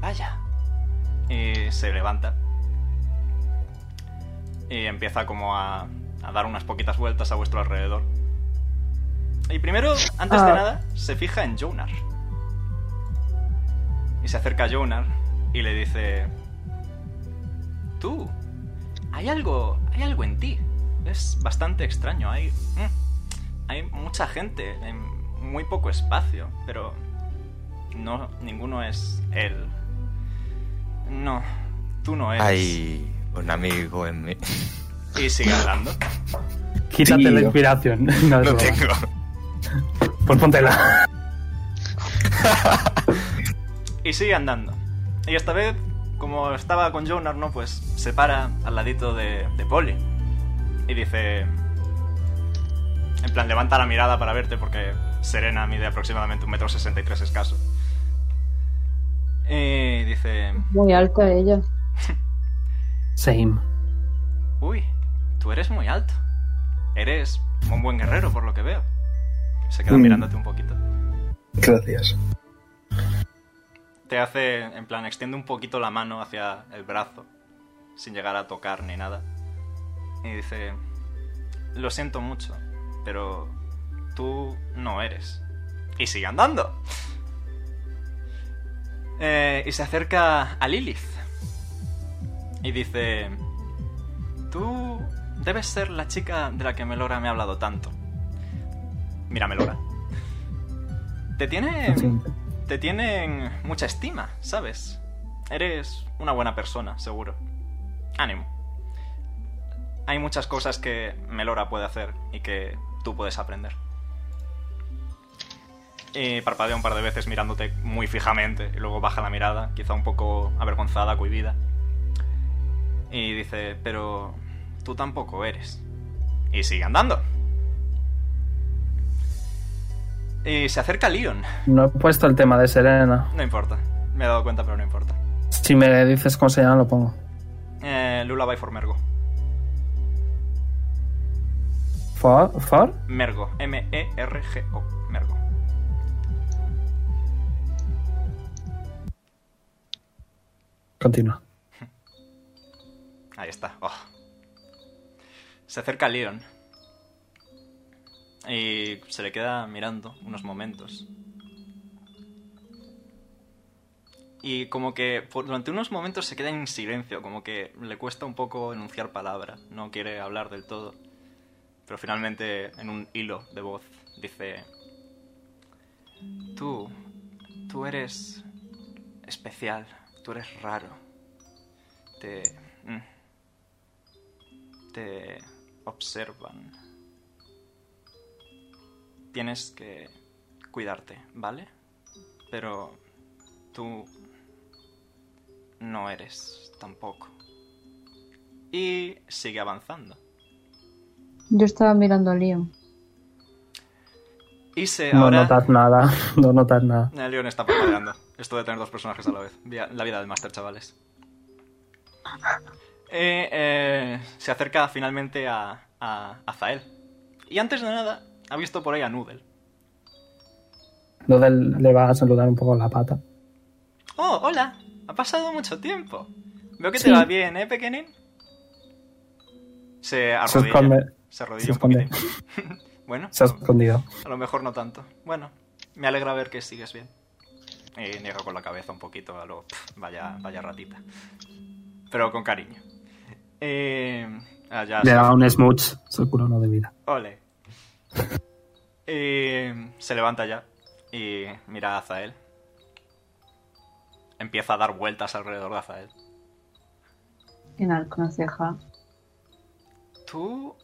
Speaker 1: Vaya. Y se levanta. Y empieza como a, a dar unas poquitas vueltas a vuestro alrededor. Y primero, antes de
Speaker 7: Ah.
Speaker 1: nada, se fija en Jonar. Y se acerca a Jonar y le dice... Tú, hay algo, hay algo en ti. Es bastante extraño. Hay, mm, hay mucha gente en muy poco espacio, pero no, ninguno es él. No, tú no eres.
Speaker 2: Hay un amigo en mí.
Speaker 1: Y sigue hablando.
Speaker 4: Quítate
Speaker 8: Tío.
Speaker 4: la inspiración. No, es
Speaker 2: No
Speaker 4: broma.
Speaker 2: tengo.
Speaker 4: Pues póntela.
Speaker 1: Y sigue andando. Y esta vez, como estaba con Jonar, ¿no? Pues se para al ladito de, de Polly. Y dice... En plan, levanta la mirada para verte porque Serena mide aproximadamente un metro sesenta y tres escaso. Y dice...
Speaker 7: Muy alta ella.
Speaker 4: Same.
Speaker 1: Uy, tú eres muy alto. Eres un buen guerrero, por lo que veo. Se queda
Speaker 8: Mm.
Speaker 1: mirándote un poquito.
Speaker 8: Gracias.
Speaker 1: Te hace, en plan, extiende un poquito la mano hacia el brazo, sin llegar a tocar ni nada. Y dice, lo siento mucho, pero tú no eres. Y sigue andando. Eh, y se acerca a Lilith. Y dice, tú debes ser la chica de la que Melora me ha hablado tanto. Mira, Melora. Te tiene te tienen mucha estima, ¿sabes? Eres una buena persona, seguro. Ánimo. Hay muchas cosas que Melora puede hacer y que tú puedes aprender. Y parpadea un par de veces mirándote muy fijamente y luego baja la mirada, quizá un poco avergonzada, cohibida. Y dice, pero tú tampoco eres. Y sigue andando. Y se acerca Leon.
Speaker 4: No he puesto el tema de Serena.
Speaker 1: No importa. Me he dado cuenta, pero no importa.
Speaker 4: Si me dices cómo se llama, lo pongo.
Speaker 1: Eh, Lula by for Mergo.
Speaker 4: ¿For? ¿For?
Speaker 1: Mergo. E M-E-R-G-O. Mergo.
Speaker 4: Continúa.
Speaker 1: Ahí está. Oh. Se acerca Leon. Y se le queda mirando unos momentos. Y como que por- durante unos momentos se queda en silencio, como que le cuesta un poco enunciar palabra, no quiere hablar del todo. Pero finalmente, en un hilo de voz, dice... Tú, tú eres especial, tú eres raro. Te... mm, Te observan. Tienes que cuidarte, ¿vale? Pero tú no eres tampoco. Y sigue avanzando.
Speaker 7: Yo estaba mirando a Leon.
Speaker 1: Y se
Speaker 4: No
Speaker 1: ahora...
Speaker 4: notas nada, no notas nada.
Speaker 1: El Leon está parpadeando. Esto de tener dos personajes a la vez. Vía- La vida del máster, chavales. Eh, eh, se acerca finalmente a, a, a Zael. Y antes de nada, ha visto por ahí a Noodle.
Speaker 4: Lo del- le va a saludar un poco la pata.
Speaker 1: ¡Oh, hola! Ha pasado mucho tiempo. Veo que te
Speaker 5: Sí.
Speaker 1: va bien, ¿eh, pequeñín? Se
Speaker 4: Se
Speaker 1: arrodilla.
Speaker 4: esconde,
Speaker 1: Se
Speaker 4: se
Speaker 1: arrodilla un
Speaker 4: esconde,
Speaker 1: poquitín. Bueno,
Speaker 4: se ha escondido.
Speaker 1: A lo mejor no tanto. Bueno, me alegra ver que sigues bien. Y niega con la cabeza un poquito a lo... "Pf, vaya, vaya ratita. Pero con cariño. Eh, ah, ya
Speaker 4: Le
Speaker 1: se-
Speaker 4: da un smooch, seguro no de vida.
Speaker 1: Ole. Eh, se levanta ya y mira a Azael. Empieza a dar vueltas alrededor de Azael.
Speaker 7: En Alconceja.
Speaker 1: Tú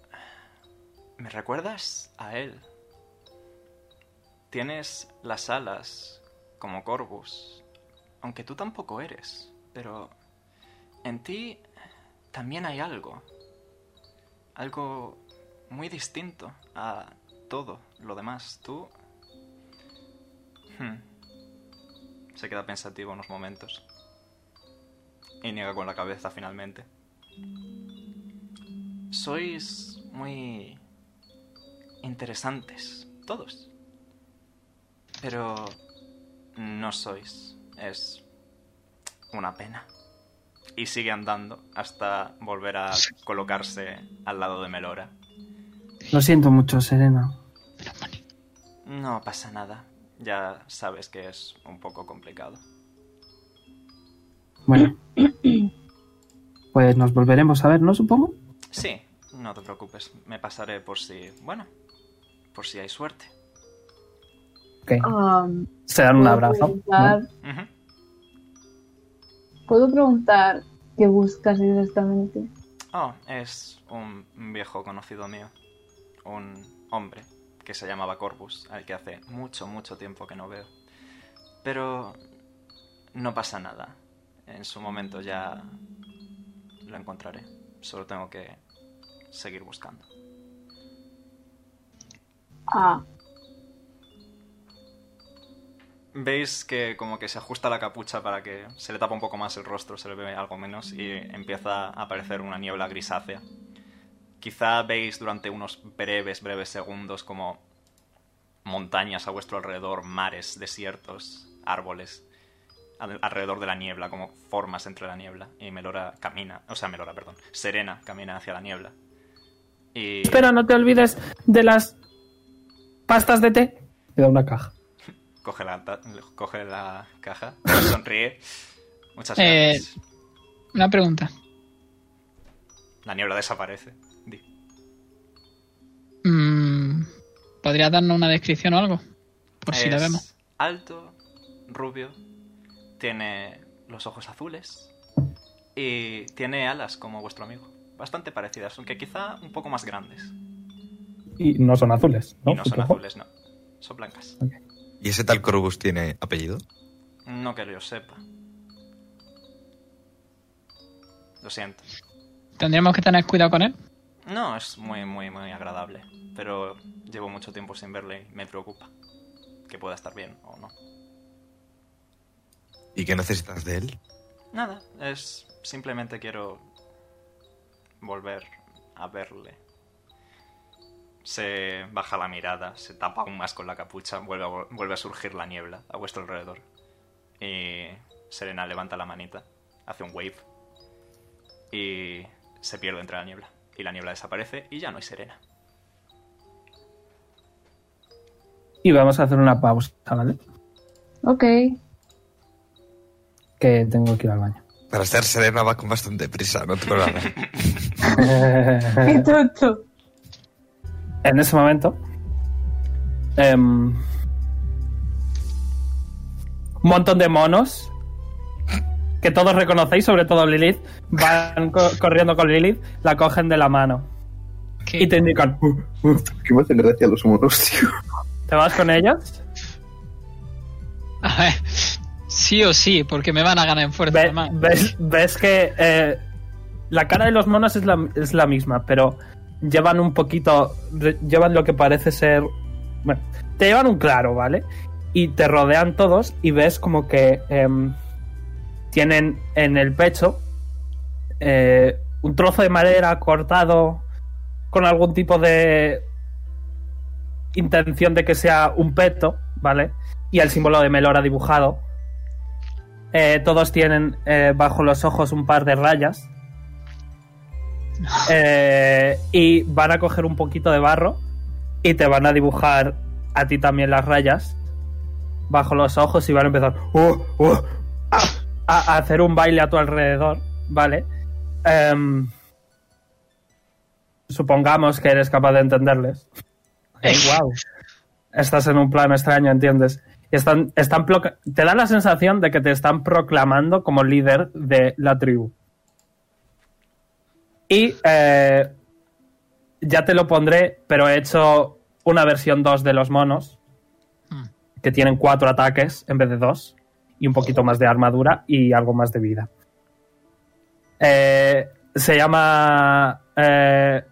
Speaker 1: me recuerdas a él. Tienes las alas como Corvus, aunque tú tampoco eres, pero en ti también hay algo. Algo muy distinto a todo lo demás. Tú... Hmm. Se queda pensativo unos momentos. Y niega con la cabeza finalmente. Sois muy interesantes, todos. Pero no sois. Es una pena. Y sigue andando hasta volver a colocarse al lado de Melora.
Speaker 4: Lo siento mucho, Serena.
Speaker 1: No pasa nada. Ya sabes que es un poco complicado.
Speaker 4: Bueno. Pues nos volveremos a ver, ¿no? Supongo.
Speaker 1: Sí, no te preocupes. Me pasaré por si... Bueno, por si hay suerte.
Speaker 4: Ok.
Speaker 1: Ah,
Speaker 7: Um,
Speaker 4: Se dan un abrazo.
Speaker 1: pues
Speaker 4: ¿no?
Speaker 1: Ujú.
Speaker 7: ¿Puedo preguntar qué buscas exactamente?
Speaker 1: Oh, es un viejo conocido mío. Un hombre que se llamaba Corvus, al que hace mucho, mucho tiempo que no veo. Pero no pasa nada. En su momento ya lo encontraré. Solo tengo que seguir buscando.
Speaker 7: Ah,
Speaker 1: Veis que como que se ajusta la capucha para que se le tapa un poco más el rostro, se le ve algo menos y empieza a aparecer una niebla grisácea. Quizá veis durante unos breves, breves segundos como montañas a vuestro alrededor, mares, desiertos, árboles, al- alrededor de la niebla, como formas entre la niebla. Y Melora camina, o sea, Melora, perdón, Serena camina hacia la niebla. Y...
Speaker 4: Espera, no te olvides de las pastas de té. Le da una caja.
Speaker 1: coge la, ta- coge la caja, sonríe. Muchas
Speaker 3: Eh,
Speaker 1: gracias.
Speaker 3: Una pregunta.
Speaker 1: La niebla desaparece. Di.
Speaker 3: Mm, ¿Podrías darnos una descripción o algo? Por si
Speaker 1: Es
Speaker 3: la vemos.
Speaker 1: Alto, rubio, tiene los ojos azules y tiene alas como vuestro amigo. Bastante parecidas, aunque quizá un poco más grandes.
Speaker 4: Y no son azules, ¿no?
Speaker 1: y no son
Speaker 4: Supongo.
Speaker 1: azules, no. Son blancas.
Speaker 2: ¿Y ese tal Corvus tiene apellido?
Speaker 1: No que yo sepa. Lo siento.
Speaker 3: Tendríamos que tener cuidado con él.
Speaker 1: No, es muy, muy, muy agradable. Pero llevo mucho tiempo sin verle y me preocupa. Que pueda estar bien o no.
Speaker 2: ¿Y qué necesitas de él?
Speaker 1: Nada, es simplemente quiero volver a verle. Se baja la mirada, se tapa aún más con la capucha, vuelve a, vol- vuelve a surgir la niebla a vuestro alrededor. Y Serena levanta la manita hace un wave y se pierde entre la niebla. Y la niebla desaparece y ya no hay serena.
Speaker 4: Y vamos a hacer una pausa, ¿vale?
Speaker 7: Ok.
Speaker 4: Que tengo que ir al baño.
Speaker 2: Para ser serena va con bastante prisa, no te lo hagas.
Speaker 7: Qué tonto.
Speaker 4: en ese momento. em, un montón de monos que todos reconocéis, sobre todo Lilith, van co- corriendo con Lilith, la cogen de la mano
Speaker 3: Que-
Speaker 4: y te indican: "Uh,
Speaker 8: Que me hacen gracia los monos, tío.
Speaker 4: ¿Te vas con ellos?
Speaker 3: A ver, sí o sí, porque me van a ganar en fuerza.
Speaker 4: Ve-
Speaker 3: además.
Speaker 4: ves, ves que eh, la cara de los monos es la, es la misma, pero llevan un poquito. re- Llevan lo que parece ser. Bueno, te llevan un claro, ¿vale? Y te rodean todos y ves como que em, tienen en el pecho eh, un trozo de madera cortado con algún tipo de intención de que sea un peto, ¿vale? Y el símbolo de Melora dibujado. Eh, todos tienen eh, bajo los ojos un par de rayas. Eh, y van a coger un poquito de barro y te van a dibujar a ti también las rayas bajo los ojos y van a empezar "Uh, uh", a, a- a hacer un baile a tu alrededor, ¿vale? Em, supongamos que eres capaz de entenderles. wow. Estás en un plano extraño, ¿entiendes? Y están, están ploca- te da la sensación de que te están proclamando como líder de la tribu. Y eh, ya te lo pondré, pero he hecho una versión 2 de los monos,
Speaker 3: Mm.
Speaker 4: que tienen cuatro ataques en vez de dos, y un poquito más de armadura y algo más de vida. Eh, se llama eh,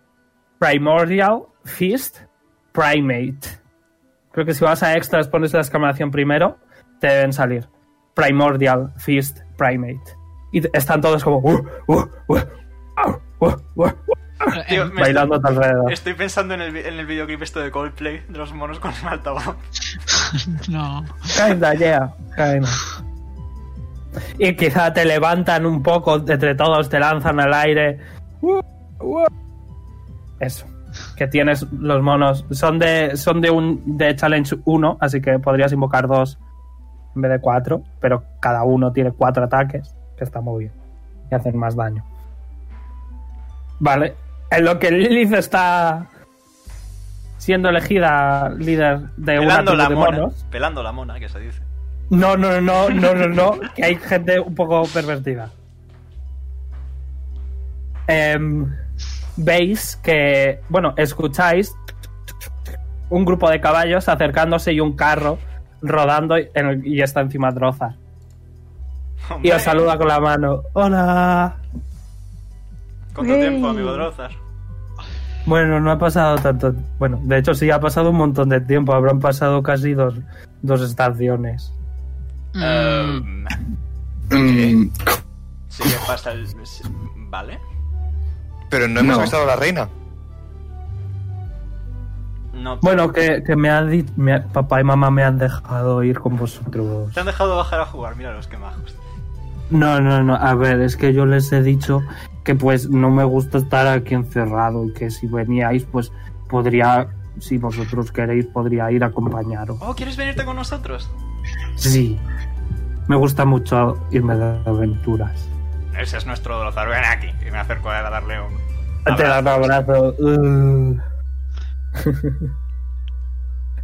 Speaker 4: Primordial Fist Primate. Creo que si vas a extras, pones la exclamación primero, te deben salir. Primordial Fist Primate. Y t- están todos como. "Uh, uh, uh, au, uh, uh",
Speaker 3: Pero,
Speaker 1: Tío,
Speaker 3: eh,
Speaker 1: me
Speaker 4: bailando a tu alrededor.
Speaker 1: Estoy pensando en el, vi- en el videoclip esto de Coldplay, de los monos con el altavoz.
Speaker 3: no.
Speaker 4: Kinda, yeah, kinda. Y quizá te levantan un poco de entre todos, te lanzan al aire. Uh, uh. Eso. Que tienes los monos. Son de. Son de un. de challenge 1, así que podrías invocar dos en vez de cuatro. Pero cada uno tiene cuatro ataques. Que está muy bien. Y hacen más daño. Vale. En lo que Lilith está siendo elegida líder de una
Speaker 1: Pelando
Speaker 4: tribu
Speaker 1: la
Speaker 4: de
Speaker 1: mona.
Speaker 4: monos.
Speaker 1: Pelando la mona, que se dice.
Speaker 4: No, no, no, no, no, no, que hay gente un poco pervertida. Em, veis que, bueno, escucháis un grupo de caballos acercándose y un carro rodando y, en el- y está encima de Drozar. Y
Speaker 1: Hombre,
Speaker 4: os saluda con la mano. Hola.
Speaker 1: ¿Cuánto
Speaker 7: Ey.
Speaker 1: tiempo, amigo Drozar?
Speaker 4: Bueno, no ha pasado tanto. Bueno, de hecho sí ha pasado un montón de tiempo. Habrán pasado casi dos, dos estaciones.
Speaker 3: Mm,
Speaker 8: Mm,
Speaker 1: Sí, que Eh, pasa el... sí, Vale.
Speaker 2: Pero no hemos
Speaker 8: No.
Speaker 2: avisado a la reina.
Speaker 1: No,
Speaker 4: Bueno, que, que me ha di- me ha- papá y mamá me han dejado ir con vosotros.
Speaker 1: Te han dejado bajar a jugar, mira los que majos.
Speaker 4: No, no, no. A ver, es que yo les he dicho que pues no me gusta estar aquí encerrado y que si veníais pues podría, si vosotros queréis, podría ir a acompañaros.
Speaker 1: Oh, ¿quieres venirte con nosotros?
Speaker 4: Sí. Me gusta mucho irme de aventuras.
Speaker 1: Ese es nuestro Drozar, ven aquí. Y me acerco a darle un...
Speaker 4: Te da un abrazo. Uh.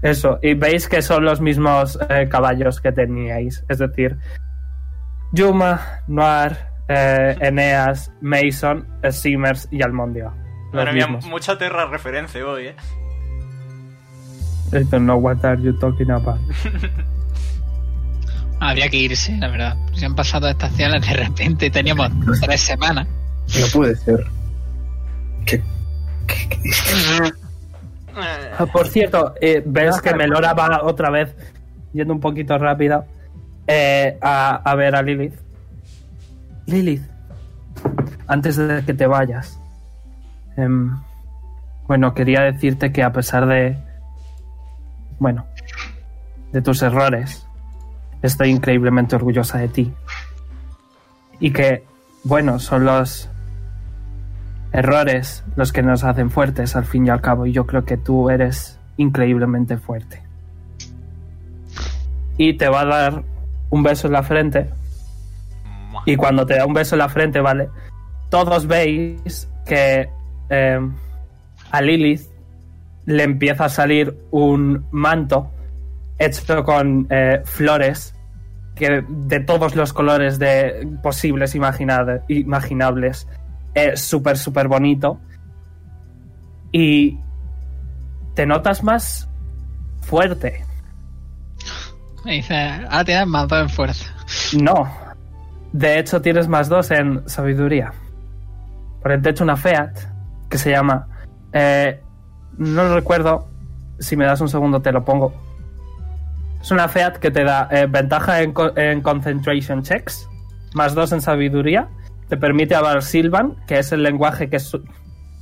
Speaker 4: Eso, y veis que son los mismos eh, caballos que teníais. Es decir, Yuma, Noir, eh, Eneas, Mason, eh, Simmers y Almondia. Los
Speaker 1: Madre mía,
Speaker 4: mismos.
Speaker 1: mucha terra referencia hoy, eh.
Speaker 4: I don't know what are you talking about.
Speaker 3: habría que irse, la verdad. Se han pasado estaciones de repente y teníamos tres semanas.
Speaker 8: no puede ser. Que
Speaker 1: Eh,
Speaker 4: Ah, Por cierto, eh, ves que Melora va otra vez, yendo un poquito rápida, eh, a, a ver a Lilith. Lilith, antes de que te vayas, em, bueno, quería decirte que a pesar de, bueno, de tus errores, estoy increíblemente orgullosa de ti. y que, bueno, son los errores los que nos hacen fuertes al fin y al cabo y yo creo que tú eres increíblemente fuerte. Y te va a dar un beso en la frente
Speaker 1: Mua.
Speaker 4: y cuando te da un beso en la frente, ¿vale? Todos veis que eh, a Lilith le empieza a salir un manto hecho con eh, flores que de todos los colores de posibles imaginade- imaginables. Es eh, súper, súper bonito. Y te notas más fuerte.
Speaker 3: Me dice, ahora te dan más dos en fuerza.
Speaker 4: No. De hecho, tienes más dos en sabiduría. Porque te he hecho una FEAT que se llama. eh, no lo recuerdo. Si me das un segundo, te lo pongo. Es una FEAT que te da eh, ventaja en, co- en concentration checks, más dos en sabiduría. Te permite hablar Silvan, que es el lenguaje que, su-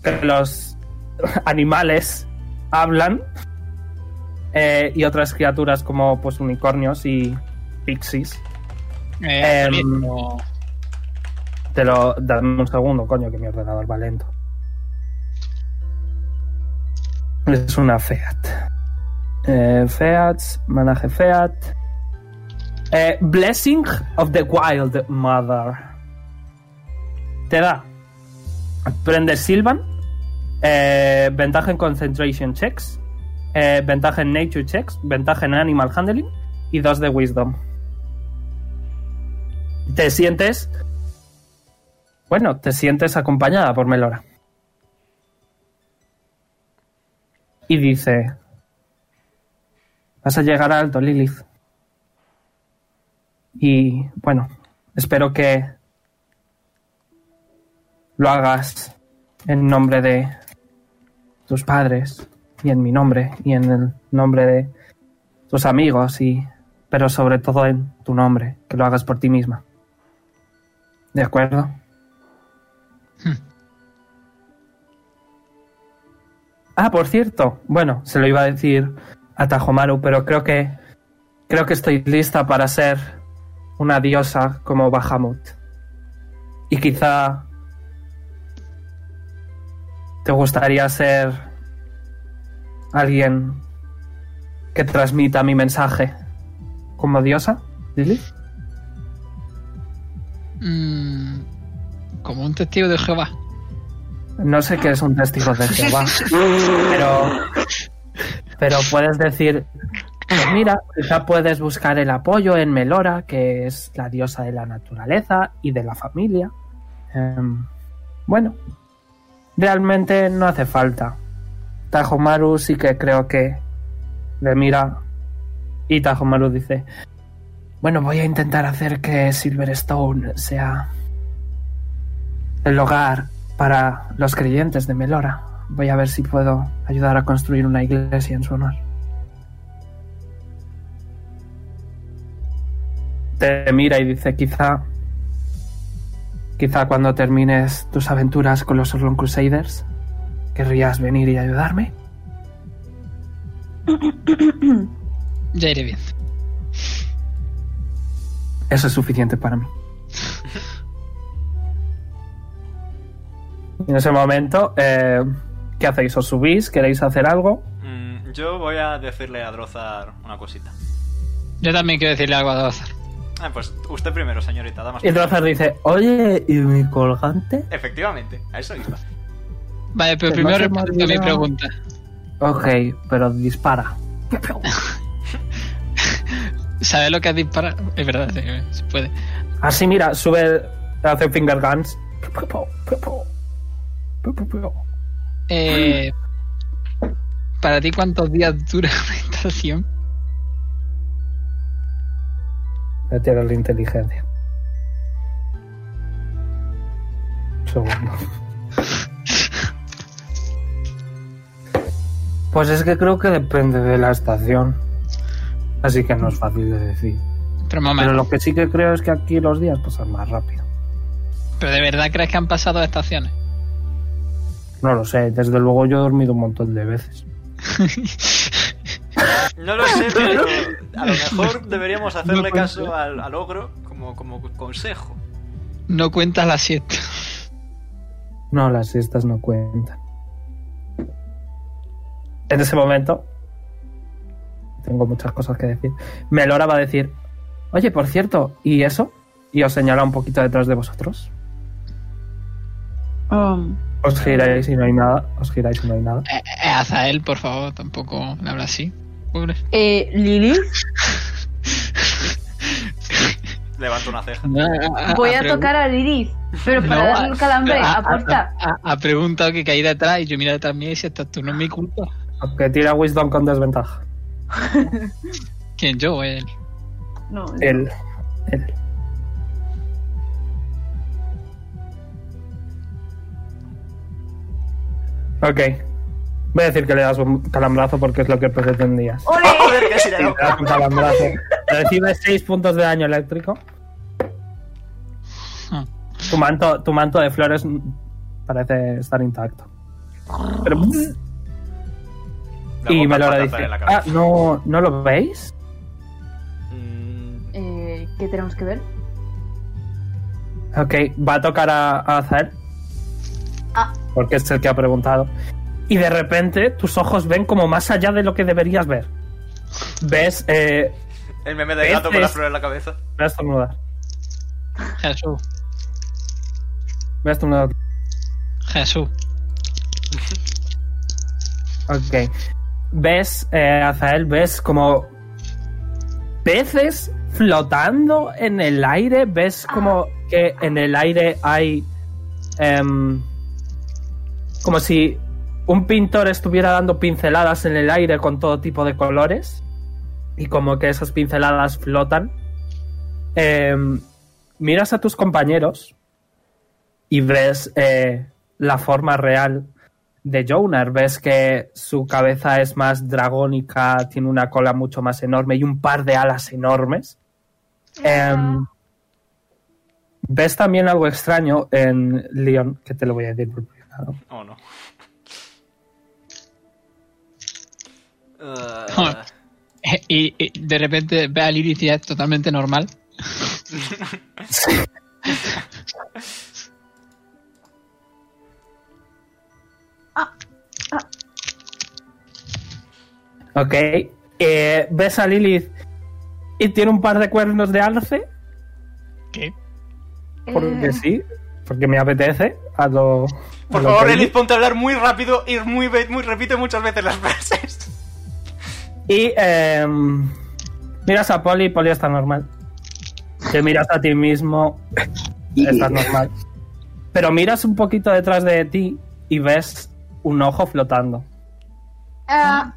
Speaker 4: que los animales hablan. eh, y otras criaturas como pues unicornios y pixies.
Speaker 3: Eh,
Speaker 4: Em,
Speaker 3: pero-
Speaker 4: Te lo. Dame un segundo, coño, que mi ordenador va lento. Es una FEAT. Eh, FEATs, manaje FEAT. Eh, Blessing of the Wild Mother. Te da. Prende Silvan. eh, ventaja en Concentration Checks. eh, ventaja en Nature Checks. Ventaja en Animal Handling. Y dos de Wisdom. Te sientes bueno, te sientes acompañada por Melora. Y dice, vas a llegar alto, Lilith. Y bueno, espero que lo hagas en nombre de tus padres y en mi nombre y en el nombre de tus amigos y pero sobre todo en tu nombre, que lo hagas por ti misma. ¿De acuerdo? Ah, por cierto. Bueno, se lo iba a decir a Tajomaru, pero creo que creo que estoy lista para ser una diosa como Bahamut. Y quizá te gustaría ser alguien que transmita mi mensaje como diosa, Lilith.
Speaker 3: Mm, como un testigo de Jehová.
Speaker 4: No sé qué es un testigo de Jehová, pero, pero puedes decir, pues mira, quizá puedes buscar el apoyo en Melora, que es la diosa de la naturaleza y de la familia. Em, bueno, realmente no hace falta. Tajomaru sí que creo que le mira y Tajomaru dice, bueno, voy a intentar hacer que Silverstone sea el hogar para los creyentes de Melora. Voy a ver si puedo ayudar a construir una iglesia en su honor. Te mira y dice, quizá, quizá cuando termines tus aventuras con los Orlon Crusaders, querrías venir y ayudarme.
Speaker 3: Ya iré bien.
Speaker 4: Eso es suficiente para mí. En ese momento, eh, ¿qué hacéis? ¿Os subís? ¿Queréis hacer algo?
Speaker 1: Mm, yo voy a decirle a Drozar una cosita.
Speaker 3: Yo también quiero decirle algo a Dozar.
Speaker 1: Ah, pues usted primero, señorita, damas.
Speaker 4: Y Drozar dice, oye, ¿y mi colgante?
Speaker 1: Efectivamente, a eso iba.
Speaker 3: Vale, pero
Speaker 4: Que no
Speaker 3: primero
Speaker 4: se me
Speaker 3: respondo a mi
Speaker 4: olvidaba.
Speaker 3: pregunta.
Speaker 4: Ok, pero dispara.
Speaker 3: ¿Sabes lo que has disparado? Es verdad, sí, se puede.
Speaker 4: Así mira, sube, hace finger guns.
Speaker 3: Eh, ¿Para ti cuántos días dura una estación?
Speaker 4: Le tiro la inteligencia. Segundo. Pues es que creo que depende de la estación. Así que no es fácil de decir.
Speaker 3: Pero mamá,
Speaker 4: Pero
Speaker 3: pero,
Speaker 4: lo que sí que creo es que aquí los días pasan más rápido.
Speaker 3: de verdad crees que han pasado estaciones.
Speaker 4: No lo sé, desde luego yo he dormido un montón de veces.
Speaker 1: No lo sé, pero a lo mejor deberíamos hacerle
Speaker 3: puede
Speaker 1: caso al, al ogro como, como consejo.
Speaker 3: No cuenta la siesta.
Speaker 4: No, las siestas no cuentan. En ese momento, tengo muchas cosas que decir. Melora va a decir: Oye, por cierto, ¿y eso? Y os señala un poquito detrás de vosotros.
Speaker 7: Um,
Speaker 4: Os giráis y no hay nada. Os giráis y no hay nada.
Speaker 3: Eh, eh, Azael, por favor, tampoco le habla así. Pobre.
Speaker 7: eh, Lili,
Speaker 1: Levanto una ceja. Ah,
Speaker 7: voy a tocar a Lilith, pero para
Speaker 3: No,
Speaker 7: darle un calambre,
Speaker 3: a- a-
Speaker 1: ah,
Speaker 7: aporta.
Speaker 3: Ha preguntado que caí detrás y yo mira detrás mía y si estás tú no es mi culpa.
Speaker 4: Aunque tira Wisdom con desventaja.
Speaker 3: ¿Quién yo o él?
Speaker 1: ah.
Speaker 7: No,
Speaker 1: Eh.
Speaker 4: Él. Él. Ok. Voy a decir que le das un calambrazo porque es lo que pretendías.
Speaker 7: ¡Ole!
Speaker 1: Joder, que si le
Speaker 4: Le
Speaker 1: doy.
Speaker 4: das un calambrazo. Recibes 6 puntos de daño eléctrico.
Speaker 1: Hmm.
Speaker 3: Ah.
Speaker 4: Tu manto, tu manto de flores parece estar intacto. Pero-
Speaker 1: La
Speaker 4: y
Speaker 1: bomba
Speaker 4: me lo
Speaker 1: para
Speaker 4: dice.
Speaker 1: lanzar en la
Speaker 4: Ah,
Speaker 1: cabeza.
Speaker 4: no, ¿no lo veis?
Speaker 1: Mm,
Speaker 7: Eh, ¿Qué tenemos que ver?
Speaker 4: Ok, va a tocar a, a Azael.
Speaker 7: Ah.
Speaker 4: Porque es el que ha preguntado. Y de repente tus ojos ven como más allá de lo que deberías ver. Ves. Eh,
Speaker 1: El meme del gato
Speaker 7: Este
Speaker 1: con la flor en la cabeza.
Speaker 4: voy a estornudar.
Speaker 3: Jesús.
Speaker 4: Voy a estornudar.
Speaker 3: Jesús.
Speaker 4: Ok. Ves, eh, Azael, ves como. Peces flotando en el aire. Ves como que en el aire hay. em, como si un pintor estuviera dando pinceladas en el aire con todo tipo de colores. Y como que esas pinceladas flotan. Em, miras a tus compañeros y ves eh, la forma real de Jonar. Ves que su cabeza es más dragónica, tiene una cola mucho más enorme y un par de alas enormes. Em, ves también algo extraño en Leon, que te lo voy a decir por privado.
Speaker 1: Oh, no. Eh,
Speaker 3: Eh, Y, y de repente ve a Lilith y ya es totalmente normal.
Speaker 4: Ok. Eh, ves a Lilith y tiene un par de cuernos de alce,
Speaker 3: ¿Qué?
Speaker 4: porque
Speaker 7: Eh,
Speaker 4: sí, porque me apetece. A lo, a
Speaker 1: por
Speaker 4: lo
Speaker 1: favor,
Speaker 4: que
Speaker 1: Elif, ponte a hablar muy rápido y muy, ve- muy repite muchas veces las frases.
Speaker 4: Y em, miras a Poli, Poli está normal. Te miras a ti mismo, estás normal. Pero miras un poquito detrás de ti y ves un ojo flotando.
Speaker 7: ah,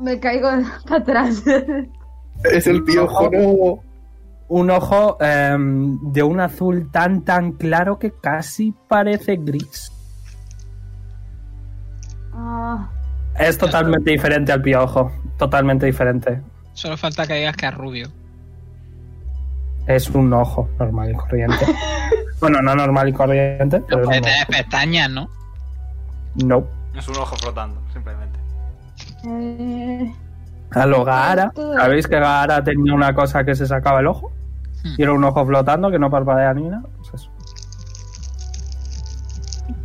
Speaker 7: me caigo para atrás.
Speaker 8: Es el piojo, no.
Speaker 4: Un ojo em, de un azul tan tan claro que casi parece gris.
Speaker 7: Ah,
Speaker 4: Es totalmente diferente al piojo, totalmente diferente.
Speaker 3: Solo falta que digas que es rubio.
Speaker 4: Es un ojo normal y corriente. bueno, no normal y corriente, pero
Speaker 3: Porque
Speaker 4: es un
Speaker 3: tienes pestañas, ¿no?
Speaker 4: ojo. No.
Speaker 1: Es un ojo flotando, simplemente.
Speaker 7: eh,
Speaker 4: A lo Gaara. ¿Sabéis que Gaara tenía una cosa que se sacaba el ojo?
Speaker 3: Hmm.
Speaker 4: Y era un ojo flotando que no parpadea ni nada. Pues eso.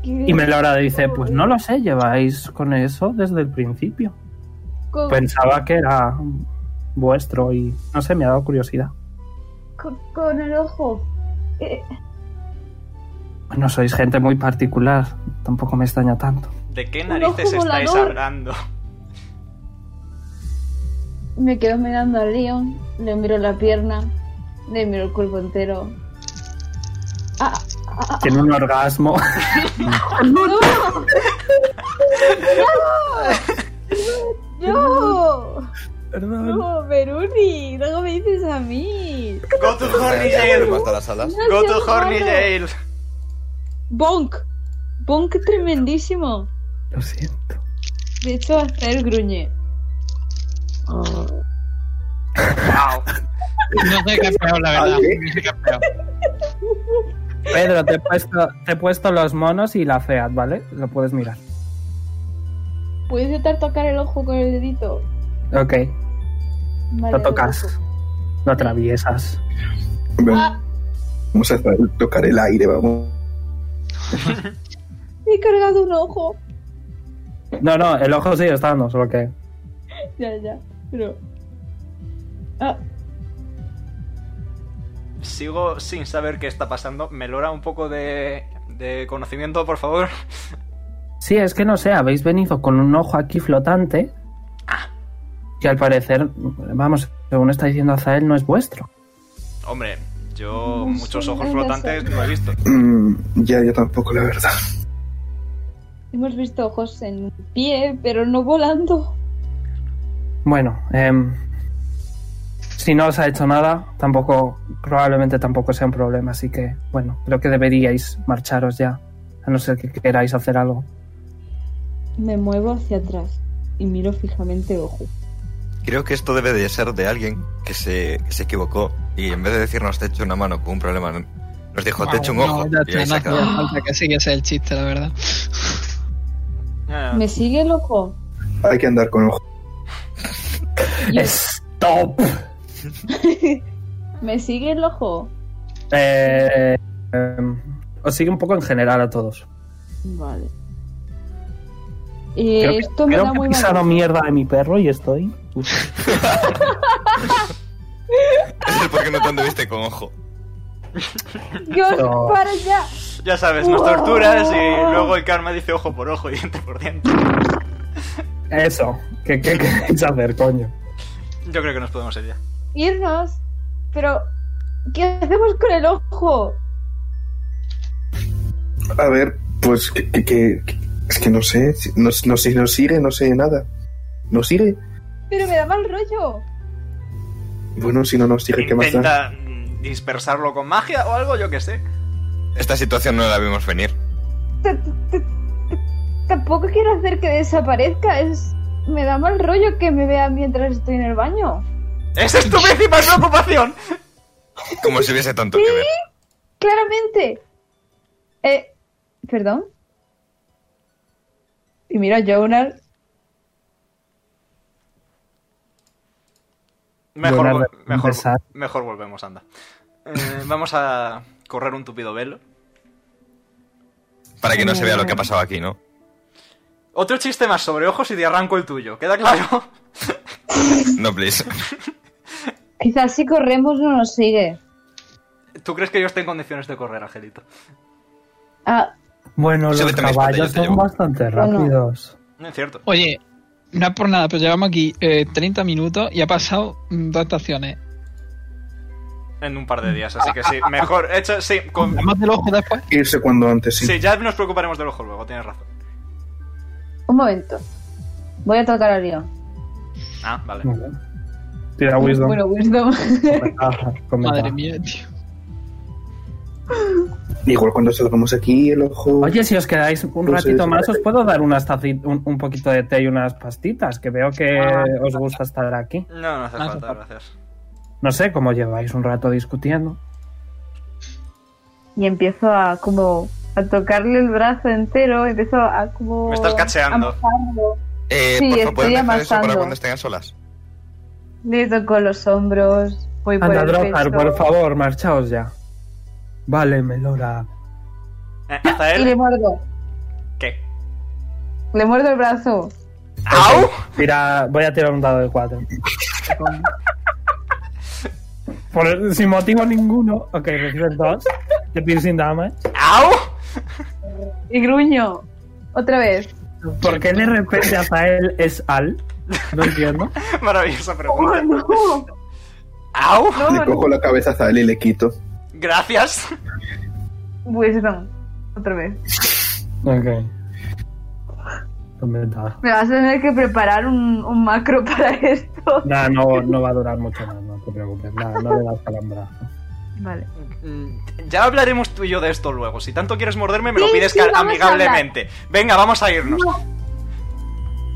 Speaker 7: ¿qué-
Speaker 4: Y Melora dice, pues no lo sé, lleváis con eso desde el principio.
Speaker 7: co-
Speaker 4: Pensaba que era vuestro y no sé, me ha dado curiosidad.
Speaker 7: co- con el ojo. Eh,
Speaker 4: No sois gente muy particular, tampoco me extraña tanto.
Speaker 1: ¿De qué
Speaker 7: Un
Speaker 1: narices
Speaker 7: ojo
Speaker 1: estáis
Speaker 7: volador.
Speaker 1: hablando?
Speaker 7: me quedo mirando a Leon, le miro la pierna, le miro el cuerpo entero. Ah, ah, ah,
Speaker 4: Tiene un orgasmo.
Speaker 7: ¡No! ¡No! ¡No!
Speaker 4: Perdón.
Speaker 7: No, Beruni, luego me dices a mí.
Speaker 1: Go to Horny Jail.
Speaker 2: hasta las alas.
Speaker 7: No
Speaker 1: Go
Speaker 7: seas
Speaker 1: to Horny
Speaker 7: malo.
Speaker 1: Jail.
Speaker 7: Bonk. Bonk tremendísimo.
Speaker 4: Lo siento.
Speaker 7: De hecho, hasta el gruñe.
Speaker 3: No sé qué es peor, la
Speaker 2: Ah,
Speaker 3: verdad.
Speaker 8: ¿Vale?
Speaker 3: No sé qué es peor.
Speaker 4: Pedro, te he puesto, te he puesto los monos y la feat, ¿vale? Lo puedes mirar.
Speaker 7: ¿Puedes intentar tocar el ojo con el dedito?
Speaker 4: Ok,
Speaker 7: Vale,
Speaker 4: lo tocas. Lo atraviesas.
Speaker 8: Ven,
Speaker 7: Ah,
Speaker 8: Vamos a tocar el aire, vamos.
Speaker 7: Me he cargado un ojo.
Speaker 4: No, no, el ojo sigue estando, solo que.
Speaker 7: Ya, ya, pero... Ah,
Speaker 1: Sigo sin saber qué está pasando. Melora un poco de, de conocimiento, por favor.
Speaker 4: Sí, es que no sé, habéis venido con un ojo aquí flotante.
Speaker 7: Ah.
Speaker 4: Que al parecer, vamos, según está diciendo Azael, no es vuestro.
Speaker 1: Hombre, yo
Speaker 7: No
Speaker 1: muchos
Speaker 7: sé,
Speaker 1: ojos
Speaker 7: no lo
Speaker 1: flotantes
Speaker 7: sé.
Speaker 1: no he visto.
Speaker 8: Mm, ya, yo tampoco, la verdad.
Speaker 7: hemos visto ojos en pie, pero no volando.
Speaker 4: Bueno, em, si no os ha hecho nada, tampoco, probablemente tampoco sea un problema, así que, bueno, creo que deberíais marcharos ya, a no ser que queráis hacer algo.
Speaker 7: Me muevo hacia atrás y miro fijamente ojo.
Speaker 2: Creo que esto debe de ser de alguien que se, que se equivocó y en vez de decirnos te echo una mano con un problema, nos dijo te echo un ojo.
Speaker 3: No,
Speaker 2: y ahí se
Speaker 3: no
Speaker 2: acabó.
Speaker 3: hacía falta que siguiese el chiste, la verdad.
Speaker 1: Ah,
Speaker 7: ¿Me sigue el ojo?
Speaker 8: Hay que andar con ojo.
Speaker 7: Yo-
Speaker 4: ¡Stop!
Speaker 7: ¿Me sigue el ojo?
Speaker 4: Eh, em, os sigue un poco en general a todos.
Speaker 7: Vale. Eh,
Speaker 4: Creo que,
Speaker 7: esto me
Speaker 4: creo
Speaker 7: da
Speaker 4: que he
Speaker 7: muy
Speaker 4: pisado
Speaker 7: mal.
Speaker 4: mierda de mi perro y estoy...
Speaker 2: Es el por qué no te anduviste con ojo.
Speaker 7: Dios,
Speaker 4: No.
Speaker 7: para allá.
Speaker 1: Ya sabes, nos torturas y luego el karma dice ojo por ojo y diente por diente.
Speaker 4: Eso, ¿qué, qué queréis hacer, coño?
Speaker 1: Yo creo que nos podemos ir ya.
Speaker 7: Irnos. Pero, ¿qué hacemos con el ojo?
Speaker 8: A ver, pues que, que- que- que- es que no sé, si- no, no sé si nos iré, no sé nada. ¿Nos iré?
Speaker 7: Pero me da mal rollo.
Speaker 8: Bueno, si no nos iré, ¿qué más da?
Speaker 1: Intenta mm, dispersarlo con magia o algo, yo que sé.
Speaker 2: Esta situación no la vimos venir.
Speaker 7: T- t- t- Tampoco quiero hacer que desaparezca. Es. Me da mal rollo que me vean mientras estoy en el baño.
Speaker 1: ¡Esa es tu principal preocupación!
Speaker 2: Como si hubiese tanto que ver.
Speaker 7: Claramente. Eh. ¿Perdón? Y mira, Jonar.
Speaker 1: Mejor,
Speaker 4: Buena
Speaker 1: vol-
Speaker 4: re-
Speaker 1: mejor,
Speaker 4: empezar.
Speaker 1: mejor volvemos, anda. Eh, vamos a correr un tupido velo.
Speaker 2: Para que no se vea lo que ha pasado aquí, ¿no?
Speaker 1: Otro chiste más sobre ojos y te arranco el tuyo, ¿queda claro?
Speaker 2: No, please.
Speaker 7: Quizás si corremos no nos sigue.
Speaker 1: ¿Tú crees que yo estoy en condiciones de correr, Angelito?
Speaker 7: Ah,
Speaker 4: Bueno, los
Speaker 2: Súbete a mi espalda, yo
Speaker 4: caballos
Speaker 2: te
Speaker 4: son
Speaker 2: llevo.
Speaker 4: bastante
Speaker 7: Bueno.
Speaker 4: rápidos.
Speaker 1: No es cierto.
Speaker 3: Oye, no es por nada, pero llevamos aquí eh, 30 minutos y ha pasado mm, dos estaciones.
Speaker 1: En un par de días, así que sí, mejor. Hecho, sí, con-
Speaker 3: Además del ojo después.
Speaker 8: Irse cuando antes, sí.
Speaker 1: sí, ya nos preocuparemos del ojo luego, tienes razón.
Speaker 7: un momento. Voy a tocar a Orión.
Speaker 1: Ah, vale.
Speaker 4: Muy bien. Tira Wisdom.
Speaker 7: Bueno, Wisdom.
Speaker 4: con ventaja, con
Speaker 3: Madre
Speaker 4: ventaja.
Speaker 3: mía, tío.
Speaker 8: Igual cuando salgamos aquí, el ojo.
Speaker 4: Oye, si os quedáis un
Speaker 8: Pues
Speaker 4: ratito
Speaker 8: es-
Speaker 4: más, os puedo dar unas taci- un, un poquito de té y unas pastitas, que veo que
Speaker 3: Ah.
Speaker 4: os gusta estar aquí.
Speaker 1: No, no hace
Speaker 3: Ah,
Speaker 1: falta,
Speaker 3: sí.
Speaker 1: gracias.
Speaker 4: No sé cómo lleváis un rato discutiendo.
Speaker 7: Y empiezo a como. A tocarle el brazo entero. Empiezo a como.
Speaker 1: Me estás cacheando.
Speaker 7: amasarlo.
Speaker 2: Eh,
Speaker 7: Sí,
Speaker 2: por
Speaker 7: estoy
Speaker 2: favor, ¿pueden dejar eso
Speaker 7: amasando.
Speaker 2: para cuando estén solas?
Speaker 7: Le toco los hombros. Voy por
Speaker 4: Anda,
Speaker 7: el
Speaker 4: Drogar,
Speaker 7: pecho.
Speaker 4: por favor, marchaos ya. Vale, Melora.
Speaker 1: Eh, hasta
Speaker 7: Y le
Speaker 1: él.
Speaker 7: muerdo.
Speaker 1: ¿Qué?
Speaker 7: Le muerdo el brazo.
Speaker 1: ¡Au!
Speaker 4: Tira, voy a tirar un dado de cuatro. Por- sin motivo ninguno. Ok, recibes dos. Te piercing damage.
Speaker 1: ¡Au!
Speaker 7: Y gruño. Otra vez.
Speaker 4: ¿Por qué de repente Azael es Al? No entiendo.
Speaker 1: Maravillosa
Speaker 7: ¡Oh,
Speaker 1: pregunta.
Speaker 7: no!
Speaker 1: ¡Au!
Speaker 8: Le cojo la cabeza a Zael y le quito.
Speaker 1: Gracias.
Speaker 7: Wisdom. Otra vez.
Speaker 4: Ok. Con ventaja.
Speaker 7: Me vas a tener que preparar un, un macro para esto.
Speaker 4: Nah, no, no va a durar mucho más, no te preocupes. Nah, no le das calambrazo.
Speaker 7: Vale.
Speaker 1: Mm, Ya hablaremos tú y yo de esto luego. Si tanto quieres morderme, me lo
Speaker 7: Sí,
Speaker 1: pides
Speaker 7: sí,
Speaker 1: cal-
Speaker 7: vamos a
Speaker 1: amigablemente. Venga, vamos a irnos.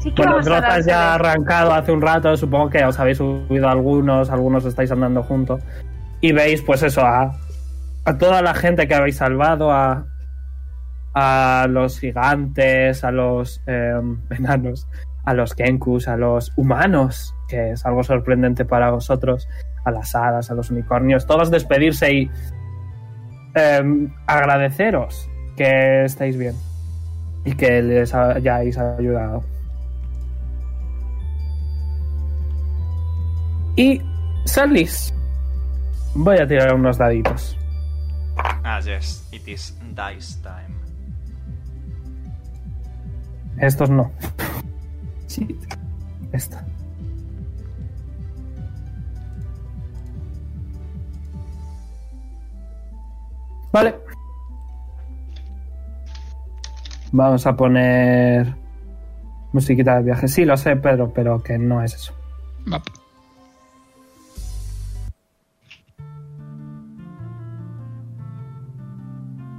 Speaker 7: Sí que
Speaker 4: Bueno,
Speaker 7: vamos a dar
Speaker 4: Drogas ya ha
Speaker 7: tele.
Speaker 4: arrancado hace un rato. Supongo que os habéis subido algunos, algunos estáis andando juntos. Y veis, pues eso, a, a toda la gente que habéis salvado, a, a los gigantes, a los em, enanos, a los kenkus, a los humanos, que es algo sorprendente para vosotros, a las hadas, a los unicornios, todos despedirse y em, agradeceros que estáis bien y que les hayáis ayudado. Y salís. Voy a tirar unos daditos.
Speaker 1: Ah, yes, it is dice time.
Speaker 4: Estos no.
Speaker 5: Sí.
Speaker 4: Esta. Vale. Vamos a poner musiquita de viaje. Sí, lo sé, Pedro, pero que no es eso.
Speaker 3: Va.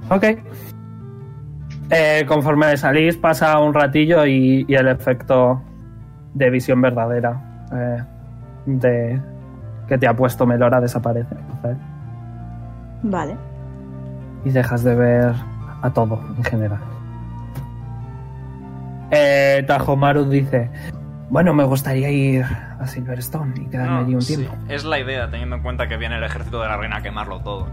Speaker 4: Ok. Eh, conforme salís, pasa un ratillo y, y el efecto de visión verdadera eh, de que te ha puesto Melora desaparece. ¿vale?
Speaker 7: Vale.
Speaker 4: y dejas de ver a todo en general. Eh, Tajomaru dice: Bueno, me gustaría ir a Silverstone y quedarme allí un
Speaker 1: Ah, sí,
Speaker 4: tiempo.
Speaker 1: es la idea, teniendo en cuenta que viene el ejército de la reina a quemarlo todo.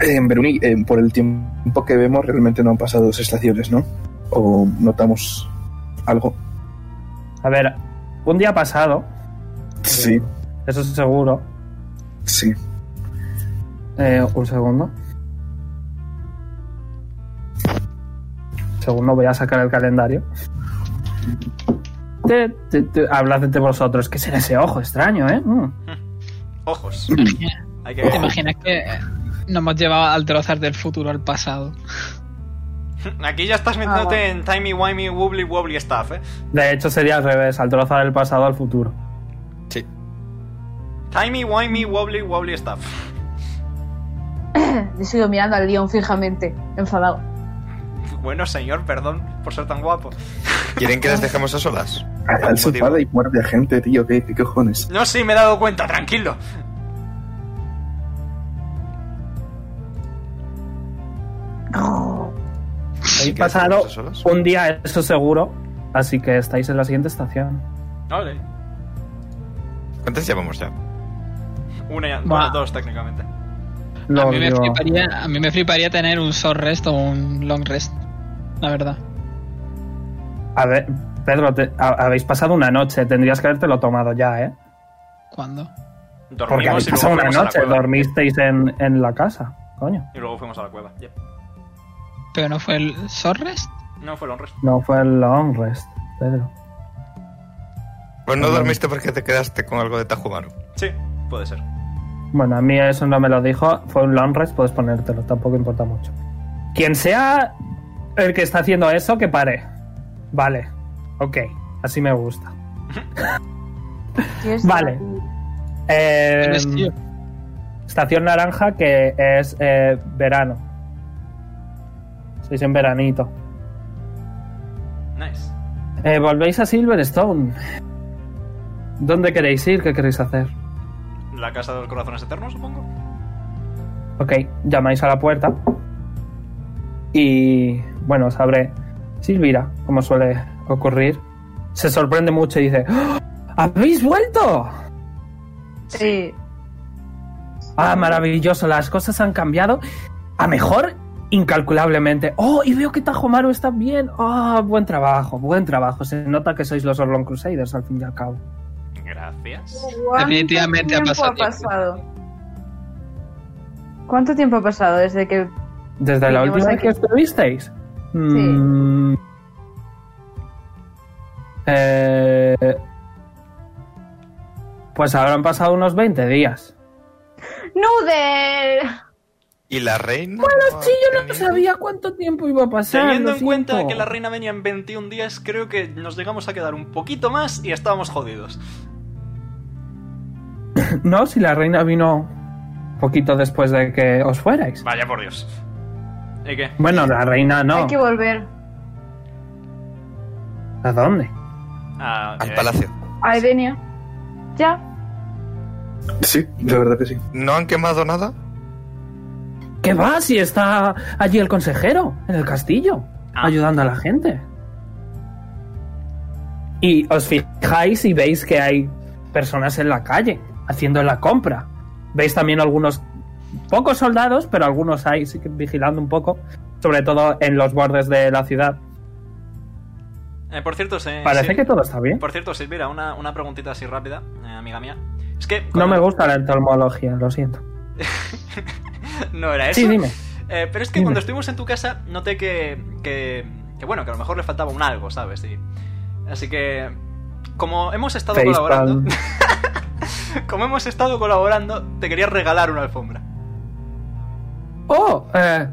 Speaker 8: Eh, Veruni, eh, por el tiempo que vemos, realmente no han pasado dos estaciones, ¿no? ¿O notamos algo?
Speaker 4: A ver, un día pasado,
Speaker 8: Sí,
Speaker 4: eso es seguro.
Speaker 8: sí.
Speaker 4: Eh, un segundo. Segundo, voy a sacar el calendario. Te, te- te- hablad entre vosotros. ¿Qué será ese ojo extraño, eh? Mm.
Speaker 1: Ojos. Hay que
Speaker 3: ¿Te imaginas que eh, nos hemos llevado al trozar del futuro al pasado?
Speaker 1: Aquí ya
Speaker 7: Ah,
Speaker 1: estás metiéndote en timey wimey wobbly wobbly stuff, eh.
Speaker 4: De hecho, sería al revés: al trozar el pasado al futuro.
Speaker 2: Sí.
Speaker 1: Timey wimey wobbly wobbly stuff.
Speaker 7: Yo sigo mirando al Leon fijamente, enfadado.
Speaker 1: Bueno, señor, perdón por ser tan guapo.
Speaker 2: ¿Quieren que las dejemos a solas?
Speaker 8: Al sofá y muerde a gente, tío. ¿Qué, qué cojones?
Speaker 1: No, sí, me he dado cuenta, tranquilo.
Speaker 4: Habéis
Speaker 2: que
Speaker 4: pasado
Speaker 2: estamos a solas.
Speaker 4: un día, eso seguro. Así que estáis en la siguiente estación.
Speaker 1: Ole.
Speaker 2: ¿Cuántas llevamos ya?
Speaker 1: Una, y-
Speaker 3: Buah.
Speaker 1: bueno, dos técnicamente.
Speaker 4: Lo
Speaker 3: a, mí me
Speaker 4: digo.
Speaker 3: fliparía, a mí me fliparía tener un short rest o un long rest. La verdad.
Speaker 4: A ver, Pedro, te- ha- habéis pasado una noche. Tendrías que habértelo tomado ya, ¿eh?
Speaker 3: ¿Cuándo?
Speaker 4: Porque
Speaker 1: Dormimos
Speaker 4: habéis
Speaker 1: y luego
Speaker 4: pasado una
Speaker 1: fuimos a la
Speaker 4: noche.
Speaker 1: cueva.
Speaker 4: Dormisteis en, en la casa. Coño.
Speaker 1: Y luego fuimos a la cueva. Yep.
Speaker 3: ¿Pero no fue el short rest?
Speaker 1: No fue el honor.
Speaker 4: No fue el long rest, Pedro.
Speaker 2: Pues no dormiste porque te quedaste con algo de Tajumaru.
Speaker 1: Sí, puede ser.
Speaker 4: Bueno, a mí eso no me lo dijo. Fue un long rest, puedes ponértelo. Tampoco importa mucho. Quien sea el que está haciendo eso, que pare. Vale. Ok. Así me gusta.
Speaker 7: ¿Quieres
Speaker 4: Vale.
Speaker 7: debatir?
Speaker 2: Em,
Speaker 4: Eh,
Speaker 3: Eres tío.
Speaker 4: Estación naranja que es eh, verano. Sois en veranito.
Speaker 1: Nice.
Speaker 4: Eh, Volvéis a Silverstone. ¿Dónde queréis ir? ¿Qué queréis hacer?
Speaker 1: La casa de los corazones eternos, supongo.
Speaker 4: Ok, llamáis a la puerta. Y bueno, os abre Silvira, como suele ocurrir. Se sorprende mucho y dice: "¡Ah! ¿Habéis vuelto?
Speaker 7: Sí.
Speaker 4: Ah, maravilloso, las cosas han cambiado a mejor incalculablemente. Oh, y veo que Tajomaru está bien. Ah, buen trabajo, buen trabajo. Se nota que sois los Orlon Crusaders al fin y al cabo.
Speaker 1: Gracias.
Speaker 3: Definitivamente ha
Speaker 7: ¿Cuánto
Speaker 3: pasado
Speaker 7: tiempo pasado? ¿Cuánto tiempo ha pasado desde que
Speaker 4: Desde la
Speaker 7: Vinimos
Speaker 4: última vez
Speaker 7: aquí.
Speaker 4: que estuvisteis. Mm. Eh, pues habrán pasado unos 20 días.
Speaker 7: Noodle.
Speaker 2: ¿Y la reina? Bueno,
Speaker 4: Sí, yo no sabía cuánto tiempo iba a pasar.
Speaker 1: Teniendo
Speaker 4: lo
Speaker 1: en cuenta
Speaker 4: siento.
Speaker 1: que la reina venía en 21 días, creo que nos llegamos a quedar un poquito más y estábamos jodidos.
Speaker 4: No, si la reina vino poquito después de que os fuerais.
Speaker 1: Vaya por Dios. ¿Y qué?
Speaker 4: Bueno, la reina no.
Speaker 7: Hay que volver.
Speaker 4: ¿A dónde?
Speaker 1: Ah,
Speaker 2: Al
Speaker 1: eh,
Speaker 2: palacio.
Speaker 7: A Edenia. Ya.
Speaker 8: Sí, la verdad que sí.
Speaker 2: ¿No han quemado nada?
Speaker 4: ¿Qué va si está allí el consejero, en el castillo,
Speaker 1: Ah.
Speaker 4: ayudando a la gente? Y os fijáis y veis que hay personas en la calle haciendo la compra. Veis también algunos pocos soldados, pero algunos hay, sí que vigilando un poco, sobre todo en los bordes de la ciudad.
Speaker 1: Eh, por cierto, se,
Speaker 4: Parece
Speaker 1: se-
Speaker 4: que todo está bien.
Speaker 1: Por cierto, Silvira, una, una preguntita así rápida, eh, amiga mía. Es que.
Speaker 4: No me gusta la entomología, lo siento.
Speaker 1: no era eso.
Speaker 4: Sí, dime.
Speaker 1: Eh, pero es que
Speaker 4: Dime.
Speaker 1: cuando estuvimos en tu casa noté que, que, que, bueno, que a lo mejor le faltaba un algo, ¿sabes? Y- así que, como hemos estado
Speaker 4: Facepalm.
Speaker 1: colaborando, como hemos estado colaborando, te quería regalar una alfombra.
Speaker 4: ¡Oh! Eh,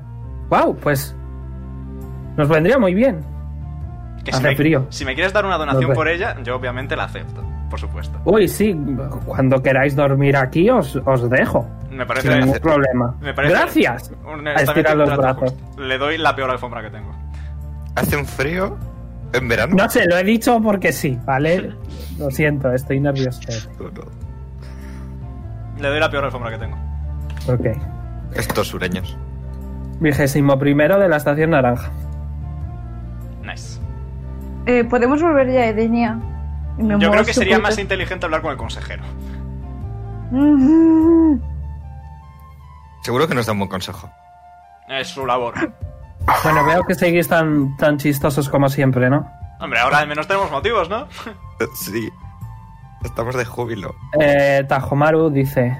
Speaker 4: ¡Wow! Pues. Nos vendría muy bien.
Speaker 1: Que
Speaker 4: Hace
Speaker 1: me,
Speaker 4: frío.
Speaker 1: si me quieres dar una donación
Speaker 4: Nos ve.
Speaker 1: por ella, yo obviamente la acepto, por supuesto.
Speaker 4: Uy, sí, cuando queráis dormir aquí os, os dejo.
Speaker 1: Me
Speaker 4: Sin
Speaker 1: parece,
Speaker 4: ningún problema.
Speaker 1: me parece-
Speaker 4: Gracias.
Speaker 1: honestamente,
Speaker 4: Estira
Speaker 1: un
Speaker 4: los
Speaker 1: trato
Speaker 4: brazos.
Speaker 1: justo. Le doy la peor alfombra que tengo.
Speaker 2: Hace un frío en verano.
Speaker 4: No sé, lo he dicho porque sí, ¿vale? Lo siento, estoy nervioso.
Speaker 2: No, no.
Speaker 1: Le doy la peor alfombra que tengo.
Speaker 4: Ok.
Speaker 2: Estos sureños.
Speaker 4: Vigésimo primero de la estación naranja.
Speaker 1: Nice.
Speaker 7: Eh, Podemos volver ya a Edenia. Y me
Speaker 1: Yo
Speaker 7: muevo
Speaker 1: creo que
Speaker 7: su
Speaker 1: sería
Speaker 7: puta-
Speaker 1: más inteligente hablar con el consejero.
Speaker 7: Mm,
Speaker 2: Seguro que nos da un buen consejo.
Speaker 1: Es su labor.
Speaker 4: Bueno, veo que seguís tan, tan chistosos como siempre, ¿no?
Speaker 1: Hombre, ahora al menos tenemos motivos, ¿no?
Speaker 2: Eh, Sí. Estamos de júbilo.
Speaker 4: Eh, Tajomaru dice: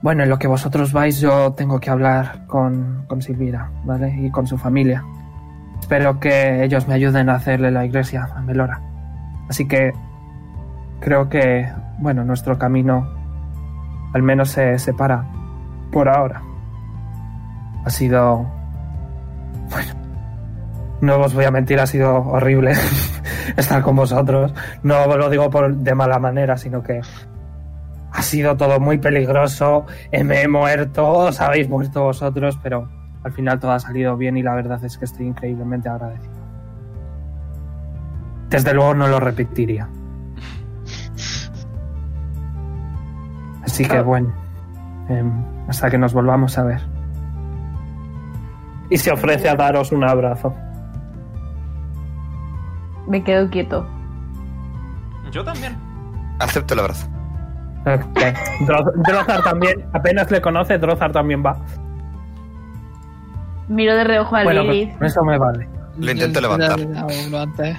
Speaker 4: Bueno, en lo que vosotros vais, yo tengo que hablar con, con Silvira, ¿vale? Y con su familia. Espero que ellos me ayuden a hacerle la iglesia a Melora. Así que creo que, bueno, nuestro camino al menos se separa por ahora. Ha sido. Bueno, no os voy a mentir, ha sido horrible estar con vosotros. No os lo digo por, de mala manera, sino que ha sido todo muy peligroso. eh, Me he muerto, os habéis muerto vosotros, pero al final todo ha salido bien y la verdad es que estoy increíblemente agradecido. Desde luego no lo repetiría. Así que bueno, em, hasta que nos volvamos a ver. Y se ofrece a daros un abrazo.
Speaker 7: me quedo quieto.
Speaker 1: Yo también.
Speaker 2: Acepto el abrazo.
Speaker 4: Dro- Drozar también, apenas le conoce, Drozar también va.
Speaker 7: Miro de reojo a
Speaker 4: Bueno,
Speaker 7: Lilith.
Speaker 4: pero con eso me vale.
Speaker 2: Lo intento levantar.
Speaker 3: Lo antes.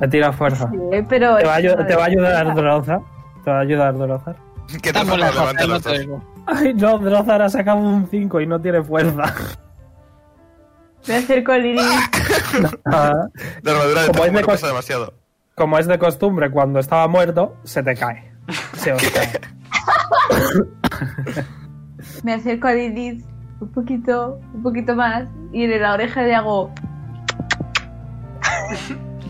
Speaker 4: Me tira fuerza.
Speaker 7: Sí, Eh, pero
Speaker 4: pues, Te va, a ayu- te va a ayudar Drozar. Te va a ayudar Drozar.
Speaker 2: Que te
Speaker 3: Estamos lejos,
Speaker 2: levanta
Speaker 3: no
Speaker 2: los
Speaker 3: te
Speaker 2: dos.
Speaker 3: oigo.
Speaker 4: Ay, no, Drozar ha sacado un 5 y no tiene fuerza.
Speaker 7: Me acerco a Lilith.
Speaker 4: Ah,
Speaker 2: La armadura de
Speaker 4: Como es de
Speaker 2: Tajumaru
Speaker 4: cos-
Speaker 2: pesa demasiado.
Speaker 4: Como es de costumbre, cuando estaba muerto, se te cae. Se os cae.
Speaker 7: Me acerco a Lilith un poquito, un poquito más. Y de la oreja le hago.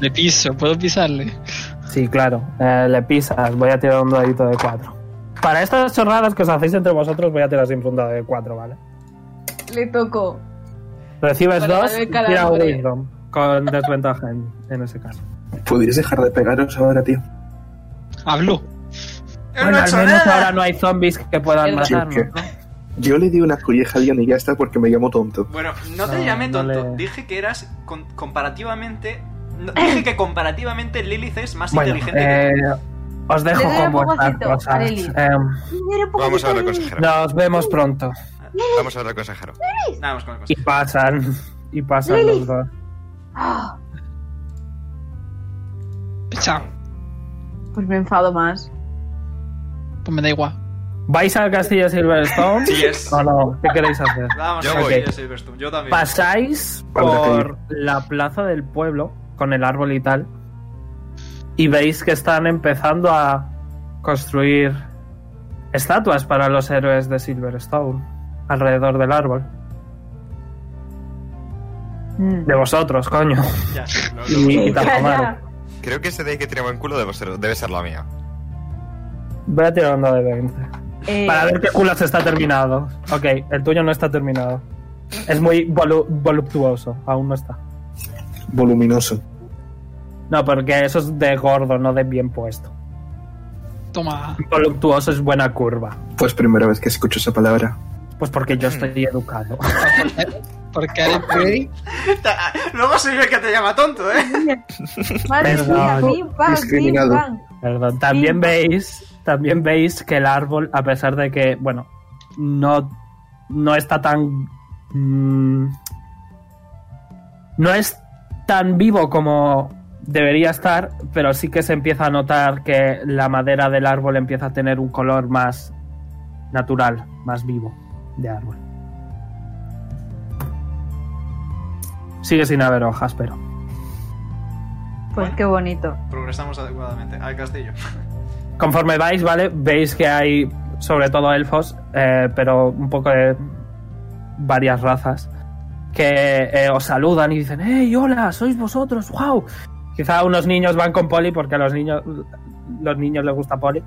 Speaker 3: Le piso, puedo pisarle.
Speaker 4: Sí, claro. Eh, le pisas. Voy a tirar un dadito de 4. Para estas chorradas que os hacéis entre vosotros, voy a tirar siempre un dado de 4, ¿vale?
Speaker 7: Le toco.
Speaker 4: Recibes
Speaker 7: Para
Speaker 4: dos,
Speaker 7: darle
Speaker 4: tira un
Speaker 7: calambre.
Speaker 4: Wisdom. Con desventaja en, en ese caso.
Speaker 8: ¿Podéis dejar de pegaros ahora, tío?
Speaker 3: Hablo.
Speaker 4: Bueno, al menos ahora no hay zombies que puedan
Speaker 7: Perdón.
Speaker 8: Sí,
Speaker 4: matarnos.
Speaker 8: que-
Speaker 4: ¿no?
Speaker 8: Yo le di una colleja a alguien y ya está porque me llamo tonto.
Speaker 1: Bueno, no te
Speaker 4: No,
Speaker 1: llamé
Speaker 4: no
Speaker 1: tonto.
Speaker 4: le-
Speaker 1: Dije que eras con- comparativamente. no, dije que comparativamente Lilith es más
Speaker 4: Bueno,
Speaker 1: inteligente que
Speaker 4: eh, os dejo
Speaker 7: Le doy
Speaker 4: con
Speaker 7: un
Speaker 4: vuestras
Speaker 7: pococito a
Speaker 4: cosas.
Speaker 7: Lily.
Speaker 4: Em,
Speaker 2: Vamos a ver al consejero.
Speaker 4: nos vemos pronto.
Speaker 2: Vamos a ver al consejero.
Speaker 1: tú. Nada, vamos con el
Speaker 4: Y
Speaker 1: consejo.
Speaker 4: pasan. Y pasan
Speaker 7: Lily.
Speaker 4: los dos.
Speaker 7: Ah,
Speaker 3: Chao.
Speaker 7: Pues me enfado más.
Speaker 3: Pues me da igual.
Speaker 4: ¿Vais al castillo de Silverstone?
Speaker 1: Sí, es.
Speaker 4: ¿O no? ¿Qué queréis hacer?
Speaker 1: Vamos
Speaker 2: Yo
Speaker 1: a ver
Speaker 2: voy.
Speaker 1: quién es Silverstone. Yo también.
Speaker 4: Pasáis
Speaker 8: Vamos a
Speaker 4: por la plaza del pueblo con el árbol y tal. Y veis que están empezando a construir estatuas para los héroes de Silverstone alrededor del árbol.
Speaker 7: Mm.
Speaker 4: De vosotros, coño.
Speaker 1: Ya, lo- lo-
Speaker 4: Y, y
Speaker 7: Ya,
Speaker 4: Tajomaru.
Speaker 7: ya.
Speaker 2: Creo que ese de ahí que tiene buen culo debe ser, debe ser la mía.
Speaker 4: Voy a tirar un dado de 20.
Speaker 7: Eh,
Speaker 4: Para ver qué culo se está terminado. Ok, el tuyo no está terminado. Es muy volu- voluptuoso, aún no está.
Speaker 8: Voluminoso.
Speaker 4: No, porque eso es de gordo, no de bien puesto.
Speaker 3: Toma.
Speaker 4: Voluptuoso es buena curva.
Speaker 8: Pues primera vez que escucho esa palabra.
Speaker 4: Pues porque yo estoy educado.
Speaker 3: Porque eres pretty.
Speaker 1: Ta- Luego soy yo el que te llama tonto, ¿eh?
Speaker 7: madre mía,
Speaker 4: Perdón.
Speaker 7: pim, pam, pim,
Speaker 8: Discriminado.
Speaker 7: pam.
Speaker 4: Perdón. También veis, también veis que el árbol, a pesar de que, bueno, no no está tan... mm, no es tan vivo como debería estar, pero sí que se empieza a notar que la madera del árbol empieza a tener un color más natural, más vivo de árbol. Sigue sin haber hojas, pero...
Speaker 7: Pues
Speaker 1: Bueno.
Speaker 7: qué bonito.
Speaker 1: Progresamos adecuadamente al castillo.
Speaker 4: Conforme vais, ¿vale? Veis que hay sobre todo elfos, eh, pero un poco de varias razas, que eh, os saludan y dicen, ¡Hey, hola! ¡Sois vosotros! ¡Wow! Quizá unos niños van con Poli porque a los niños, los niños les gusta Poli.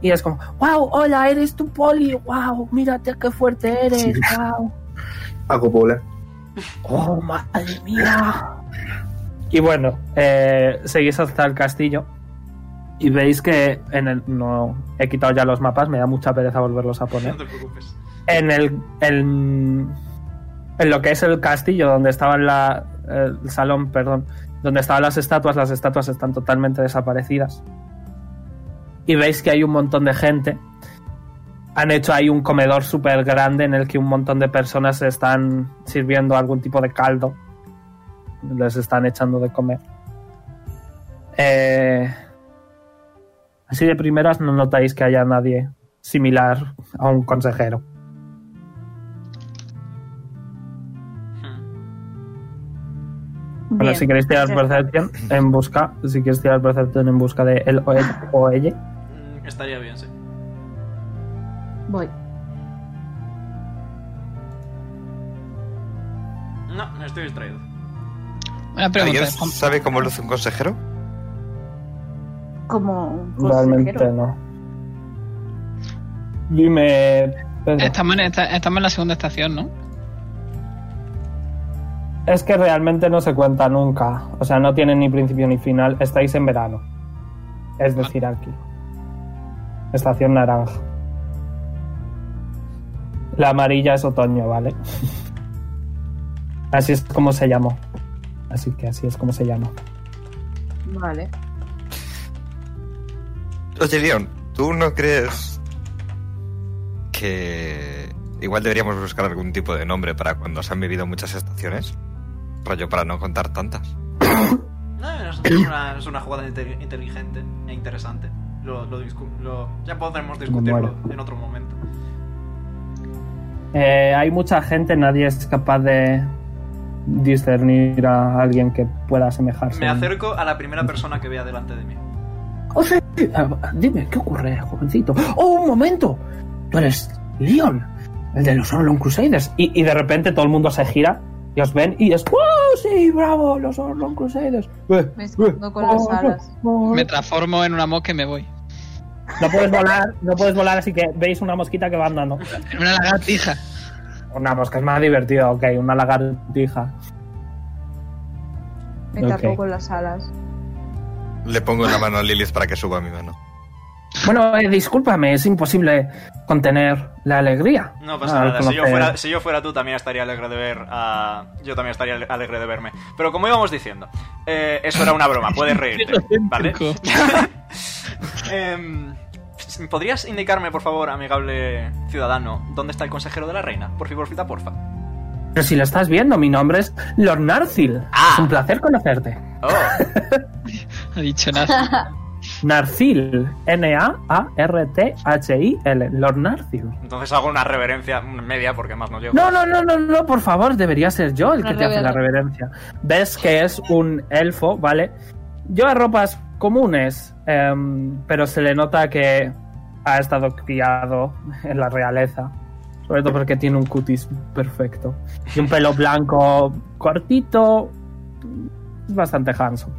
Speaker 4: Y es como,
Speaker 5: ¡Wow! ¡Hola! ¡Eres tu poli! ¡Wow! ¡Mírate qué fuerte eres!
Speaker 8: Sí.
Speaker 5: ¡Wow!
Speaker 8: Hago bola.
Speaker 5: ¡Oh, madre mía!
Speaker 4: Y bueno, eh, seguís hasta el castillo y veis que en el, no he quitado ya los mapas, me da mucha pereza volverlos a poner.
Speaker 1: No te preocupes.
Speaker 4: en el en, en lo que es el castillo donde estaba la el salón perdón donde estaban las estatuas las estatuas están totalmente desaparecidas y veis que hay un montón de gente han hecho ahí un comedor súper grande en el que un montón de personas están sirviendo algún tipo de caldo les están echando de comer Eh, así de primeras no notáis que haya nadie similar a un consejero
Speaker 1: Hmm.
Speaker 4: Bueno,
Speaker 7: Bien.
Speaker 4: si queréis tirar percepción en busca, si queréis tirar percepción en busca de él o, él o ella,
Speaker 1: Mm, Estaría bien, sí.
Speaker 7: Voy.
Speaker 1: No, estoy distraído.
Speaker 3: Una pregunta.
Speaker 2: ¿Alguien sabe cómo luce un consejero?
Speaker 7: Como un
Speaker 4: realmente
Speaker 7: consejero.
Speaker 4: no. Dime, Pedro.
Speaker 3: Estamos en, esta- estamos en la segunda estación, ¿no?
Speaker 4: es que realmente no se cuenta nunca, o sea, no tiene ni principio ni final, estáis en verano, es decir, aquí. Estación naranja. La amarilla es otoño, ¿vale? Así es como se llamó. Así que así es como se llama.
Speaker 7: Vale.
Speaker 2: Oye, Leon, ¿tú no crees que igual deberíamos buscar algún tipo de nombre para cuando se han vivido muchas estaciones? Rollo, para no contar tantas.
Speaker 1: No, es, es una, es una jugada inte- inteligente e interesante. Lo, lo discu- lo- ya podremos discutirlo en otro momento.
Speaker 4: Eh, hay mucha gente, nadie es capaz de discernir a alguien que pueda asemejarse.
Speaker 1: Me acerco a la primera persona que vea delante de mí.
Speaker 5: O sea, ah, dime, ¿qué ocurre, jovencito? ¡Oh, un momento! Tú eres Leon, el de los Orlon Crusaders.
Speaker 4: Y, y de repente todo el mundo se gira y os ven y es ¡Wow! Sí, bravo, los Orlon Crusaders. Eh,
Speaker 7: Me
Speaker 4: eh,
Speaker 7: escondo con las
Speaker 4: oh,
Speaker 7: alas.
Speaker 4: oh, oh.
Speaker 3: Me transformo en una mosca y me voy.
Speaker 4: No puedes volar, no puedes volar, así que veis una mosquita que va andando.
Speaker 3: En una lagartija.
Speaker 4: Una mosca es más divertido, ok, una lagartija.
Speaker 7: Me
Speaker 4: Ok.
Speaker 7: tapo con las alas.
Speaker 2: Le pongo la mano a Lilith para que suba mi mano.
Speaker 5: Bueno, eh, discúlpame, es imposible contener la alegría.
Speaker 1: No pasa
Speaker 4: Ah,
Speaker 1: nada. Si yo,
Speaker 4: conocer.
Speaker 1: fuera, si yo fuera tú, también estaría alegre de ver a. Yo también estaría ale- alegre de verme. Pero como íbamos diciendo, eh, eso era una broma, puedes reírte, ¿vale? Em, ¿Podrías indicarme, por favor, amigable ciudadano, dónde está el consejero de la reina? Por favor, cita, porfa.
Speaker 4: Pero si lo estás viendo, mi nombre es Lord Narcil.
Speaker 1: Ah.
Speaker 4: Es un placer conocerte.
Speaker 1: Oh,
Speaker 3: Ha dicho nada.
Speaker 4: Narcil, N-A-A-R-T-H-I-L, Lord Narcil.
Speaker 1: entonces hago una reverencia media porque más no llego.
Speaker 4: No, no, no, no, no, por favor, debería ser yo el que
Speaker 7: Una
Speaker 4: te hace la reverencia. Ves que es un elfo, ¿vale? Lleva ropas comunes, em, pero se le nota que ha estado criado en la realeza. Sobre todo porque tiene un cutis perfecto. Y un pelo blanco cortito. Bastante handsome.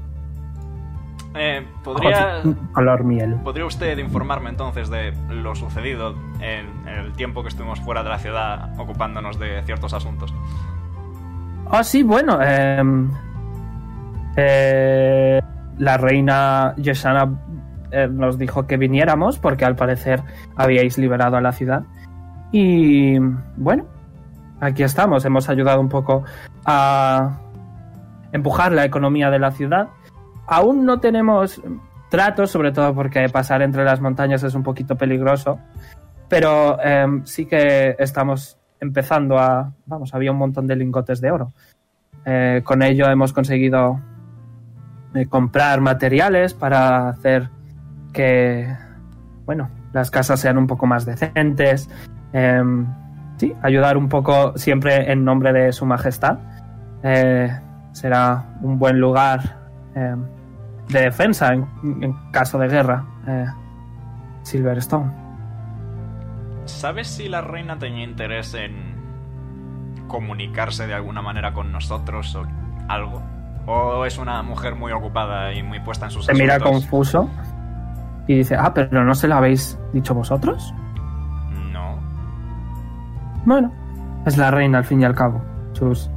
Speaker 1: Eh, ¿podría,
Speaker 4: Color miel.
Speaker 1: ¿Podría usted informarme entonces de lo sucedido en el tiempo que estuvimos fuera de la ciudad ocupándonos de ciertos asuntos?
Speaker 4: Ah, sí, bueno. em, eh, la reina Yeshana eh, nos dijo que viniéramos porque al parecer habíais liberado a la ciudad. Y bueno, aquí estamos. Hemos ayudado un poco a empujar la economía de la ciudad. Aún no tenemos tratos, sobre todo porque pasar entre las montañas es un poquito peligroso. Pero em, sí que estamos empezando a... Vamos, había un montón de lingotes de oro. Eh, con ello hemos conseguido eh, comprar materiales para hacer que, bueno, las casas sean un poco más decentes. Em, sí, ayudar un poco siempre en nombre de Su Majestad. Eh, será un buen lugar em, de defensa en, en caso de guerra. eh, Silverstone.
Speaker 1: ¿Sabes si la reina tenía interés en comunicarse de alguna manera con nosotros o algo? ¿O es una mujer muy ocupada y muy puesta en sus
Speaker 4: Se mira
Speaker 1: asuntos?
Speaker 4: confuso y dice, ah, pero no se lo habéis dicho vosotros.
Speaker 1: No.
Speaker 4: Bueno, es la reina al fin y al cabo. Sus,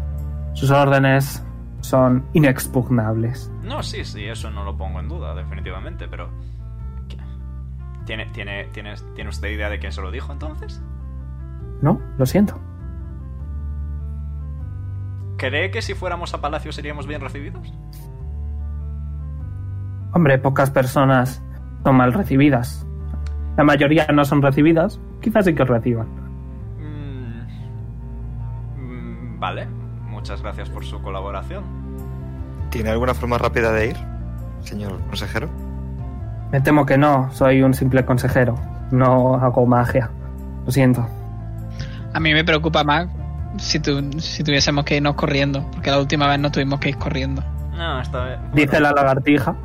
Speaker 4: sus órdenes son inexpugnables.
Speaker 1: No, sí, sí, eso no lo pongo en duda, definitivamente, pero... ¿qué? ¿Tiene, tiene, tiene, ¿Tiene usted idea de quién se lo dijo entonces?
Speaker 4: No, lo siento.
Speaker 1: ¿Cree que si fuéramos a Palacio seríamos bien recibidos?
Speaker 4: Hombre, pocas personas son mal recibidas. La mayoría no son recibidas, quizás sí que os reciban.
Speaker 1: Mm. Mm, Vale, muchas gracias por su colaboración.
Speaker 2: ¿Tiene alguna forma rápida de ir, señor consejero?
Speaker 4: Me temo que no, soy un simple consejero. No hago magia. Lo siento.
Speaker 3: A mí me preocupa más si, tu- si tuviésemos que irnos corriendo, porque la última vez no tuvimos que ir corriendo.
Speaker 1: No, esta vez...
Speaker 4: Dice la lagartija.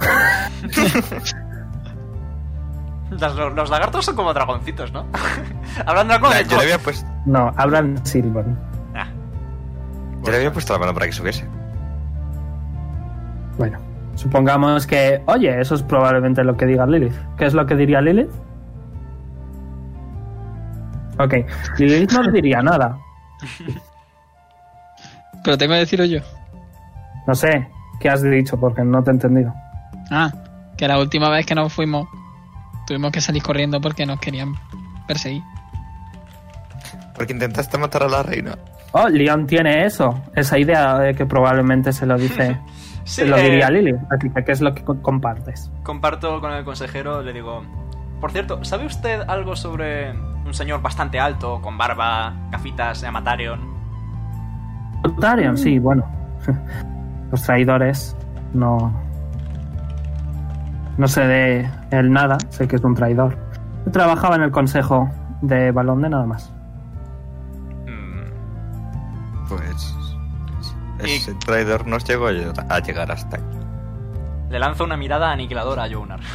Speaker 1: Las- los, los lagartos son como dragoncitos, ¿no? Hablando con
Speaker 2: Mira,
Speaker 1: el
Speaker 2: yo, le había puesto,
Speaker 4: No, hablan Silvan.
Speaker 1: Ah,
Speaker 2: yo le había puesto la mano para que subiese.
Speaker 4: Bueno, supongamos que, oye, eso es probablemente lo que diga Lilith. ¿Qué es lo que diría Lilith? Ok, Lilith no diría nada.
Speaker 3: Pero tengo que decirlo yo.
Speaker 4: No sé qué has dicho porque no te he entendido.
Speaker 3: Ah, que la última vez que nos fuimos tuvimos que salir corriendo porque nos querían perseguir.
Speaker 2: Porque intentaste matar a la reina.
Speaker 4: Oh, Leon tiene eso, esa idea de que probablemente se lo dice,
Speaker 1: sí,
Speaker 4: se lo
Speaker 1: eh,
Speaker 4: diría Lilith. Así que, ¿qué es lo que co- compartes?
Speaker 1: comparto con el consejero, le digo... Por cierto, ¿sabe usted algo sobre un señor bastante alto, con barba, gafitas, se llama Tarion?
Speaker 4: Tarion, sí,
Speaker 2: Mm.
Speaker 4: bueno. Los traidores no. No sé de él nada, sé que es un traidor. Yo trabajaba en el consejo de balón de nada más.
Speaker 1: Mm,
Speaker 2: Pues.
Speaker 1: Y-
Speaker 2: Ese traidor nos llegó a llegar- a llegar hasta aquí.
Speaker 1: le lanzo una mirada aniquiladora a Jonar.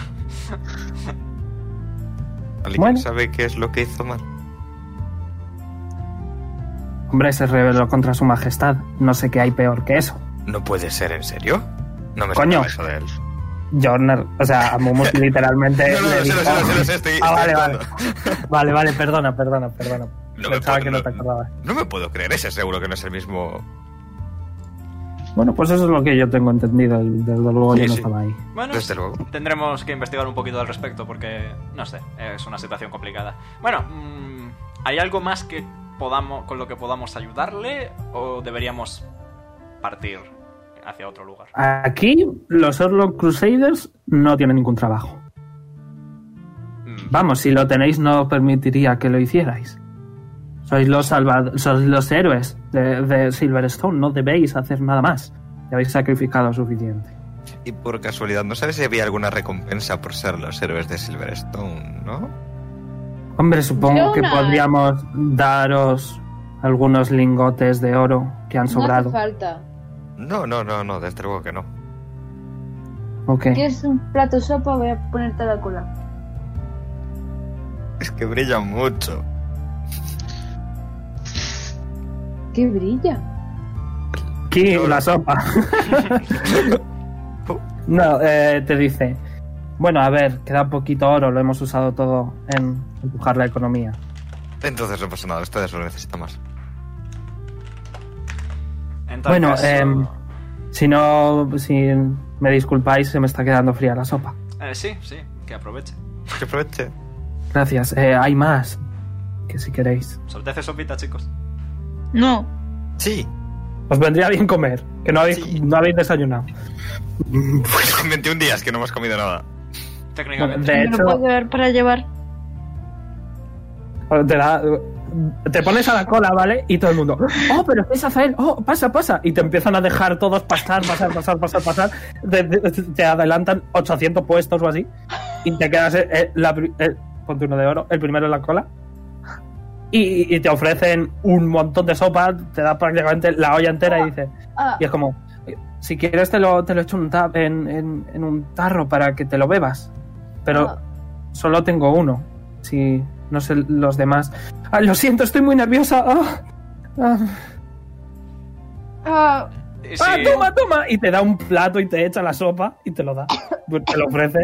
Speaker 2: ¿Alguien
Speaker 4: Bueno.
Speaker 2: sabe qué es lo que hizo mal?
Speaker 4: Hombre, se rebeló contra su majestad. No sé qué hay peor que eso.
Speaker 2: No puede ser, ¿en serio? No me
Speaker 4: Coño.
Speaker 2: esperaba eso de él.
Speaker 4: Jorner, o sea, a Momus literalmente.
Speaker 2: No, no,
Speaker 4: le
Speaker 2: no, sí,
Speaker 4: dijo-
Speaker 2: lo sé, lo sé, lo sé, estoy-
Speaker 4: Eh, Ah, vale,
Speaker 2: estoy
Speaker 4: vale.
Speaker 2: actuando.
Speaker 4: Vale, vale, perdona, perdona, perdona.
Speaker 2: No me
Speaker 4: Pensaba
Speaker 2: puedo-
Speaker 4: que no
Speaker 2: no-
Speaker 4: te acordabas.
Speaker 2: No me puedo creer, ese seguro que no es el mismo.
Speaker 4: Bueno, pues eso es lo que yo tengo entendido. Desde luego
Speaker 2: Sí,
Speaker 4: yo no
Speaker 2: sí.
Speaker 4: estaba ahí.
Speaker 1: Bueno,
Speaker 2: Desde luego.
Speaker 1: tendremos que investigar un poquito al respecto porque, no sé, es una situación complicada. Bueno, mm, ¿hay algo más que podamos, con lo que podamos ayudarle o deberíamos partir hacia otro lugar?
Speaker 4: Aquí los Orlok Crusaders no tienen ningún trabajo.
Speaker 1: Mm,
Speaker 4: Vamos, si lo tenéis no permitiría que lo hicierais. Sois los, salvad- sois los héroes de, de Silverstone, no debéis hacer nada más. Ya habéis sacrificado suficiente.
Speaker 2: Y por casualidad, ¿no sabes si había alguna recompensa por ser los héroes de Silverstone, no?
Speaker 4: Hombre, supongo que
Speaker 7: Jonas.
Speaker 4: podríamos daros algunos lingotes de oro que han
Speaker 7: No hace
Speaker 4: sobrado.
Speaker 7: falta.
Speaker 2: No, no, no, no, desde luego que no.
Speaker 4: Ok.
Speaker 7: ¿Quieres un plato de sopa? Voy a ponerte la cola.
Speaker 2: Es que brilla mucho.
Speaker 7: ¡Qué brilla!
Speaker 4: Aquí la sopa. no, eh, te dice. Bueno, a ver, queda poquito oro, lo hemos usado todo en empujar la economía.
Speaker 2: Entonces no pasa nada, ustedes lo necesitan más.
Speaker 1: entonces,
Speaker 4: bueno, em, si no, si me disculpáis, se me está quedando fría la sopa.
Speaker 1: eh, sí, sí, que aproveche.
Speaker 2: Que aproveche.
Speaker 4: Gracias. Eh, hay más que si queréis.
Speaker 1: ¿Os apetece sopita, chicos?
Speaker 5: No.
Speaker 2: Sí,
Speaker 4: Os vendría bien comer, que no habéis,
Speaker 2: Sí.
Speaker 4: no habéis desayunado.
Speaker 2: pues con 21 días que no hemos comido nada.
Speaker 1: Técnicamente.
Speaker 4: De
Speaker 5: me
Speaker 4: hecho,
Speaker 5: lo puedo llevar para llevar.
Speaker 4: te da, te pones a la cola, ¿vale? Y todo el mundo, oh, pero es Azael, oh, pasa, pasa. Y te empiezan a dejar todos pasar, pasar, pasar, pasar, pasar. Te, te- te adelantan 800 puestos o así. Y te quedas, eh, eh, la, pri- eh, ponte uno de oro, el primero en la cola. Y, y te ofrecen un montón de sopa, te da prácticamente la olla entera y dices,
Speaker 7: Ah,
Speaker 4: y es como, si quieres te lo, te lo echo en un, ta- en, en- en un tarro para que te lo bebas. Pero
Speaker 7: Ah.
Speaker 4: solo tengo uno. Si no sé los demás. Ah, lo siento, estoy muy nerviosa. Ah, ah.
Speaker 7: ah,
Speaker 1: Eh,
Speaker 4: Ah,
Speaker 1: sí.
Speaker 4: toma, toma. Y te da un plato y te echa la sopa y te lo da. te lo ofrece.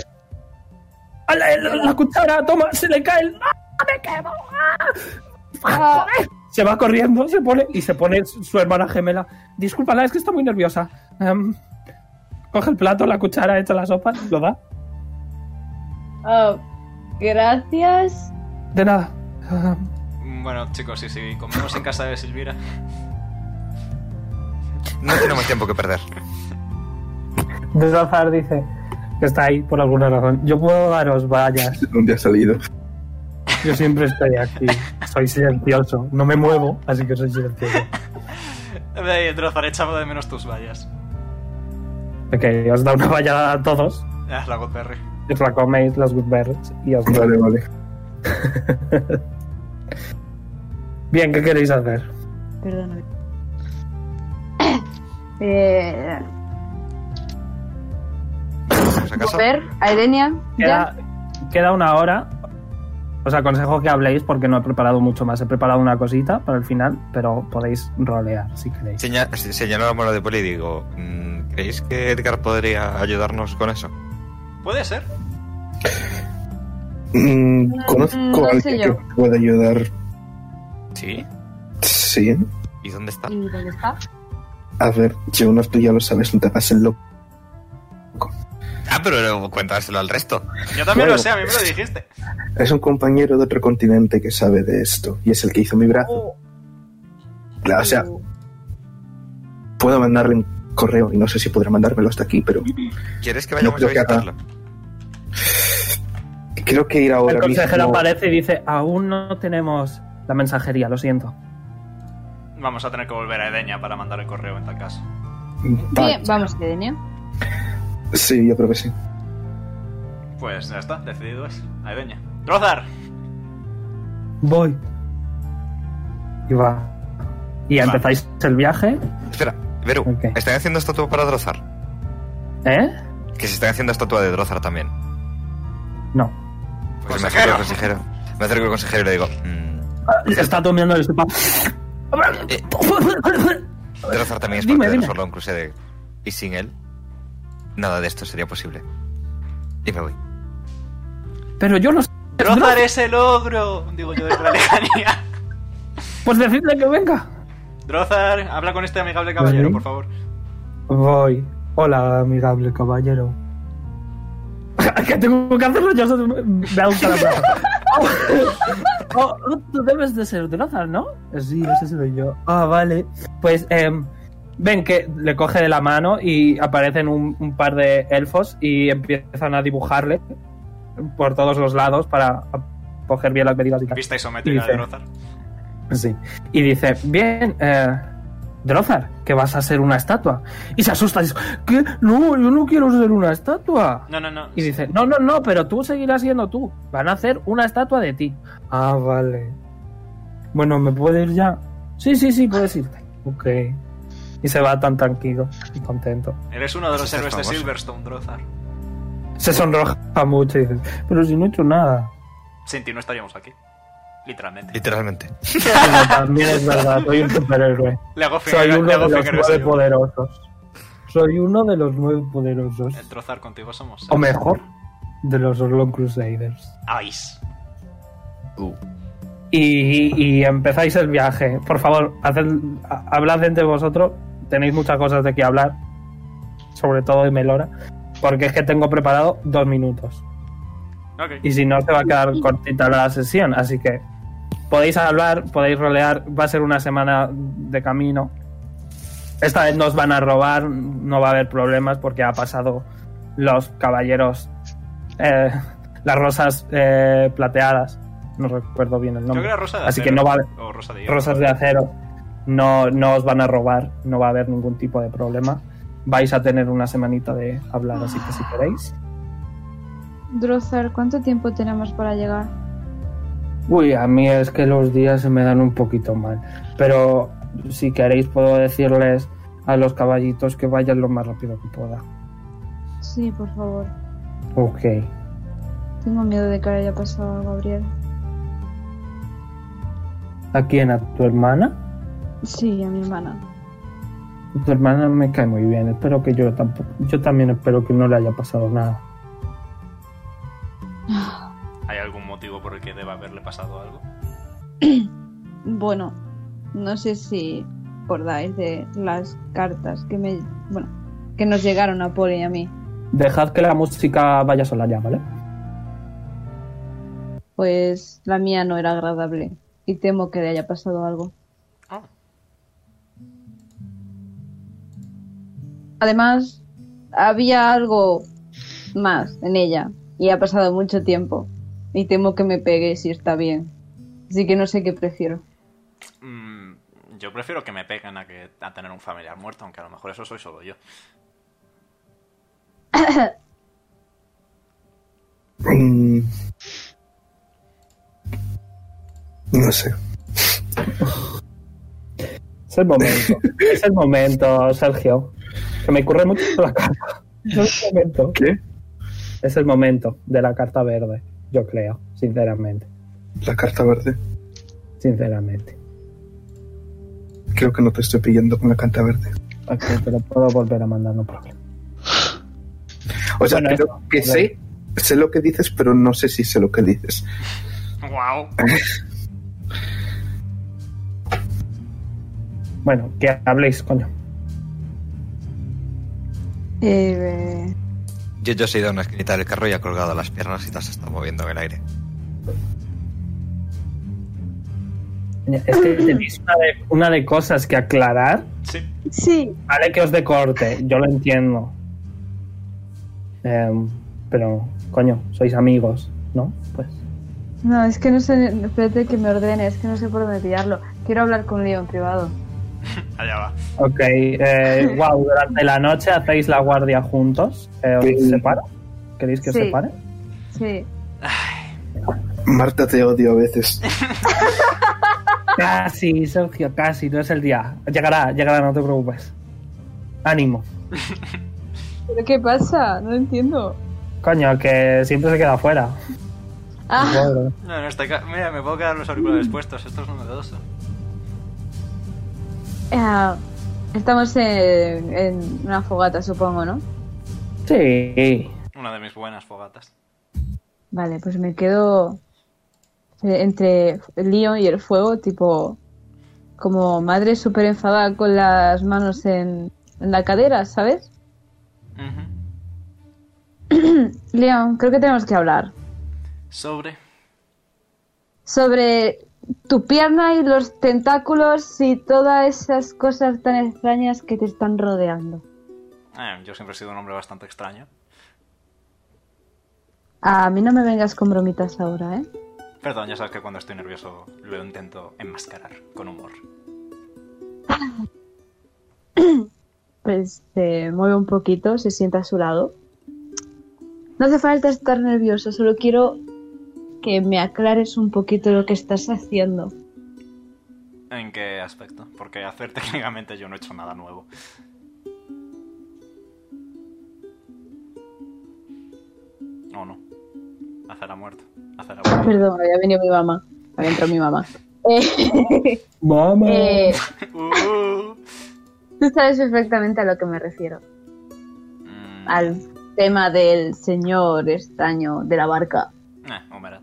Speaker 4: Ah, la, la- la cuchara, toma, se le cae el... ¡Ah, me quemo! ¡Ah!
Speaker 7: ah.
Speaker 4: Se va corriendo, se pone y se pone su su hermana gemela. Discúlpala, es que está muy nerviosa. Em, coge el plato, la cuchara, echa la sopa, lo da.
Speaker 7: Ah, gracias.
Speaker 4: De nada. Em,
Speaker 1: Bueno, chicos, sí, sí, comemos en casa de Silvira.
Speaker 2: No tenemos tiempo que perder.
Speaker 4: Desazar dice que está ahí por alguna razón. Yo puedo daros vallas.
Speaker 8: ¿Dónde ha salido?
Speaker 4: Yo siempre estoy aquí. Soy silencioso. No me muevo, así que soy silencioso.
Speaker 1: Eh, Drozar, echaba de menos tus vallas.
Speaker 4: Ok, os da una valla a todos.
Speaker 1: Ah, la Godberry.
Speaker 4: Os la coméis, las goodberries. Y os
Speaker 8: Vale, vale.
Speaker 4: Bien, ¿qué queréis hacer?
Speaker 7: Perdóname. eh,
Speaker 2: ¿Vamos a casa?
Speaker 7: ver a Irenia. ya.
Speaker 4: Queda, queda una hora. Os aconsejo que habléis porque no he preparado mucho más. He preparado una cosita para el final, pero podéis rolear si queréis.
Speaker 2: Seña- se- Señalo la mano de Poli y digo, mm, ¿creéis que Edgar podría ayudarnos con eso?
Speaker 1: ¿Puede ser?
Speaker 8: Mm, Conozco
Speaker 7: Mm, no
Speaker 8: a
Speaker 7: sé
Speaker 8: alguien que
Speaker 7: yo.
Speaker 8: pueda ayudar.
Speaker 2: Sí.
Speaker 8: Sí.
Speaker 2: ¿Y dónde está?
Speaker 7: ¿Y dónde está?
Speaker 8: A ver, yo no estoy, ya lo sabes, no te hagas el loco.
Speaker 2: Ah, pero luego cuéntaselo al resto.
Speaker 1: Yo también lo
Speaker 8: Bueno.
Speaker 1: sé, a mí me lo dijiste.
Speaker 8: Es un compañero de otro continente que sabe de esto y es el que hizo mi brazo. Claro, Ah, o sea, puedo mandarle un correo y no sé si podrá mandármelo hasta aquí, pero
Speaker 2: ¿Quieres que vayamos
Speaker 8: No
Speaker 2: a
Speaker 8: creo que haga.
Speaker 2: visitarlo?
Speaker 8: creo que ir ahora
Speaker 4: El consejero
Speaker 8: mismo-
Speaker 4: aparece y dice, aún no tenemos la mensajería, lo siento.
Speaker 1: Vamos a tener que volver a Edeña para mandar el correo en tal caso.
Speaker 8: Vale,
Speaker 7: Bien, vamos, Irenia.
Speaker 8: Sí, yo creo que sí.
Speaker 1: Pues ya está, decidido es. A Edeña. ¡Drozar!
Speaker 4: Voy. Y va. Y
Speaker 1: Va.
Speaker 4: empezáis el viaje,
Speaker 2: Espera, Veru,
Speaker 4: Ok.
Speaker 2: están haciendo estatua para Drozar.
Speaker 4: ¿eh?
Speaker 2: Que se están haciendo estatua de Drozar también.
Speaker 4: No.
Speaker 2: Pues me acerco al consejero. Me acerco al consejero y le digo, mm,
Speaker 4: Se está tomando el sopa.
Speaker 2: eh, Drozar también es
Speaker 4: Dime,
Speaker 2: parte de
Speaker 4: dime.
Speaker 2: los Orlon Crusade. Y sin él, nada de esto sería posible. Y me voy.
Speaker 4: Pero yo no sé.
Speaker 1: ¡Drozar es el ogro! Digo yo desde la lejanía.
Speaker 4: Pues decidle que venga.
Speaker 1: Drozar, habla con este amigable caballero,
Speaker 4: Ujú.
Speaker 1: por favor.
Speaker 4: Voy. Hola, amigable caballero. que tengo que hacerlo yo. Me da un calabrazo. Oh, oh, tú debes de ser Drozar, ¿no? Sí, ese soy yo. Ah, vale. Pues em, ven que le coge de la mano y aparecen un, un par de elfos y empiezan a dibujarle por todos los lados para coger bien las medidas y tal.
Speaker 1: Vista isométrica de
Speaker 4: Dice.
Speaker 1: Drozar.
Speaker 4: Sí. Y dice, bien, eh, Drozar, que vas a ser una estatua. Y se asusta y dice, ¿qué? No, yo no quiero ser una estatua.
Speaker 1: No, no, no.
Speaker 4: Y dice, no, no, no, pero tú seguirás siendo tú. Van a hacer una estatua de ti. Ah, vale. Bueno, ¿me puedo ir ya? Sí, sí, sí, puedes irte. Ok. Y se va tan tranquilo y contento.
Speaker 1: Eres uno de los
Speaker 2: Ese es
Speaker 1: héroes de
Speaker 2: famoso.
Speaker 1: Silverstone, Drozar.
Speaker 4: Se sonroja mucho y dice, pero si no he hecho nada.
Speaker 1: Sin ti no estaríamos aquí.
Speaker 4: Eh,
Speaker 1: Literalmente.
Speaker 2: Literalmente.
Speaker 4: Pero también es verdad, soy un superhéroe.
Speaker 1: Le hago
Speaker 4: Soy
Speaker 1: finger,
Speaker 4: uno
Speaker 1: le
Speaker 4: de
Speaker 1: hago
Speaker 4: los
Speaker 1: finger
Speaker 4: nueve
Speaker 1: de
Speaker 4: poderosos. Soy uno de los nueve poderosos.
Speaker 1: El Drozar contigo somos.
Speaker 4: O mejor, de los Orlon Crusaders.
Speaker 1: Ice.
Speaker 4: Y, y empezáis el viaje. Por favor, haced, ha- hablad entre vosotros. Tenéis muchas cosas de que hablar. Sobre todo de Melora. Porque es que tengo preparado dos minutos.
Speaker 1: Ok.
Speaker 4: Y si no, se va a quedar cortita la sesión. Así que podéis hablar, podéis rolear. Va a ser una semana de camino. Esta vez no os van a robar, no va a haber problemas porque ha pasado los caballeros, eh, las rosas eh, plateadas. No recuerdo bien el
Speaker 1: Creo
Speaker 4: nombre.
Speaker 1: que era rosa de
Speaker 4: Así que
Speaker 1: acero,
Speaker 4: no vale.
Speaker 1: O rosa de hierro.
Speaker 4: Rosas de acero no, no os van a robar, no va a haber ningún tipo de problema. Vais a tener una semanita de hablar, así que si queréis.
Speaker 9: Drozar, ¿cuánto tiempo tenemos para llegar?
Speaker 4: Uy, a mí es que los días se me dan un poquito mal. Pero si queréis puedo decirles a los caballitos que vayan lo más rápido que pueda.
Speaker 9: Sí, por favor.
Speaker 4: Ok.
Speaker 9: Tengo miedo de que ahora haya pasado algo, Gabriel.
Speaker 4: ¿A quién? ¿A tu hermana?
Speaker 9: Sí, a mi hermana.
Speaker 4: Tu hermana me cae muy bien. Espero que yo tampoco. Yo también espero que no le haya pasado nada.
Speaker 1: ¿Hay algún motivo por el que deba haberle pasado algo?
Speaker 7: Bueno, no sé si acordáis de las cartas que me. Bueno, que nos llegaron a Poli y a mí.
Speaker 4: Dejad que la música vaya sola ya, ¿vale?
Speaker 7: Pues la mía no era agradable. Y temo que le haya pasado algo. Además, había algo más en ella. Y ha pasado mucho tiempo. Y temo que me pegue si está bien. Así que no sé qué prefiero.
Speaker 1: Mm, yo prefiero que me peguen a, que, a tener un familiar muerto, aunque a lo mejor eso soy solo yo.
Speaker 8: Mm. No sé.
Speaker 4: Es el momento. es el momento, Sergio. Que me corre mucho la carta. No es el momento.
Speaker 8: ¿Qué?
Speaker 4: Es el momento de la carta verde, yo creo, sinceramente.
Speaker 8: La carta verde.
Speaker 4: Sinceramente.
Speaker 8: Creo que no te estoy pillando con la carta verde.
Speaker 4: Ok, pero puedo volver a mandar, no problema.
Speaker 8: O sea,
Speaker 4: Bueno,
Speaker 8: creo que
Speaker 4: vale.
Speaker 8: sé, sé lo que dices, pero no sé si sé lo que dices.
Speaker 1: ¡Wow!
Speaker 4: Bueno, que habléis, coño.
Speaker 7: Eh,
Speaker 2: Yo, yo he ido a una esquinita del carro y ha colgado las piernas y las está moviendo en el aire.
Speaker 4: Es que tenéis una de, una de cosas que aclarar.
Speaker 1: Sí.
Speaker 9: Sí.
Speaker 4: Vale que os de corte, yo lo entiendo. Em, pero, coño, sois amigos, ¿no? Pues
Speaker 7: No, es que no sé. Espérate que me ordene, es que no sé por dónde tirarlo. Quiero hablar con Leo en privado.
Speaker 1: Allá va.
Speaker 4: Ok, eh, wow, durante la noche hacéis la guardia juntos. Eh, ¿Os
Speaker 8: Sí.
Speaker 4: separa? ¿Queréis que os
Speaker 7: Sí.
Speaker 4: separe?
Speaker 7: Sí.
Speaker 8: Marta, te odio a veces.
Speaker 4: Casi, Sergio, casi, no es el día. Llegará, llegará, no te preocupes. Ánimo.
Speaker 7: ¿Pero qué pasa? No entiendo.
Speaker 4: Coño, que siempre se queda afuera.
Speaker 7: Ah,
Speaker 4: Pobre.
Speaker 1: No, en este caso. Mira, me puedo quedar los auriculares puestos. Esto es novedoso.
Speaker 7: eh, estamos en, en una fogata, supongo, ¿no?
Speaker 4: Sí.
Speaker 1: Una de mis buenas fogatas.
Speaker 7: Vale, pues me quedo eh, entre el lío y el fuego, tipo como madre súper enfadada con las manos en, en la cadera, ¿sabes?
Speaker 1: Ujú.
Speaker 7: Leon, creo que tenemos que hablar
Speaker 1: Sobre.
Speaker 7: sobre tu pierna y los tentáculos y todas esas cosas tan extrañas que te están rodeando.
Speaker 1: Eh, yo siempre he sido un hombre bastante extraño.
Speaker 7: A mí no me vengas con bromitas ahora, ¿eh?
Speaker 1: Perdón, ya sabes que cuando estoy nervioso lo intento enmascarar con humor.
Speaker 7: Pues se mueve un poquito, se sienta a su lado. No hace falta estar nervioso, solo quiero que me aclares un poquito lo que estás haciendo.
Speaker 1: ¿En qué aspecto? Porque hacer técnicamente yo no he hecho nada nuevo. ¿O no? Hacer ha muerto. Hacer ha muerto.
Speaker 7: Perdón, había venido mi mamá. Había entrado mi mamá. Eh,
Speaker 4: Mamá.
Speaker 7: eh,
Speaker 1: Uh.
Speaker 7: tú sabes perfectamente a lo que me refiero.
Speaker 1: Mm.
Speaker 7: Al tema del señor estaño de la barca.
Speaker 1: Eh, Homerat.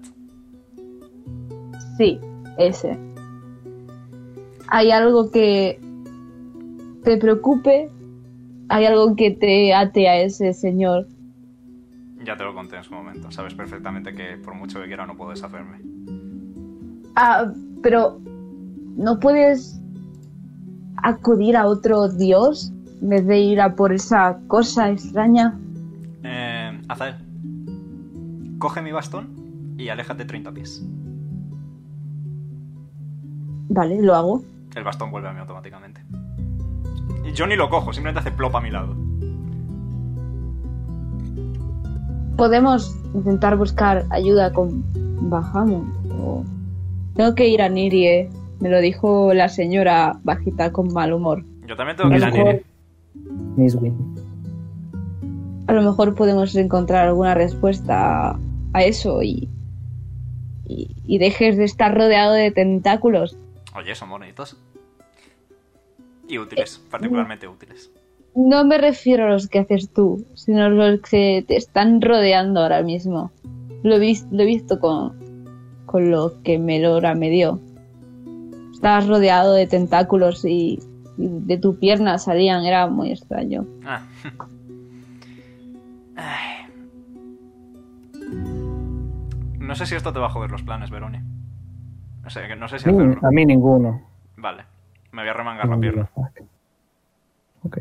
Speaker 7: Sí, ese. ¿Hay algo que te preocupe? ¿Hay algo que te ate a ese señor?
Speaker 1: Ya te lo conté en su momento. Sabes perfectamente que por mucho que quiera no puedo deshacerme.
Speaker 7: Ah, pero ¿no puedes acudir a otro dios en vez de ir a por esa cosa extraña?
Speaker 1: Eh, Azael. Coge mi bastón y aléjate 30 pies.
Speaker 7: Vale, lo hago.
Speaker 1: El bastón vuelve a mí automáticamente. Y yo ni lo cojo, simplemente hace plop a mi lado.
Speaker 7: Podemos intentar buscar ayuda con Bahamut. o- Tengo que ir a Nirie. Me lo dijo la señora bajita con mal humor.
Speaker 1: Yo también tengo que ir a
Speaker 4: Mejor.
Speaker 1: Niri.
Speaker 4: Miss Win.
Speaker 7: A lo mejor podemos encontrar alguna respuesta a- a eso y, y, y dejes de estar rodeado de tentáculos.
Speaker 1: Oye, son bonitos. Y útiles, particularmente útiles.
Speaker 7: No me refiero a los que haces tú, sino a los que te están rodeando ahora mismo. Lo he, vis- lo he visto con, con lo que Melora me dio. Estabas rodeado de tentáculos y, y de tu pierna salían, era muy extraño.
Speaker 1: Ah. Ay. No sé si esto te va a joder los planes, Veroni. O sea, que no sé si hacerlo.
Speaker 4: A mí ninguno.
Speaker 1: Vale, me voy a remangar la pierna.
Speaker 4: Ok.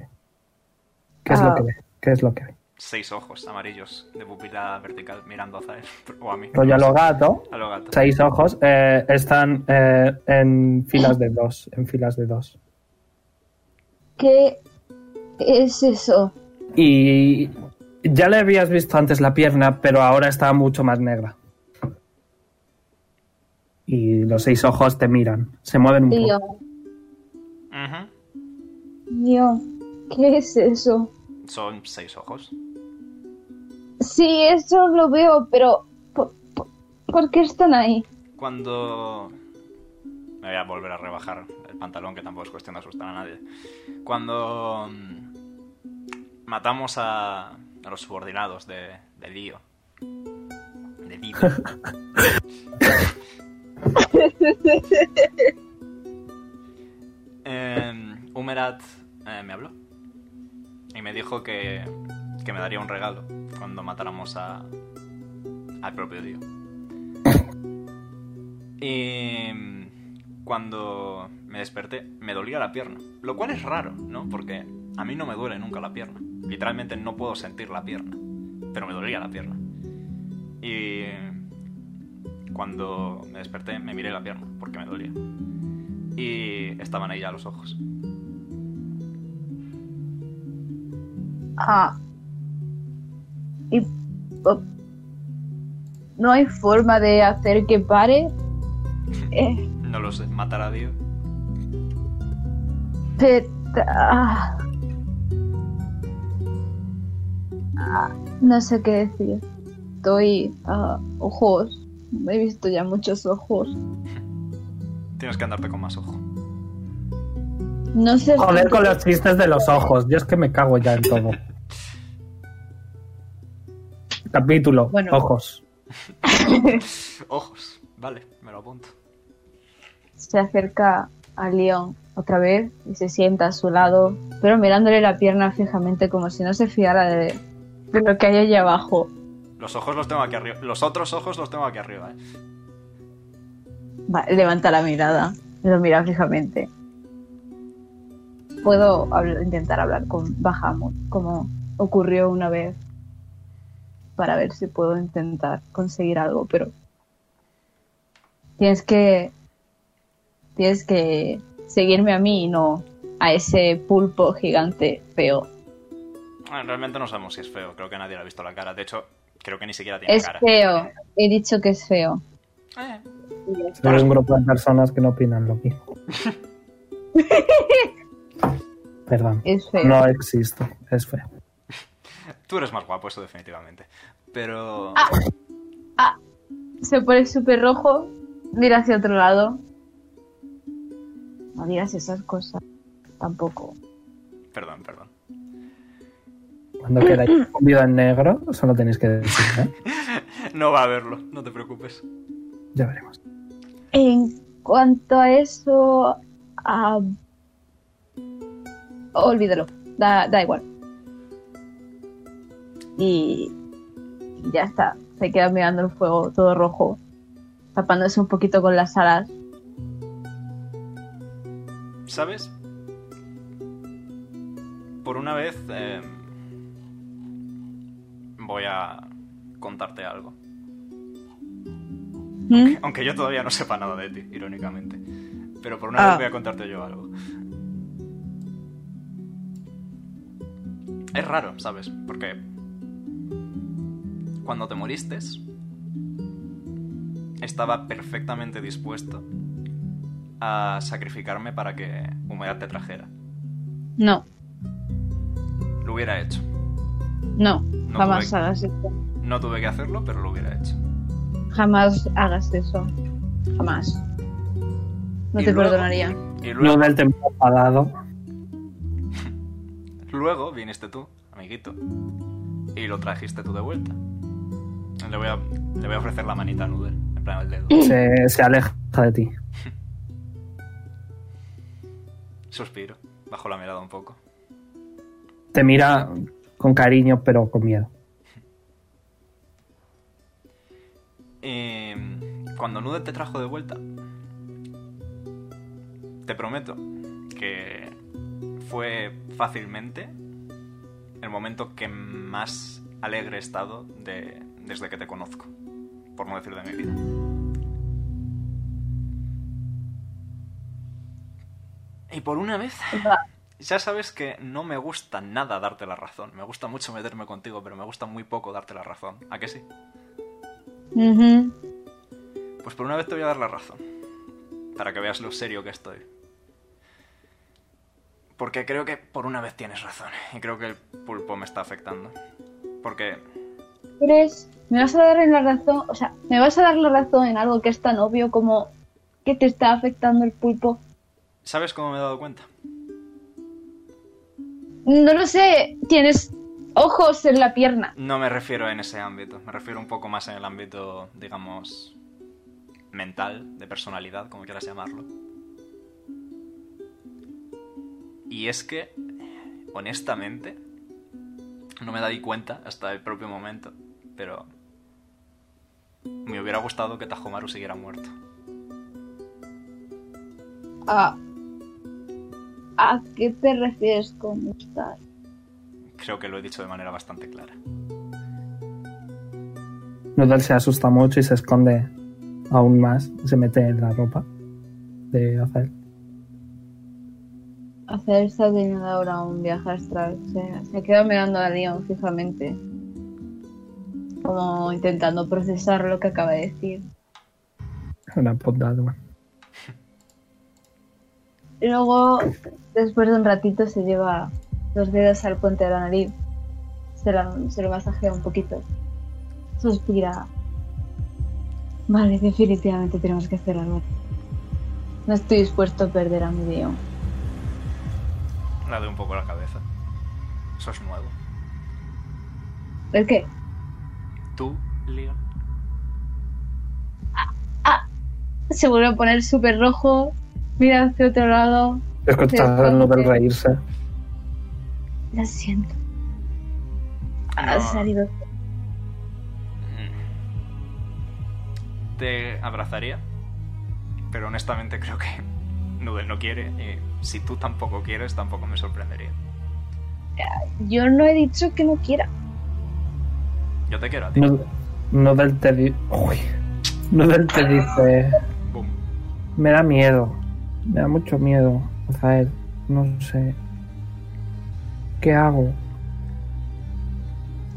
Speaker 4: ¿Qué es lo
Speaker 7: Ah.
Speaker 4: que ve? ¿Qué es lo que ve?
Speaker 1: Seis ojos amarillos de pupila vertical mirando a Zael. O a mí.
Speaker 4: Rollo a Pues lo gato,
Speaker 1: A lo gato.
Speaker 4: seis ojos, eh, están eh, en filas de dos. En filas de dos.
Speaker 7: ¿Qué es eso?
Speaker 4: Y ya le habías visto antes la pierna, pero ahora está mucho más negra. Y los seis ojos te miran, se mueven un
Speaker 7: Tío,
Speaker 4: poco.
Speaker 1: Ujú.
Speaker 7: Dios, ¿qué es eso?
Speaker 1: Son seis ojos.
Speaker 7: Sí, eso lo veo, pero ¿por, por- por qué están ahí?
Speaker 1: Cuando... Me voy a volver a rebajar el pantalón, que tampoco es cuestión de asustar a nadie. Cuando... mm, Matamos a, a los subordinados de, de Lío. De Lío. Em, Humerat eh, me habló. Y me dijo que, que me daría un regalo cuando matáramos a, al propio Lío. Y mm, cuando me desperté, me dolía la pierna. Lo cual es raro, ¿no? Porque a mí no me duele nunca la pierna. Literalmente no puedo sentir la pierna. Pero me dolía la pierna. Y cuando me desperté, me miré la pierna porque me dolía. Y estaban ahí ya los ojos.
Speaker 7: Ah. Y po- no hay forma de hacer que pare. Eh,
Speaker 1: No los sé, matar a Dios.
Speaker 7: pe- Eh, ah. Ah, no sé qué decir. Estoy ah, ojos. He visto ya muchos ojos.
Speaker 1: Tienes que andarte con más ojo.
Speaker 7: No sé.
Speaker 4: Joder con los chistes de los ojos, yo es que me cago ya en todo. Capítulo,
Speaker 7: Bueno.
Speaker 4: ojos.
Speaker 1: Ojos. Vale, me lo apunto.
Speaker 7: se acerca a León otra vez y se sienta a su lado, pero mirándole la pierna fijamente como si no se fiara de, de lo que hay allí abajo.
Speaker 1: Los ojos los tengo aquí arriba. Los otros ojos los tengo aquí arriba, ¿eh?
Speaker 7: Va, levanta la mirada, lo mira fijamente. Puedo habl- intentar hablar con Bahamut, como ocurrió una vez, para ver si puedo intentar conseguir algo, pero tienes que tienes que seguirme a mí y no a ese pulpo gigante feo.
Speaker 1: Bueno, Ah, realmente no sabemos si es feo. Creo que nadie le ha visto la cara. De hecho, creo que ni siquiera tiene
Speaker 7: Es
Speaker 1: cara.
Speaker 7: feo, he dicho que es feo.
Speaker 1: Eh,
Speaker 4: Hay un grupo de personas que no opinan lo mismo. Perdón.
Speaker 7: Es feo.
Speaker 4: No existo, es feo.
Speaker 1: tú eres más guapo, eso definitivamente. Pero...
Speaker 7: se pone súper rojo, mira hacia otro lado. No digas esas cosas. Tampoco.
Speaker 1: Perdón, perdón.
Speaker 4: Cuando queráis un video en negro, solo tenéis que decir, ¿eh?
Speaker 1: No va a verlo, no te preocupes.
Speaker 4: Ya veremos.
Speaker 7: En cuanto a eso. ah, Olvídalo. Da, da igual. Y. y ya está. Se queda mirando el fuego todo rojo. Tapándose un poquito con las alas.
Speaker 1: ¿Sabes? Por una vez... eh, voy a contarte algo.
Speaker 7: ¿Mm?
Speaker 1: Aunque yo todavía no sepa nada de ti, irónicamente. Pero por una vez
Speaker 10: Ah.
Speaker 1: voy a contarte yo algo. Es raro, ¿sabes? Porque cuando te moriste estaba perfectamente dispuesto a sacrificarme para que Humedad te trajera.
Speaker 7: No,
Speaker 1: Lo hubiera hecho.
Speaker 7: no,
Speaker 1: No
Speaker 7: jamás
Speaker 1: tuve-
Speaker 7: hagas eso.
Speaker 1: No tuve que hacerlo, pero lo hubiera hecho.
Speaker 7: Jamás hagas eso. Jamás. No
Speaker 1: Y
Speaker 7: te
Speaker 1: luego-
Speaker 7: perdonaría.
Speaker 1: Y
Speaker 4: No
Speaker 1: luego,
Speaker 4: del templo enfadado.
Speaker 1: luego viniste tú, amiguito, y lo trajiste tú de vuelta. Le voy a, le voy a ofrecer la manita a Nuder, en plan el dedo.
Speaker 4: Se, se aleja de ti.
Speaker 1: Suspiro, bajo la mirada un poco.
Speaker 4: Te mira con cariño, pero con miedo.
Speaker 1: Y mm, cuando Nude te trajo de vuelta, te prometo que fue fácilmente el momento que más alegre he estado de- desde que te conozco, por no decir de mi vida. Y por una vez, ya sabes que no me gusta nada darte la razón. Me gusta mucho meterme contigo, pero me gusta muy poco darte la razón. ¿A que sí?
Speaker 7: Ujú.
Speaker 1: Pues por una vez te voy a dar la razón. Para que veas lo serio que estoy. Porque creo que por una vez tienes razón. Y creo que el pulpo me está afectando. Porque
Speaker 7: ¿Crees? ¿Me vas a dar en la razón? O sea, ¿me vas a dar la razón en algo que es tan obvio como que te está afectando el pulpo?
Speaker 1: ¿Sabes cómo me he dado cuenta?
Speaker 7: No lo sé, tienes ojos en la pierna.
Speaker 1: No me refiero en ese ámbito, me refiero un poco más en el ámbito, digamos, mental, de personalidad, como quieras llamarlo. Y es que, honestamente, no me di cuenta hasta el propio momento, pero me hubiera gustado que Tajomaru siguiera muerto.
Speaker 7: ¿A, Ah. ¿A qué te refieres con gustar?
Speaker 1: Creo que lo he dicho de manera bastante clara.
Speaker 4: Noodle se asusta mucho y se esconde aún más. Se mete en la ropa de Azael.
Speaker 7: Hacer esta teniendo ahora un viaje astral. Se, se queda mirando a Leon fijamente. Como intentando procesar lo que acaba de decir.
Speaker 4: Una puta, bueno.
Speaker 7: Y luego, después de un ratito, se lleva los dedos al puente de la nariz. Se, la- se lo masajea un poquito. Suspira. Vale, definitivamente tenemos que hacer algo. No estoy dispuesto a perder a mi Leon.
Speaker 1: La doy un poco la cabeza. Eso es nuevo.
Speaker 7: ¿El qué?
Speaker 1: ¿Tú, Leon?
Speaker 7: Se vuelve a poner súper rojo. Mira hacia otro lado.
Speaker 4: Escuchar a Noodle reírse.
Speaker 7: Lo siento. Ha
Speaker 1: No.
Speaker 7: salido.
Speaker 1: Mm. Te abrazaría, pero honestamente creo que Nudel no quiere y si tú tampoco quieres tampoco me sorprendería.
Speaker 7: Yo no he dicho que no quiera.
Speaker 1: Yo te quiero a ti.
Speaker 4: Noodle- Noodle te dice. Uy. Noodle te dice.
Speaker 1: Boom.
Speaker 4: Me da miedo. Me da mucho miedo, Azael. No sé. ¿Qué hago?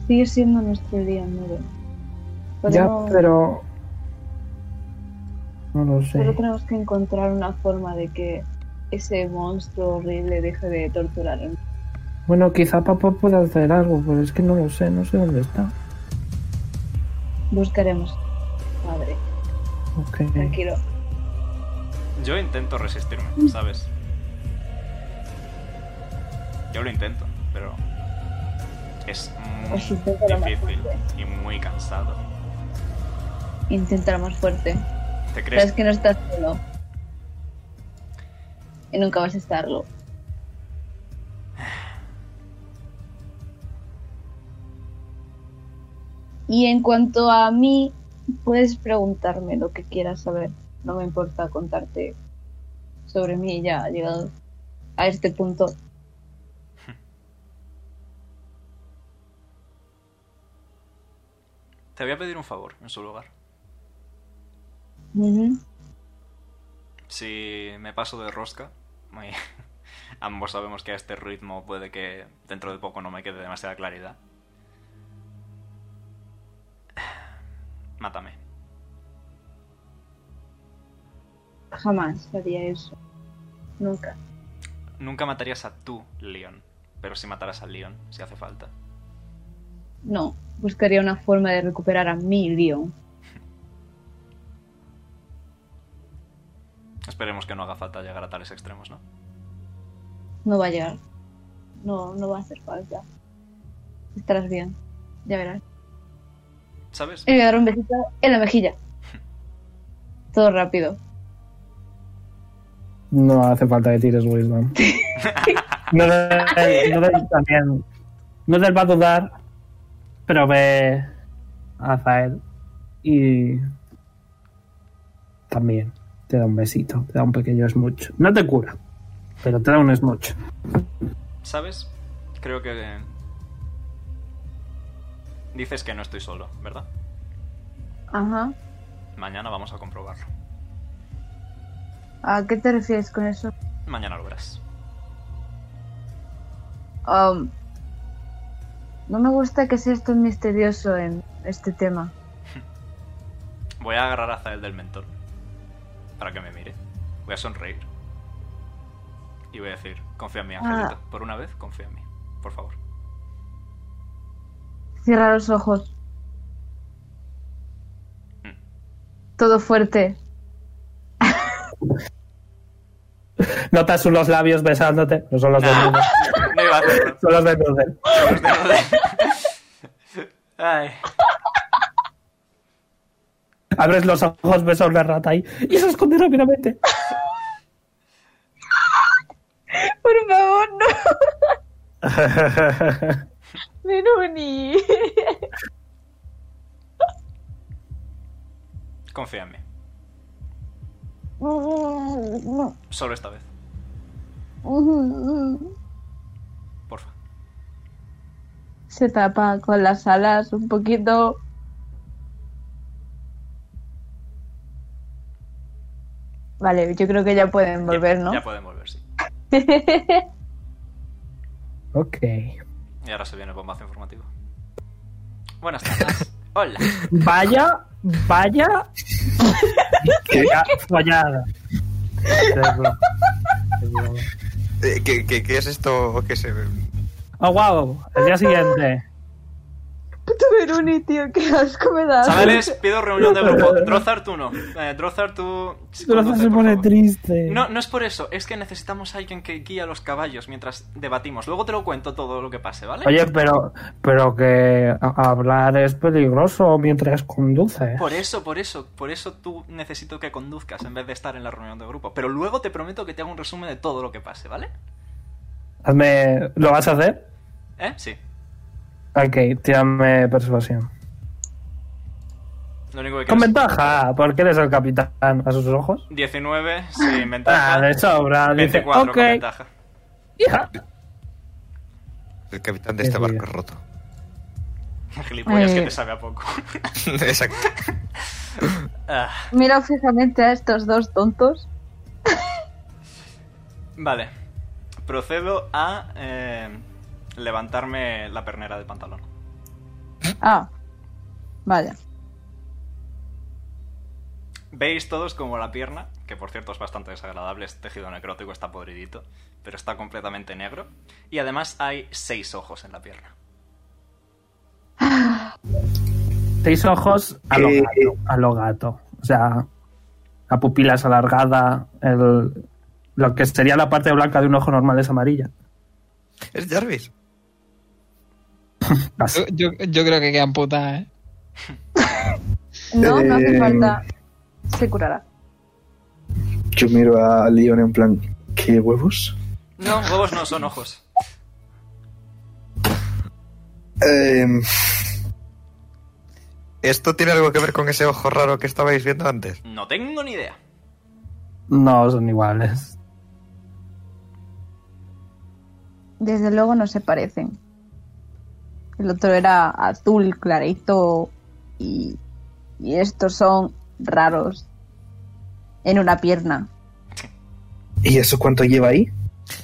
Speaker 7: Sigue siendo nuestro día nueve.
Speaker 4: Ya,
Speaker 7: Podemos-
Speaker 4: pero. No lo sé.
Speaker 7: Solo tenemos que encontrar una forma de que ese monstruo horrible deje de torturarnos.
Speaker 4: Bueno, quizá papá pueda hacer algo, pero es que no lo sé. No sé dónde está.
Speaker 7: Buscaremos. Madre,
Speaker 4: Ok.
Speaker 7: tranquilo.
Speaker 1: Yo intento resistirme,
Speaker 7: Mm.
Speaker 1: ¿sabes? Yo lo intento, pero es muy
Speaker 7: Pues inténtalo más
Speaker 1: difícil
Speaker 7: fuerte.
Speaker 1: y muy cansado.
Speaker 7: Intentar más fuerte.
Speaker 1: ¿Te crees?
Speaker 7: Sabes que no estás solo. Y nunca vas a estarlo. Y en cuanto a mí, puedes preguntarme lo que quieras saber. No me importa contarte sobre mí ya llegado a este punto.
Speaker 1: Te voy a pedir un favor en su lugar. Si me paso de rosca, muy- ambos sabemos que a este ritmo puede que dentro de poco no me quede demasiada claridad. Mátame.
Speaker 7: Jamás haría eso. Nunca.
Speaker 1: Nunca matarías a tu Leon, pero sí matarás al Leon, si hace falta.
Speaker 7: No. Buscaría una forma de recuperar a mi Leon.
Speaker 1: Esperemos que no haga falta llegar a tales extremos, ¿no?
Speaker 7: No va a llegar. No, no va a hacer falta. Estarás bien. Ya verás.
Speaker 1: ¿Sabes?
Speaker 7: Le voy a dar un besito en la mejilla. Todo rápido.
Speaker 4: No hace falta que tires Wisdom. No del, no del- también. No del va a dudar, pero ve a Zael y también te da un besito, te da un pequeño smooch. No te cura, pero te da un smooch.
Speaker 1: ¿Sabes? Creo que... Dices que no estoy solo, ¿verdad?
Speaker 9: Ajá.
Speaker 1: Mañana vamos a comprobarlo.
Speaker 9: ¿A qué te refieres con eso?
Speaker 1: Mañana lo verás.
Speaker 9: Um, no me gusta que seas tan misterioso en este tema.
Speaker 1: Voy a agarrar a Zael del mentor. Para que me mire. Voy a sonreír. Y voy a decir, confía en mí, Angelito.
Speaker 7: Ah.
Speaker 1: Por una vez, confía en mí. Por favor.
Speaker 9: Cierra los ojos. Todo fuerte.
Speaker 4: Notas sus los labios besándote, no son los de Nuzel,
Speaker 1: No iba a pues hacerlo.
Speaker 4: son los de Nuzel.
Speaker 1: Ay.
Speaker 4: Abres los ojos, ves a una rata ahí y se esconde rápidamente.
Speaker 9: Por favor, no. Veroni.
Speaker 1: Confía en mí.
Speaker 9: No.
Speaker 1: Solo esta vez. Porfa.
Speaker 7: Se tapa con las alas un poquito. Vale, yo creo que ya pueden volver,
Speaker 1: Ya-
Speaker 7: ¿no?
Speaker 1: Ya pueden volver, sí.
Speaker 4: Ok.
Speaker 1: Y ahora se viene el bombazo informativo. Buenas tardes. Hola.
Speaker 4: Vaya, vaya. Folla- Follada. Es broma. Es broma.
Speaker 2: Eh, ¿Qué, qué, qué es esto que se...
Speaker 4: Oh, wow. El día siguiente.
Speaker 9: Puto Veroni, tío, qué asco me das.
Speaker 1: Chavales, pido reunión de grupo. Drozar, tú no. Eh, Drozar, tú...
Speaker 4: Groza
Speaker 1: conduce,
Speaker 4: se
Speaker 1: por
Speaker 4: pone
Speaker 1: favor.
Speaker 4: triste.
Speaker 1: No, no es por eso, es que necesitamos a alguien que guíe a los caballos mientras debatimos. Luego te lo cuento todo lo que pase, ¿vale?
Speaker 4: Oye, pero, pero que a- hablar es peligroso mientras conduces.
Speaker 1: Por eso, por eso, por eso tú necesito que conduzcas en vez de estar en la reunión de grupo. Pero luego te prometo que te hago un resumen de todo lo que pase, ¿vale?
Speaker 4: Hazme, ¿Lo vas a hacer?
Speaker 1: ¿Eh? Sí.
Speaker 4: Ok, tírame persuasión.
Speaker 1: Lo único que
Speaker 4: Con
Speaker 1: quiero es-
Speaker 4: ventaja, porque eres el capitán a sus ojos.
Speaker 1: 19, sí, ventaja.
Speaker 4: Ah, de sobra. Dice,
Speaker 1: 24
Speaker 4: ok.
Speaker 1: con ventaja.
Speaker 4: hija.
Speaker 2: El capitán de este
Speaker 4: Qué
Speaker 2: barco
Speaker 4: ruido.
Speaker 2: roto.
Speaker 1: Gilipollas que
Speaker 9: Eh.
Speaker 1: te sabe a poco.
Speaker 2: Exacto.
Speaker 1: Ah,
Speaker 7: Mira fijamente a estos dos tontos.
Speaker 1: vale. Procedo a eh, levantarme la pernera del pantalón.
Speaker 7: Ah, vale.
Speaker 1: Veis todos como la pierna, que por cierto es bastante desagradable, es tejido necrótico, está podridito, pero está completamente negro. Y además hay seis ojos en la pierna.
Speaker 4: Seis ojos a lo,
Speaker 8: Eh,
Speaker 4: gato, a lo gato. O sea, la pupila es alargada. el- lo que sería la parte blanca de un ojo normal es amarilla.
Speaker 2: Es Jarvis.
Speaker 4: Casi.
Speaker 1: Eh.
Speaker 3: Yo, yo, yo creo que quedan putas, ¿eh?
Speaker 7: No, no hace
Speaker 8: Eh,
Speaker 7: falta. Se curará.
Speaker 8: Yo miro a Leon en plan, ¿qué huevos?
Speaker 1: No, huevos no, son ojos.
Speaker 8: Em,
Speaker 2: ¿Esto tiene algo que ver con ese ojo raro que estabais viendo antes?
Speaker 1: No tengo ni idea.
Speaker 4: No son iguales.
Speaker 7: Desde luego no se parecen. El otro era azul, clarito y, y estos son raros. En una pierna.
Speaker 8: ¿Y eso cuánto lleva ahí?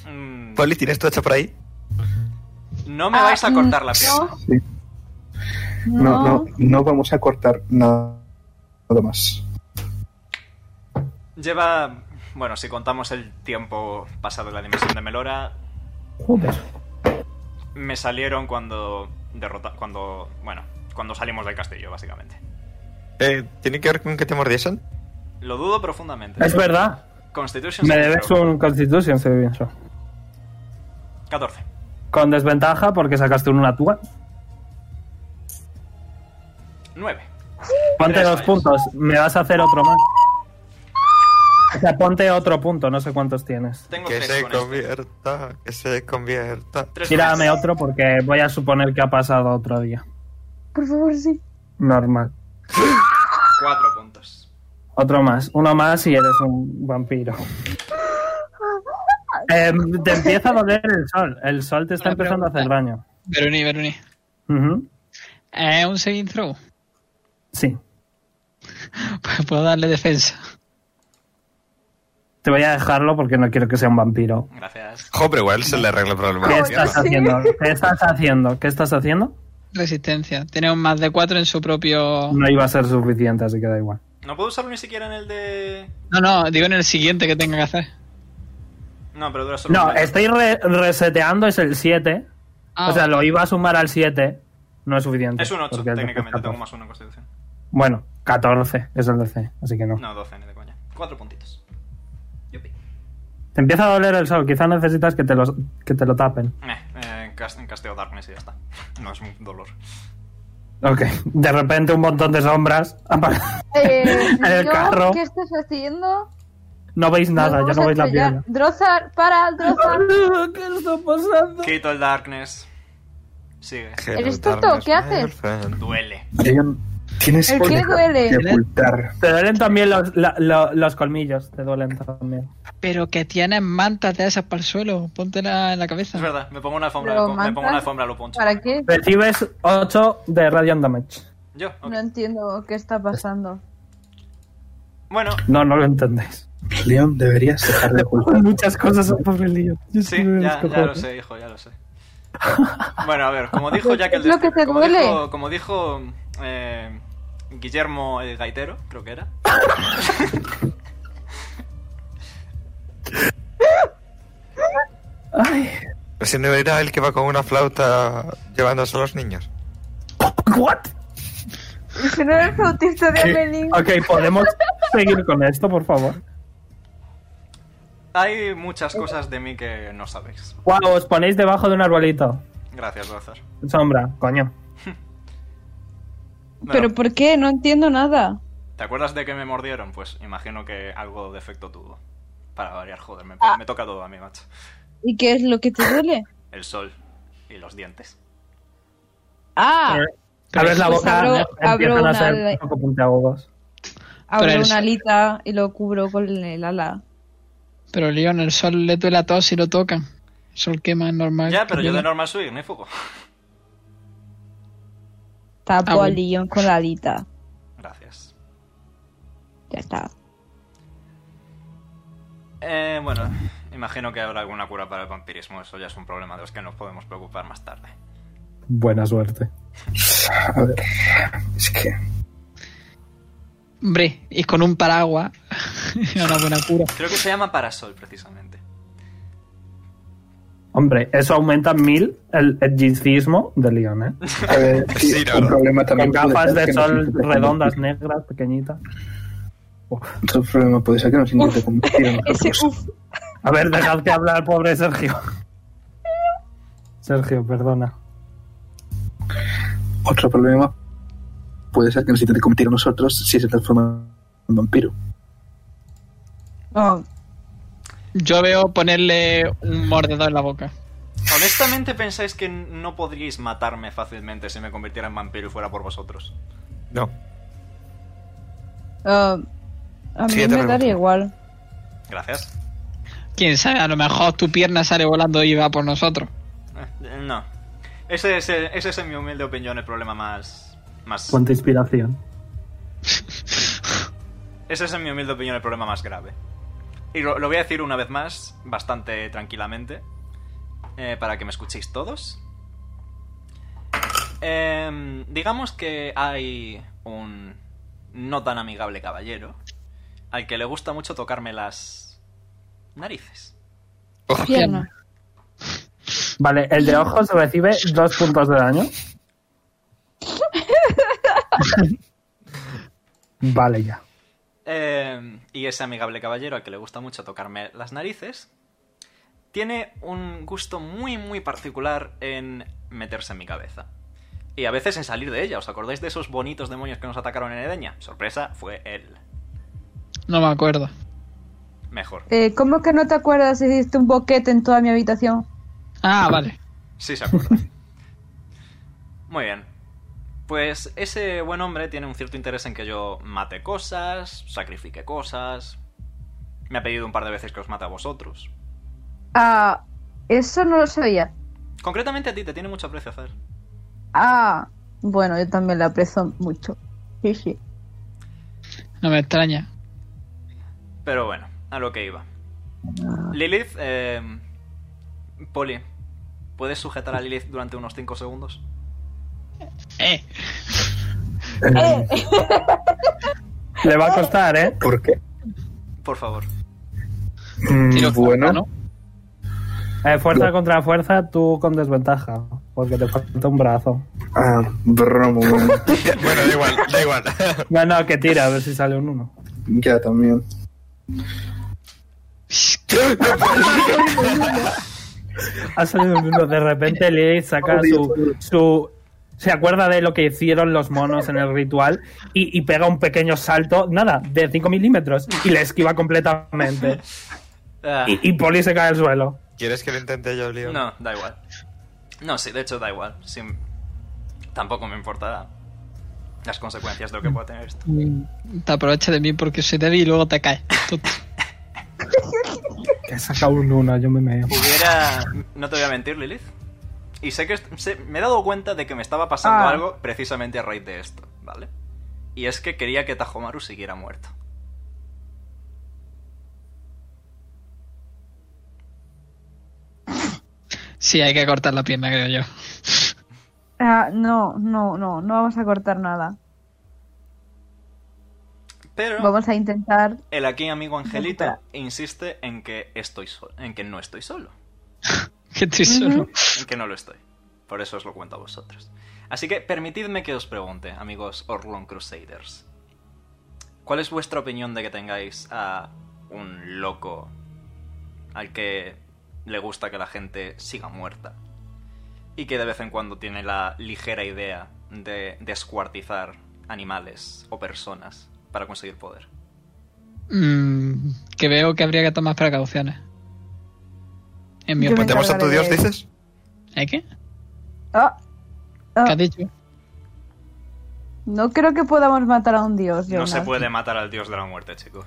Speaker 1: Mm,
Speaker 4: Pues-
Speaker 2: Poli, ¿tienes tu hacha por ahí?
Speaker 1: no me
Speaker 7: Ah,
Speaker 1: vais a cortar la pierna.
Speaker 7: No,
Speaker 8: No, no, no, vamos a cortar nada, nada más.
Speaker 1: Lleva. Bueno, si contamos el tiempo pasado en la dimensión de Melora,
Speaker 4: Joder.
Speaker 1: me salieron cuando derrota cuando bueno cuando salimos del castillo básicamente
Speaker 2: Eh, ¿Tiene que ver con que te mordiesen?
Speaker 1: lo dudo profundamente
Speaker 4: Es verdad.
Speaker 1: Constitution
Speaker 4: Me
Speaker 1: saving
Speaker 4: debes
Speaker 1: throw.
Speaker 4: un Constitution Saving throw.
Speaker 1: 14
Speaker 4: Con desventaja porque sacaste una tuba.
Speaker 1: 9
Speaker 4: Ponte
Speaker 1: Tres
Speaker 4: dos
Speaker 1: fallos.
Speaker 4: puntos. Me vas a hacer otro más. O sea, ponte otro punto. No sé cuántos tienes.
Speaker 1: tengo
Speaker 2: Que
Speaker 1: 3
Speaker 2: se
Speaker 1: con este.
Speaker 2: convierta, que se convierta.
Speaker 1: Tres
Speaker 4: Tírame
Speaker 1: con
Speaker 4: otro porque voy a suponer que ha pasado otro día.
Speaker 9: Por favor, sí.
Speaker 4: Normal.
Speaker 1: este. Cuatro puntos
Speaker 4: Otro más. Uno más y eres un vampiro. Eh, te empieza a doler el sol. El sol te está
Speaker 3: Una
Speaker 4: empezando a hacer
Speaker 3: pregunta.
Speaker 4: daño.
Speaker 3: Veruni, Veruni.
Speaker 4: Ujú.
Speaker 3: ¿Es un saving throw?
Speaker 4: Sí.
Speaker 3: Pues puedo darle defensa.
Speaker 4: Te voy a dejarlo porque no quiero que sea un vampiro.
Speaker 1: gracias
Speaker 2: Jo, pero igual se le arregla el problema.
Speaker 4: ¿Qué
Speaker 2: a la
Speaker 4: estás
Speaker 2: mierda.
Speaker 4: haciendo? ¿Qué estás haciendo? ¿Qué estás haciendo?
Speaker 3: Resistencia. Tiene un más de 4 en su propio...
Speaker 4: No iba a ser suficiente, así que da igual.
Speaker 1: no puedo usarlo ni siquiera en el de
Speaker 3: No, no, digo en el siguiente que tenga que hacer.
Speaker 1: no pero dura solo un
Speaker 4: No,
Speaker 1: minuto.
Speaker 4: estoy re- reseteando, es el 7.
Speaker 3: Ah,
Speaker 4: o sea, lo iba a sumar al 7. No es suficiente.
Speaker 1: es un 8
Speaker 4: porque el de
Speaker 1: técnicamente
Speaker 4: es
Speaker 1: tengo
Speaker 4: 14.
Speaker 1: más uno en constitución
Speaker 4: Bueno, 14 es el DC, así que no.
Speaker 1: no 12 ni de coña Cuatro puntitos Yupi.
Speaker 4: Te empieza a doler el sol, quizás necesitas que te, los, que te lo tapen.
Speaker 1: Eh, eh, cas- casteo Darkness y ya está no es un dolor
Speaker 4: Ok, de repente un montón de sombras. apar-
Speaker 9: Eh,
Speaker 4: En el
Speaker 9: no,
Speaker 4: carro.
Speaker 9: ¿Qué estás haciendo?
Speaker 4: No veis
Speaker 9: Nos
Speaker 4: nada, ya
Speaker 9: vamos
Speaker 4: no
Speaker 9: a
Speaker 4: veis la
Speaker 9: estrellar.
Speaker 4: piedra.
Speaker 9: Drozar, para, Drozar.
Speaker 4: ¿Qué está pasando?
Speaker 1: quito el Darkness sigue
Speaker 9: ¿Eres tonto? ¿Qué haces?
Speaker 1: duele
Speaker 8: Brian, tienes
Speaker 9: ¿El
Speaker 8: que
Speaker 9: qué
Speaker 8: dejar
Speaker 9: duele?
Speaker 8: de ocultar.
Speaker 4: Te duelen también los, la- lo- los colmillos, te duelen también.
Speaker 3: Pero que tienes mantas de esas para el suelo. Póntela en la cabeza.
Speaker 1: es verdad me pongo una alfombra
Speaker 9: Pero
Speaker 1: lo pon- me pongo una
Speaker 9: mantas,
Speaker 1: alfombra lo poncho
Speaker 9: ¿Para qué?
Speaker 4: Recibes 8 de radiant damage.
Speaker 1: yo ok.
Speaker 9: No entiendo qué está pasando.
Speaker 1: bueno
Speaker 4: No, no lo entendéis.
Speaker 8: Leon, deberías dejar de ocultar.
Speaker 4: Muchas cosas por el lío. Yo
Speaker 1: Sí,
Speaker 4: estoy muy
Speaker 1: ya, ya
Speaker 4: descojado.
Speaker 1: lo sé, hijo, ya lo sé. Bueno, a ver, como dijo Jack el
Speaker 9: Es lo que
Speaker 1: Destripador-
Speaker 9: te
Speaker 1: como
Speaker 9: duele.
Speaker 1: dijo, como dijo eh, Guillermo el Gaitero, creo que era.
Speaker 2: Si no era el que va con una flauta llevándose a los niños.
Speaker 4: ¿What?
Speaker 9: Si no eres autista de Amelín.
Speaker 4: Ok, podemos seguir con esto, por favor.
Speaker 1: Hay muchas cosas de mí que no sabéis.
Speaker 4: Wow, os ponéis debajo de un arbolito.
Speaker 1: Gracias, Lazar.
Speaker 4: Sombra, coño.
Speaker 1: Bueno,
Speaker 9: ¿Pero por qué? No entiendo nada.
Speaker 1: ¿te acuerdas de que me mordieron? Pues imagino que algo de efecto tuvo. Para variar, joder, me,
Speaker 9: Ah.
Speaker 1: me toca todo a mí, macho.
Speaker 9: ¿Y qué es lo que te duele?
Speaker 1: El sol y los dientes.
Speaker 9: Ah,
Speaker 4: Eh, Abres la
Speaker 9: pues
Speaker 4: boca,
Speaker 9: abro-
Speaker 4: empiezan
Speaker 9: abro
Speaker 4: a ser
Speaker 9: una-
Speaker 4: un poco puntiagudos.
Speaker 3: Pero
Speaker 9: abro
Speaker 3: el-
Speaker 9: una alita y lo cubro con el ala.
Speaker 3: Pero Leon, el sol le duele a todos si lo tocan. El sol quema es normal.
Speaker 1: Ya, pero yo de normal soy ignífugo.
Speaker 9: Tapo
Speaker 3: Ah, bueno.
Speaker 9: al león con la alita.
Speaker 1: Gracias.
Speaker 9: Ya está.
Speaker 1: Eh, bueno, imagino que habrá alguna cura para el vampirismo. Eso ya es un problema de los que nos podemos preocupar más tarde.
Speaker 4: Buena suerte.
Speaker 8: A ver, es que
Speaker 3: Hombre, y con un paraguas. una buena cura.
Speaker 1: Creo que se llama Parasol, precisamente.
Speaker 4: Hombre, eso aumenta mil el etnicismo de Leon, ¿eh?
Speaker 8: A ver, sí,
Speaker 2: Sí, la
Speaker 8: un
Speaker 2: verdad.
Speaker 8: problema
Speaker 4: Con
Speaker 8: también. puede
Speaker 4: gafas
Speaker 8: ser
Speaker 4: de
Speaker 8: que nos
Speaker 4: sol
Speaker 8: intente
Speaker 4: redondas,
Speaker 8: convertir.
Speaker 4: negras, pequeñitas.
Speaker 8: Otro problema puede ser que nos intente convertir en otra
Speaker 9: Ese
Speaker 8: cosa.
Speaker 9: uff.
Speaker 4: A ver, dejad que hablar, pobre Sergio. Sergio, perdona.
Speaker 8: Otro problema puede ser que nos intente convertir a nosotros si se transforma en vampiro.
Speaker 9: No, um,
Speaker 3: Yo veo ponerle un mordedor en la boca.
Speaker 1: Honestamente, ¿pensáis que no podríais matarme fácilmente si me convirtiera en vampiro y fuera por vosotros?
Speaker 2: No.
Speaker 9: ah, a mí
Speaker 2: Sí, ya te
Speaker 9: me daría
Speaker 2: pregunto.
Speaker 9: igual.
Speaker 1: Gracias.
Speaker 3: Quién sabe, a lo mejor tu pierna sale volando y va por nosotros.
Speaker 1: Eh, no. Ese es, el- ese es, en mi humilde opinión, el problema más... más
Speaker 4: Ponte inspiración.
Speaker 1: ese es, en mi humilde opinión, el problema más grave. Y lo, lo voy a decir una vez más, bastante tranquilamente, eh, para que me escuchéis todos. Em, digamos que hay un no tan amigable caballero al que le gusta mucho tocarme las narices.
Speaker 9: Pierna.
Speaker 4: Vale, el de ojos recibe dos puntos de daño. Vale, ya.
Speaker 1: Eh, y ese amigable caballero al que le gusta mucho tocarme las narices, tiene un gusto muy, muy particular en meterse en mi cabeza. Y a veces en salir de ella. ¿Os acordáis de esos bonitos demonios que nos atacaron en Edeña? Sorpresa, fue él.
Speaker 3: No me acuerdo.
Speaker 1: Mejor.
Speaker 9: Eh, ¿Cómo que no te acuerdas si hiciste un boquete en toda mi habitación?
Speaker 3: Ah, vale.
Speaker 1: Sí se acuerda. Muy bien. Pues ese buen hombre tiene un cierto interés en que yo mate cosas, sacrifique cosas. Me ha pedido un par de veces que os mate a vosotros.
Speaker 9: Ah, eso no lo sabía.
Speaker 1: Concretamente a ti, te tiene mucho aprecio hacer.
Speaker 9: Ah, bueno, yo también la aprecio mucho. Sí, sí.
Speaker 3: No me extraña.
Speaker 1: Pero bueno, a lo que iba. Lilith, eh, Poli, ¿puedes sujetar a Lilith durante unos 5 segundos?
Speaker 3: Eh,
Speaker 9: Eh.
Speaker 4: Le va a costar, ¿eh?
Speaker 8: Eh, ¿Por qué?
Speaker 1: Por favor.
Speaker 8: Mm,
Speaker 3: tiro
Speaker 8: bueno,
Speaker 3: fuerza, ¿no?
Speaker 4: Eh, fuerza
Speaker 8: No.
Speaker 4: contra fuerza, tú con desventaja. Porque te falta un brazo.
Speaker 8: ah, bromo. bromo.
Speaker 2: Bueno, da igual, da igual.
Speaker 4: No, no, que tira, a ver si sale un 1.
Speaker 8: ya también.
Speaker 4: Ha salido un 1. De repente Lilith saca su, su- Se acuerda de lo que hicieron los monos en el ritual y, y pega un pequeño salto, nada, de 5 milímetros y le esquiva completamente.
Speaker 1: Ah,
Speaker 4: Y, y Poli se cae al suelo.
Speaker 2: ¿Quieres que lo intente yo, Leo?
Speaker 1: no, da igual. No, sí, de hecho da igual. Sí, tampoco me importará las consecuencias de lo que pueda tener esto.
Speaker 3: mm, Te aprovecha de mí porque soy débil y luego te caes. Tú-
Speaker 4: Que saca un 1, yo me meo.
Speaker 1: Hubiera... No te voy a mentir, Lilith. Y sé que est- sé- me he dado cuenta de que me estaba pasando
Speaker 9: Ah.
Speaker 1: algo precisamente a raíz de esto, ¿vale? Y es que quería que Tajomaru siguiera muerto.
Speaker 3: Sí, hay que cortar la pierna, creo yo.
Speaker 9: Ah, no, no, no, no vamos a cortar nada.
Speaker 1: Pero
Speaker 9: Vamos a intentar.
Speaker 1: el aquí amigo Angelita insiste en que estoy sol- en que no estoy solo,
Speaker 3: Que estoy solo.
Speaker 1: en que no lo estoy. Por eso os lo cuento a vosotros. Así que permitidme que os pregunte, amigos Orlon Crusaders. ¿Cuál es vuestra opinión de que tengáis a un loco al que le gusta que la gente siga muerta? Y que de vez en cuando tiene la ligera idea de descuartizar animales o personas para conseguir poder.
Speaker 3: Mm, que veo que habría que tomar precauciones. En mi
Speaker 9: Yo me
Speaker 3: opinión.
Speaker 2: ¿Matemos a tu dios, dices?
Speaker 3: ¿Eh, qué?
Speaker 9: Ah, ah,
Speaker 3: ¿Qué has dicho?
Speaker 9: no creo que podamos matar a un dios.
Speaker 1: No se
Speaker 9: Jonas.
Speaker 1: puede matar al dios de la muerte, chico.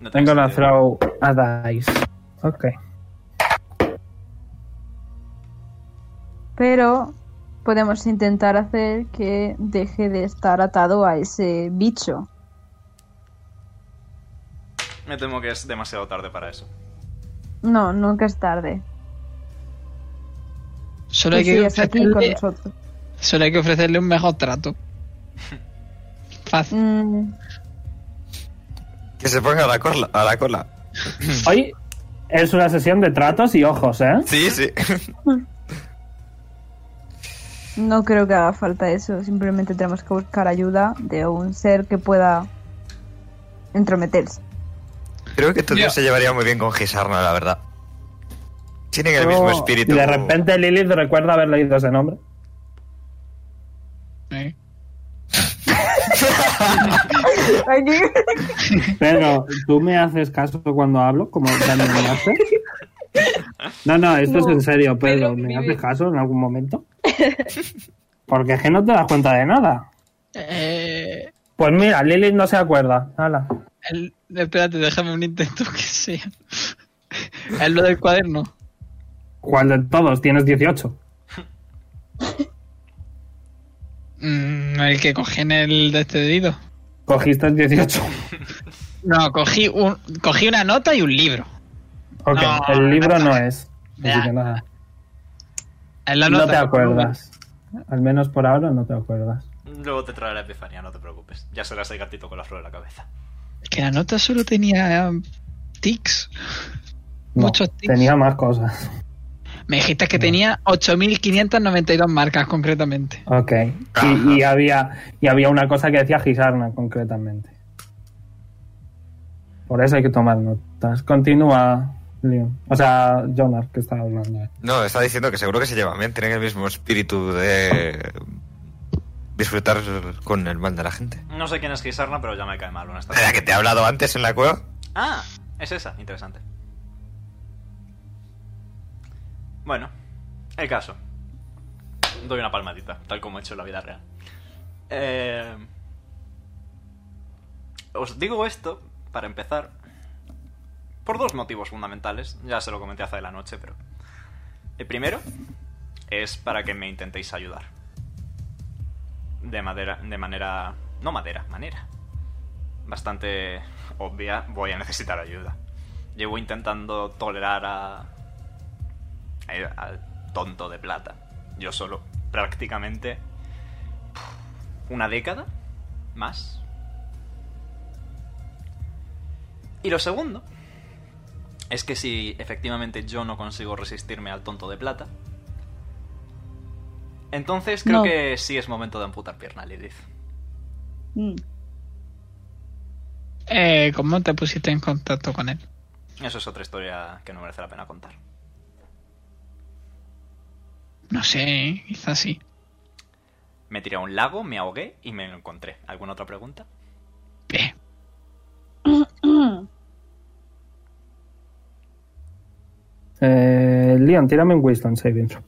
Speaker 1: No
Speaker 4: Tengo
Speaker 1: tiene
Speaker 4: la
Speaker 1: sentido.
Speaker 4: throw a dice. Ok.
Speaker 9: Pero podemos intentar hacer que deje de estar atado a ese bicho.
Speaker 1: Me temo que es demasiado tarde para eso.
Speaker 9: No, nunca es tarde.
Speaker 3: Solo hay,
Speaker 9: Tú
Speaker 3: que
Speaker 9: sigues pues aquí con
Speaker 3: ofrecerle,
Speaker 9: nosotros.
Speaker 3: solo hay que ofrecerle un mejor trato. Fácil.
Speaker 9: Mm,
Speaker 2: Que se ponga a la cola. A la cola.
Speaker 4: Hoy es una sesión de tratos y ojos, ¿eh?
Speaker 2: Sí, sí.
Speaker 9: no creo que haga falta eso. Simplemente tenemos que buscar ayuda de un ser que pueda entrometerse.
Speaker 2: Creo que tu dios se llevaría muy bien con Gisarna, la verdad. Tienen el
Speaker 4: Oh.
Speaker 2: mismo espíritu.
Speaker 4: De repente Lilith recuerda haber leído ese nombre.
Speaker 9: Mm.
Speaker 3: ¿eh?
Speaker 4: Pero, ¿tú me haces caso cuando hablo? Como Daniel me hace? No, no, esto es en serio, Pedro. ¿Me haces caso en algún momento? Porque es que no te das cuenta de nada.
Speaker 3: Eh,
Speaker 4: Pues mira, Lilith no se acuerda. Hala.
Speaker 3: el- espérate, déjame un intento que sea. Es lo del cuaderno.
Speaker 4: ¿Cuál de todos? Tienes 18.
Speaker 3: Mm, el que cogí en el de este dedo.
Speaker 4: Cogiste el 18.
Speaker 3: No, cogí, un, cogí una nota y un libro.
Speaker 4: Ok,
Speaker 3: No,
Speaker 4: el libro
Speaker 3: no.
Speaker 4: no es. Así
Speaker 3: Ya.
Speaker 4: que nada.
Speaker 3: En la
Speaker 4: No
Speaker 3: nota.
Speaker 4: te acuerdas. Al menos por ahora no te acuerdas.
Speaker 1: Luego te traeré la epifanía, no te preocupes. Ya serás el gatito con la flor en la cabeza.
Speaker 3: Que la nota solo tenía um, tics.
Speaker 4: No,
Speaker 3: Muchos tics.
Speaker 4: Tenía más cosas.
Speaker 3: Me dijiste que tenía 8.592 marcas concretamente.
Speaker 4: Ok. Y, y había, y había una cosa que decía Gisarna concretamente. Por eso hay que tomar notas. Continúa, Leon. O sea, Jonar, que estaba hablando. eh.
Speaker 2: No, está diciendo que seguro que se llevan bien, tienen el mismo espíritu de disfrutar con el mal de la gente.
Speaker 1: No sé quién es Gisarna, pero ya me cae mal,
Speaker 2: ¿De la
Speaker 1: honestamente.
Speaker 2: que te he hablado antes en la cueva?
Speaker 1: Ah, es esa, interesante. Bueno, el caso. Doy una palmadita, tal como he hecho en la vida real. Eh, os digo esto, para empezar, por dos motivos fundamentales. Ya se lo comenté hace de la noche, pero... El primero es para que me intentéis ayudar. De, madera, de manera... No madera, manera bastante obvia, voy a necesitar ayuda. Llevo intentando tolerar a, a- al tonto de plata. Yo solo, prácticamente pf, una década más. Y lo segundo es que si efectivamente yo no consigo resistirme al tonto de plata, entonces creo
Speaker 9: No.
Speaker 1: que sí es momento de amputar pierna, Lilith.
Speaker 9: Mm.
Speaker 3: Eh, ¿Cómo te pusiste en contacto con él?
Speaker 1: Eso es otra historia que no merece la pena contar.
Speaker 3: No sé, quizás sí.
Speaker 1: Me tiré a un lago, me ahogué y me lo encontré. ¿Alguna otra pregunta?
Speaker 3: Bien.
Speaker 4: Eh, Leon, tírame un Wisdom Saving throw.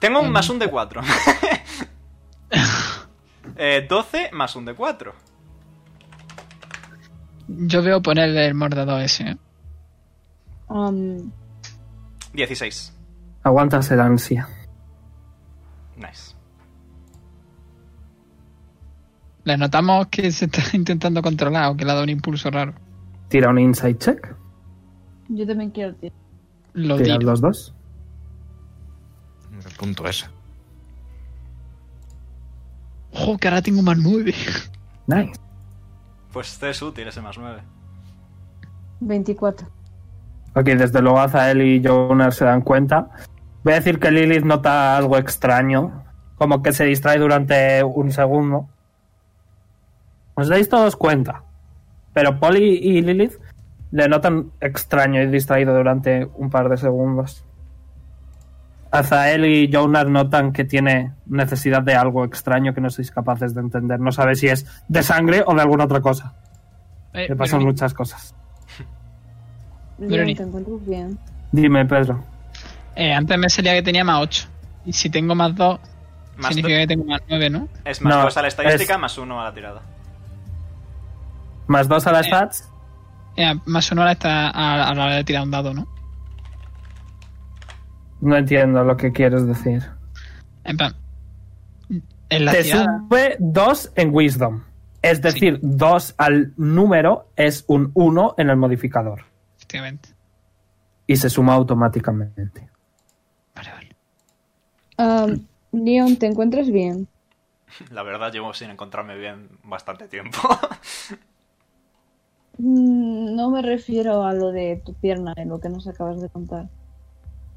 Speaker 1: Tengo
Speaker 4: Mm.
Speaker 1: un más un de 4. eh, 12 más un de 4.
Speaker 3: Yo veo ponerle el mordado ese. ¿eh?
Speaker 9: Um,
Speaker 1: 16.
Speaker 4: Aguantas el ansia.
Speaker 1: Nice.
Speaker 3: Le notamos que se está intentando controlar o que le ha dado un impulso raro.
Speaker 4: Tira un Insight Check.
Speaker 9: yo también quiero tirar.
Speaker 3: Lo
Speaker 4: Tira
Speaker 3: digo.
Speaker 4: los dos.
Speaker 2: El punto ese.
Speaker 3: Ojo, que ahora tengo más nueve.
Speaker 4: Nice.
Speaker 1: Pues te es útil ese más 9.
Speaker 9: 24.
Speaker 4: Ok, desde luego Azael y Jonar se dan cuenta. Voy a decir que Lilith nota algo extraño, como que se distrae durante un segundo. Os dais todos cuenta, pero Polly y Lilith le notan extraño y distraído durante un par de segundos. Azael y Jonar notan que tiene necesidad de algo extraño que no sois capaces de entender. No sabe si es de sangre o de alguna otra cosa.
Speaker 3: Eh,
Speaker 4: Le pasan
Speaker 3: Veroni-
Speaker 4: muchas cosas.
Speaker 7: Leon,
Speaker 3: Veroni-
Speaker 7: te encuentras bien.
Speaker 4: Dime, Pedro.
Speaker 3: eh, antes me salía que tenía más ocho. Y si tengo más dos,
Speaker 1: Más
Speaker 3: significa
Speaker 1: do-
Speaker 3: que tengo más nueve, ¿no?
Speaker 1: Es más
Speaker 4: No,
Speaker 1: dos a la estadística,
Speaker 4: es-
Speaker 1: más uno a la tirada.
Speaker 4: Más dos a las stats.
Speaker 3: Eh, más sonora está a, a la hora de tirar un dado, ¿no?
Speaker 4: No entiendo lo que quieres decir.
Speaker 3: En plan. En la
Speaker 4: Te
Speaker 3: tirada.
Speaker 4: sube 2 en Wisdom. Es decir, 2 al número es un 1 en el modificador.
Speaker 3: Efectivamente.
Speaker 4: Y se suma automáticamente.
Speaker 3: Vale, vale.
Speaker 7: Um, Leon, ¿te encuentras bien?
Speaker 1: La verdad, llevo sin encontrarme bien bastante tiempo.
Speaker 7: Mm, No me refiero a lo de tu pierna, en lo que nos acabas de contar.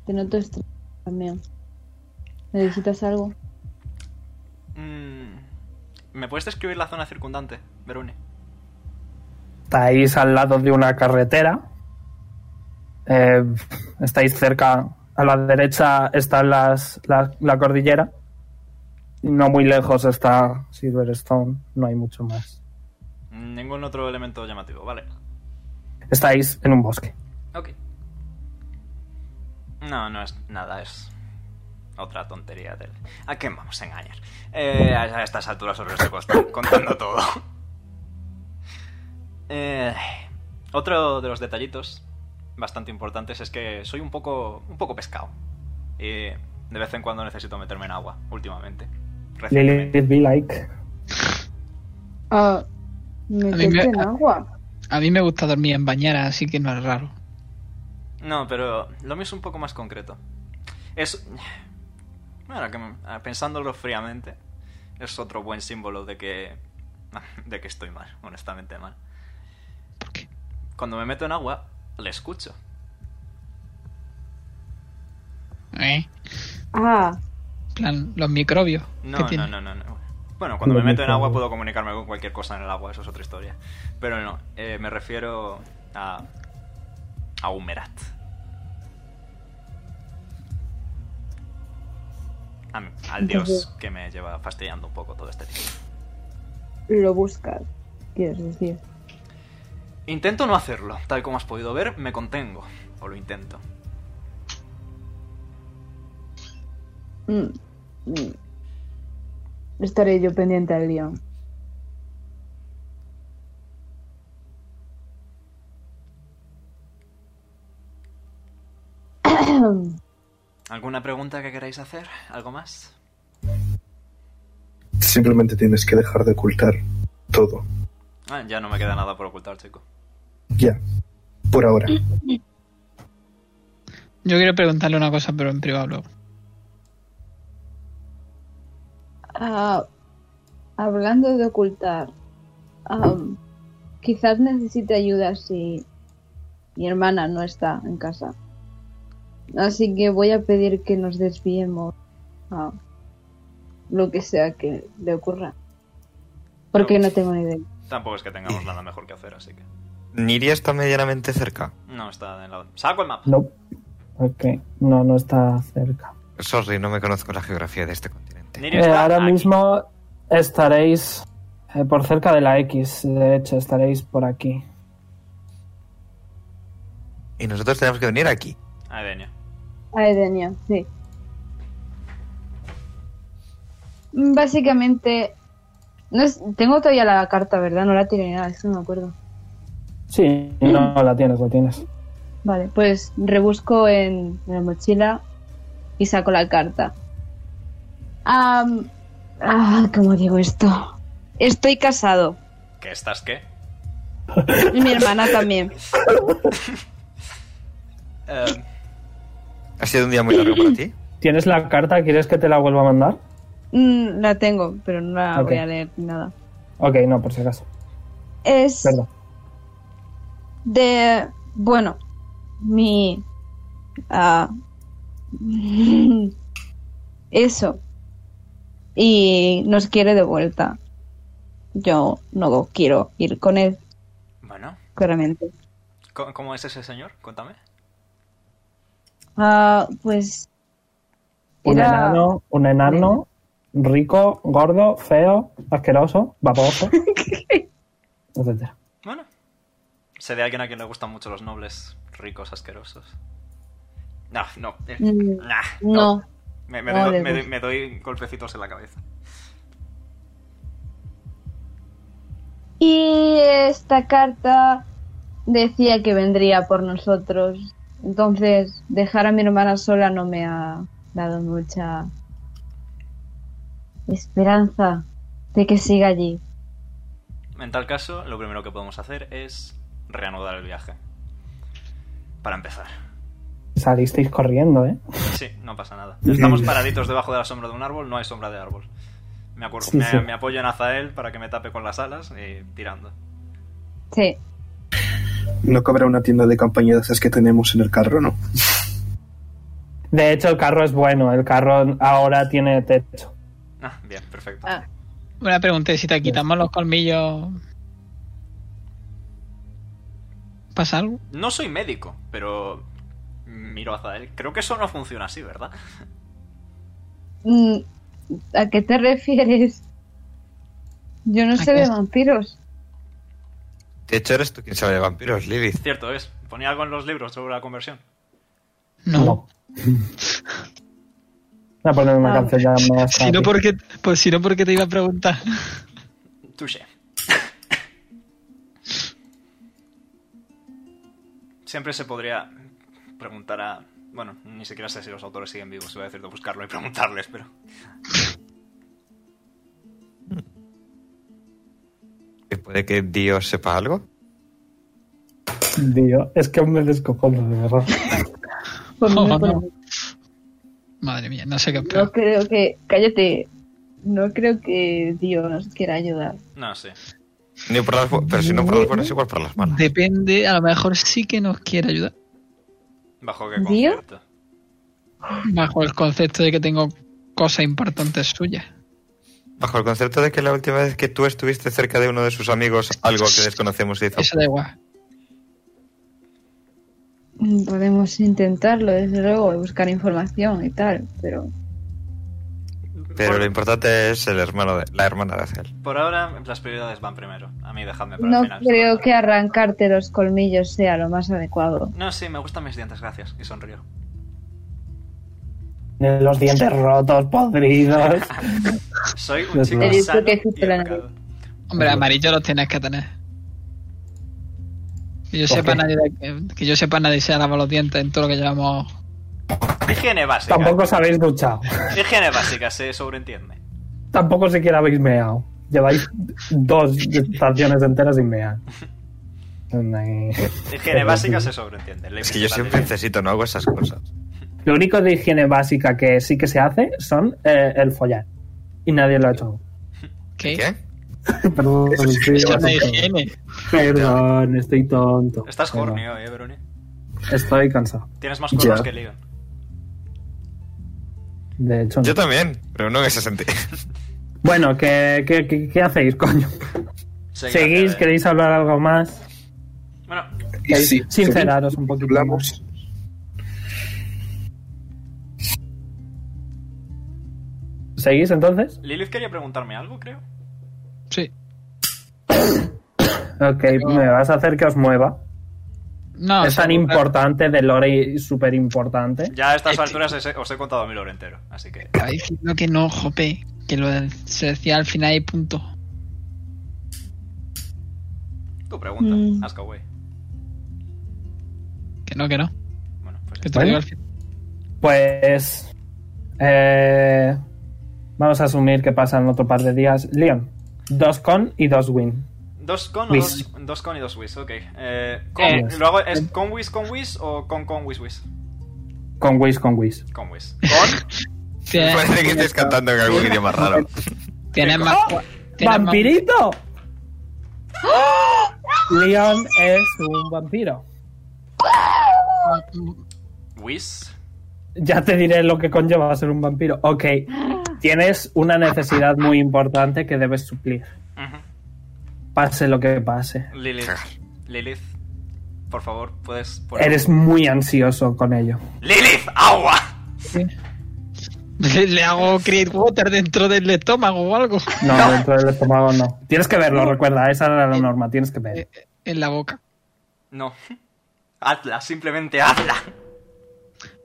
Speaker 7: Te noto extraño también. ¿Necesitas algo?
Speaker 1: Mm, ¿Me puedes describir la zona circundante, Verone?
Speaker 4: Estáis al lado de una carretera. Eh, estáis cerca. A la derecha está las, la, la cordillera. Y No muy lejos está Silverstone. No hay mucho más.
Speaker 1: Ningún otro elemento llamativo, vale.
Speaker 4: Estáis en un bosque.
Speaker 1: Ok. No, no es nada, es otra tontería del... ¿A quién vamos a engañar? Eh, a a estas alturas sobre estoy cost- contando todo. Eh, otro de los detallitos bastante importantes es que soy un poco, un poco pescado. Y de vez en cuando necesito meterme en agua, últimamente. Recientemente.
Speaker 4: Lilith, be like.
Speaker 7: Ah, Meterte en agua.
Speaker 3: A mí me gusta dormir en bañera, así que no es raro.
Speaker 1: No, pero lo mío es un poco más concreto. Es. Bueno, que me- ah, pensándolo fríamente, es otro buen símbolo de que. de que estoy mal, honestamente mal.
Speaker 3: ¿Por qué?
Speaker 1: Cuando me meto en agua, le escucho.
Speaker 3: ¿Eh?
Speaker 7: Ah,
Speaker 3: En plan, los microbios.
Speaker 1: No,
Speaker 3: que
Speaker 1: no,
Speaker 3: tiene.
Speaker 1: no, no, no. Bueno, cuando me meto en agua puedo comunicarme con cualquier cosa en el agua, eso es otra historia. Pero no, eh, me refiero a. a Humerat. A mí- al dios que me lleva fastidiando un poco todo este tiempo.
Speaker 7: lo buscas, quieres decir.
Speaker 1: Intento no hacerlo. Tal como has podido ver, me contengo. O lo intento.
Speaker 7: Mm, mm. Estaré yo pendiente al guión.
Speaker 1: ¿Alguna pregunta que queráis hacer? ¿Algo más?
Speaker 8: Simplemente tienes que dejar de ocultar todo.
Speaker 1: Ah, ya no me queda nada por ocultar, chico.
Speaker 8: Ya. Por ahora.
Speaker 3: Yo quiero preguntarle una cosa, pero en privado luego.
Speaker 7: Ah, hablando de ocultar, ah, quizás necesite ayuda si mi hermana no está en casa. Así que voy a pedir que nos desviemos a lo que sea que le ocurra. Porque no tengo ni idea.
Speaker 1: Tampoco es que tengamos
Speaker 4: Eh.
Speaker 1: nada mejor que hacer, así que.
Speaker 2: Niria está medianamente cerca.
Speaker 1: No está en la. ¡Saco el mapa!
Speaker 4: No. Ok, no, no está cerca.
Speaker 2: Sorry, no me conozco la geografía de este continente.
Speaker 1: Nirio
Speaker 4: Eh,
Speaker 1: está
Speaker 4: ahora
Speaker 1: aquí.
Speaker 4: mismo estaréis eh, por cerca de la X, de hecho, estaréis por aquí.
Speaker 2: Y nosotros tenemos que venir aquí.
Speaker 1: Ah, Edenia.
Speaker 7: A Edenia, sí. Básicamente, no es- tengo todavía la carta, ¿verdad? No la tiré ni nada, eso no me acuerdo.
Speaker 4: Sí, no, la tienes, la tienes.
Speaker 7: Vale, pues rebusco en la mochila y saco la carta. Am, ah, ¿cómo digo esto? Estoy casado.
Speaker 1: ¿Qué estás qué?
Speaker 7: Y mi hermana también.
Speaker 1: Eh,
Speaker 2: Ha sido un día muy largo para ti.
Speaker 4: ¿Tienes la carta? ¿Quieres que te la vuelva a mandar?
Speaker 9: Mm, la tengo, pero no la
Speaker 4: Ok.
Speaker 9: voy a leer ni nada.
Speaker 4: Ok, no, por si acaso.
Speaker 9: Es
Speaker 4: Perdón.
Speaker 9: de. Bueno, mi. ah, eso. Y nos quiere de vuelta. Yo no quiero ir con él,
Speaker 1: bueno,
Speaker 9: claramente.
Speaker 1: ¿cómo, cómo es ese señor? Cuéntame.
Speaker 9: Ah, pues.
Speaker 4: Un
Speaker 9: era-
Speaker 4: enano, un enano, rico, gordo, feo, asqueroso, vaporoso, etcétera.
Speaker 1: Bueno, sé de alguien a quien le gustan mucho los nobles ricos asquerosos. No, no. eh,
Speaker 7: Mm,
Speaker 1: nah,
Speaker 7: No,
Speaker 1: Me, me
Speaker 7: No,
Speaker 1: doy,
Speaker 7: le
Speaker 1: me doy-
Speaker 7: gusta.
Speaker 1: me doy golpecitos en la cabeza.
Speaker 7: Y esta carta decía que vendría por nosotros. Entonces, dejar a mi hermana sola no me ha dado mucha esperanza de que siga allí.
Speaker 1: En tal caso, lo primero que podemos hacer es reanudar el viaje. Para empezar.
Speaker 4: Salisteis corriendo, ¿eh?
Speaker 1: Sí, no pasa nada. Estamos paraditos debajo de la sombra de un árbol, no hay sombra de árbol. Me, acuerdo,
Speaker 4: Sí,
Speaker 1: me,
Speaker 4: sí.
Speaker 1: me apoyo en Azael para que me tape con las alas y tirando.
Speaker 9: Sí.
Speaker 8: No cabrá una tienda de campaña de esas que tenemos en el carro, ¿no?
Speaker 4: De hecho, el carro es bueno, el carro ahora tiene techo.
Speaker 1: Ah, bien, perfecto.
Speaker 7: Ah.
Speaker 3: Una pregunta, si te quitamos los colmillos... ¿Pasa algo?
Speaker 1: No soy médico, pero miro a Azael. Creo que eso no funciona así, ¿verdad?
Speaker 7: Mm, ¿A qué te refieres? Yo no
Speaker 3: ¿A
Speaker 7: sé
Speaker 3: qué?
Speaker 7: de vampiros.
Speaker 2: De hecho, eres tú quien sabe de vampiros, Lilith.
Speaker 1: Cierto es. Ponía algo en los libros sobre la conversión.
Speaker 3: No.
Speaker 4: No. Voy a poner una
Speaker 7: Ah.
Speaker 4: canción ya más
Speaker 3: Si no,
Speaker 4: tranqui.
Speaker 3: porque, pues si no, porque te iba a preguntar.
Speaker 1: Touché. Siempre se podría preguntar a. Bueno, ni siquiera sé si los autores siguen vivos. Iba a decir de buscarlo y preguntarles, pero.
Speaker 2: Y ¿Puede que Dios sepa algo?
Speaker 4: Dios, es que aún me descojono, de verdad.
Speaker 7: Por mí,
Speaker 3: Oh,
Speaker 7: por
Speaker 3: no.
Speaker 7: mí.
Speaker 3: Madre mía, no sé qué
Speaker 7: Pues
Speaker 3: peor.
Speaker 7: No creo que. Cállate. No creo que Dios quiera ayudar.
Speaker 1: No sé.
Speaker 2: Ni por las bu- pero si no por las buenas, igual por las malas.
Speaker 3: Depende, a lo mejor sí que nos quiere ayudar.
Speaker 1: Bajo qué
Speaker 7: ¿Dio?
Speaker 1: concepto.
Speaker 3: Bajo el concepto de que tengo cosas importantes suyas.
Speaker 2: Bajo el concepto de que la última vez que tú estuviste cerca de uno de sus amigos, algo que desconocemos hizo.
Speaker 3: Eso da igual.
Speaker 7: Mm, Podemos intentarlo, desde luego, y buscar información y tal, pero.
Speaker 2: Pero
Speaker 1: por,
Speaker 2: lo importante es el hermano de, la hermana de Azel.
Speaker 1: por ahora las prioridades van primero. A mí dejadme para
Speaker 7: No
Speaker 1: el final.
Speaker 7: creo que arrancarte los colmillos sea lo más adecuado.
Speaker 1: No, sí, me gustan mis dientes, gracias. Y sonrío.
Speaker 4: Los dientes rotos, podridos.
Speaker 1: Soy un
Speaker 4: Los
Speaker 1: chico
Speaker 4: dos.
Speaker 7: Te digo
Speaker 1: sano
Speaker 7: que existe
Speaker 1: y
Speaker 7: la
Speaker 1: educado.
Speaker 3: Hombre,
Speaker 4: Bueno.
Speaker 3: amarillo los tienes que tener. Que yo
Speaker 4: ¿Por
Speaker 3: sepa
Speaker 4: qué?
Speaker 3: nadie que, que yo sepa nadie se ha lavado los dientes en todo lo que llevamos.
Speaker 1: Higiene básica.
Speaker 4: Tampoco os habéis duchado.
Speaker 1: Higiene básica, se sobreentiende.
Speaker 4: Tampoco siquiera habéis meado. Lleváis dos estaciones enteras sin mear.
Speaker 1: Higiene básica se sobreentiende. Le
Speaker 2: Es que yo
Speaker 1: la
Speaker 2: siempre
Speaker 1: tele.
Speaker 2: necesito, no hago esas cosas.
Speaker 4: Lo único de higiene básica que sí que se hace son eh, el follar. Y nadie lo ha hecho.
Speaker 3: ¿Qué?
Speaker 2: ¿Qué?
Speaker 4: Perdón,
Speaker 8: Eso sí,
Speaker 4: estoy-
Speaker 8: eso
Speaker 3: Yo no hay higiene.
Speaker 4: Perdón, estoy tonto.
Speaker 1: Estás
Speaker 4: Perdón.
Speaker 1: horny hoy, eh, Veroni.
Speaker 4: Estoy cansado.
Speaker 1: Tienes más cosas
Speaker 8: Ya.
Speaker 1: que Leon.
Speaker 4: De hecho, no.
Speaker 2: Yo también, pero no en ese sentido.
Speaker 4: bueno, ¿qué, qué, qué, qué hacéis, coño?
Speaker 1: Seguid,
Speaker 4: ¿Seguís?
Speaker 1: eh.
Speaker 4: ¿Queréis hablar algo más?
Speaker 1: Bueno,
Speaker 8: Y sí,
Speaker 4: Sinceraros un poquito
Speaker 8: Hablamos.
Speaker 4: ¿Seguís entonces?
Speaker 1: Lilith quería preguntarme algo, creo.
Speaker 3: Sí.
Speaker 4: Ok,
Speaker 3: Pero-
Speaker 4: me vas a hacer que os mueva.
Speaker 3: No, o
Speaker 4: es
Speaker 3: sea,
Speaker 4: tan importante de lore y súper importante.
Speaker 1: Ya a estas
Speaker 3: Este-
Speaker 1: alturas os he- os he contado mi lore entero, así que...
Speaker 3: Estaba diciendo que no, jope. Que lo se decía al final y punto.
Speaker 1: Tu pregunta,
Speaker 7: Mm.
Speaker 1: Askaway.
Speaker 3: Que no, que no.
Speaker 1: Bueno, pues...
Speaker 3: Que te
Speaker 1: ya
Speaker 3: lo
Speaker 4: Bueno.
Speaker 3: digo al final.
Speaker 4: Pues. eh, vamos a asumir que pasan otro par de días. Leon, dos con y dos win.
Speaker 1: Dos con o
Speaker 4: Whis.
Speaker 1: dos, dos con y dos whis, ok. Eh, con,
Speaker 4: Eh.
Speaker 1: ¿Lo hago es con whis, con whis o con con whis, whis?
Speaker 4: Con Wish, con Wish.
Speaker 1: Con whis. Con...
Speaker 3: Tienes,
Speaker 2: Parece que estés cantando en algún idioma raro.
Speaker 3: tienes más.
Speaker 4: ¡Oh!
Speaker 3: tienes más-
Speaker 4: ¡Vampirito! ¡Ah! Leon es un vampiro.
Speaker 1: Whis.
Speaker 4: Ya te diré lo que conlleva ser un vampiro. Ok, tienes una necesidad muy importante que debes suplir.
Speaker 1: Ujú.
Speaker 4: Pase lo que pase.
Speaker 1: Lilith. Lilith. Por favor, puedes... poner-
Speaker 4: Eres muy ansioso con ello.
Speaker 1: ¡Lilith! ¡Agua!
Speaker 3: Le hago create water dentro del estómago o algo.
Speaker 4: No, dentro del estómago no. Tienes que verlo, recuerda, esa era
Speaker 7: Eh,
Speaker 4: la norma, tienes que ver.
Speaker 3: Eh, En la boca.
Speaker 1: No. Hazla, simplemente hazla.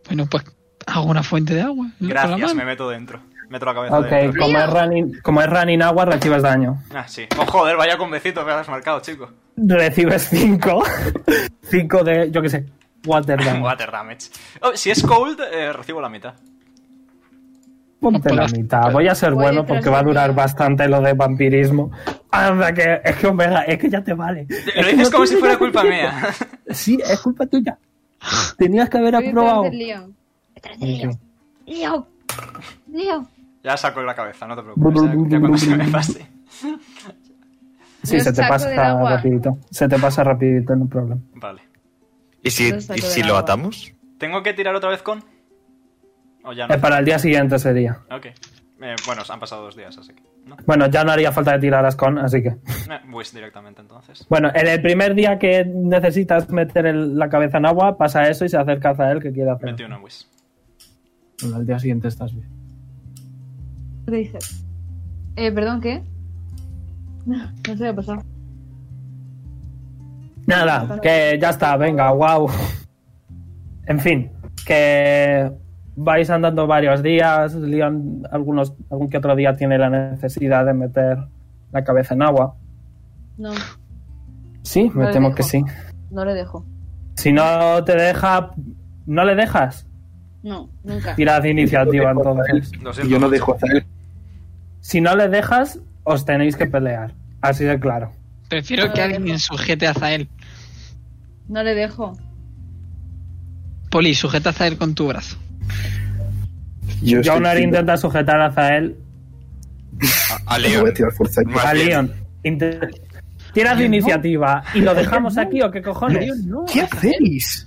Speaker 3: Bueno, pues hago una fuente de agua. ¿no? Con la
Speaker 1: Gracias,
Speaker 3: mano.
Speaker 1: me meto dentro. Meto la cabeza
Speaker 4: Ok,
Speaker 1: dentro.
Speaker 4: como es, running, como es running agua, recibes daño.
Speaker 1: Ah, sí. Oh, joder, vaya convecito que has marcado, chico.
Speaker 4: Recibes 5. 5 de, yo qué sé, water damage.
Speaker 1: Water damage. Oh, si es cold, eh, recibo la mitad.
Speaker 4: Ponte la mitad. Voy a ser
Speaker 7: Voy
Speaker 4: bueno
Speaker 7: detrás
Speaker 4: porque va a
Speaker 7: de ti.
Speaker 4: durar bastante lo de vampirismo. Anda, que es que Omega, es que ya te vale.
Speaker 1: Lo dices como si fuera culpa mía.
Speaker 4: Sí, es culpa tuya. Tenías que haber aprobado.
Speaker 7: Leon.
Speaker 1: ya saco la cabeza, no te preocupes. Ya, ya cuando se me pase.
Speaker 4: Sí,
Speaker 7: Yo
Speaker 4: se te
Speaker 7: saco
Speaker 4: pasa
Speaker 7: del agua.
Speaker 4: rapidito. Se te pasa rapidito, no problema.
Speaker 1: Vale.
Speaker 2: ¿Y si,
Speaker 7: Lo saco
Speaker 2: y
Speaker 7: del
Speaker 2: si lo
Speaker 7: agua.
Speaker 2: atamos?
Speaker 1: ¿Tengo que tirar otra vez con? O ya no.
Speaker 4: Eh, para el día siguiente sería.
Speaker 1: Ok. Eh, bueno, han pasado dos días, así que. ¿No?
Speaker 4: Bueno, ya no haría falta que tiraras con, así que.
Speaker 1: Eh, pues directamente entonces.
Speaker 4: Bueno, en el primer día que necesitas meter el- la cabeza en agua, pasa eso y se acerca a él que quiere hacer.
Speaker 1: 21 en Wiz.
Speaker 4: Bueno, al día siguiente estás bien.
Speaker 7: ¿Qué dices? Eh, perdón, ¿qué? No sé qué ha pasado.
Speaker 4: Nada, que ya está, venga, wow. En fin, que vais andando varios días, Leon algunos, algún que otro día tiene la necesidad de meter la cabeza en agua.
Speaker 7: No,
Speaker 4: Sí, me
Speaker 7: Lo
Speaker 4: temo
Speaker 7: dejo.
Speaker 4: que sí.
Speaker 7: no le dejo.
Speaker 4: Si no te deja, no le dejas,
Speaker 7: No, nunca.
Speaker 4: tirad iniciativa
Speaker 8: Lo dejo a
Speaker 4: entonces.
Speaker 1: Lo
Speaker 8: Y
Speaker 1: siento
Speaker 8: yo no
Speaker 1: mucho.
Speaker 8: dejo hacer.
Speaker 4: Si no le dejas, os tenéis que pelear, así de claro.
Speaker 3: Prefiero que alguien sujete a Zael.
Speaker 7: No le dejo.
Speaker 3: Poli, sujeta a Zael con tu brazo.
Speaker 8: Yo estoy
Speaker 4: Jonar
Speaker 8: diciendo-
Speaker 4: intenta sujetar a Zael.
Speaker 2: A, a
Speaker 8: No
Speaker 2: Leon.
Speaker 8: voy a tirar fuerza.
Speaker 2: Más
Speaker 4: A
Speaker 2: bien.
Speaker 4: Leon. Inte- Tiras de iniciativa. ¿Y lo dejamos aquí o qué cojones?
Speaker 8: ¿Qué hacéis?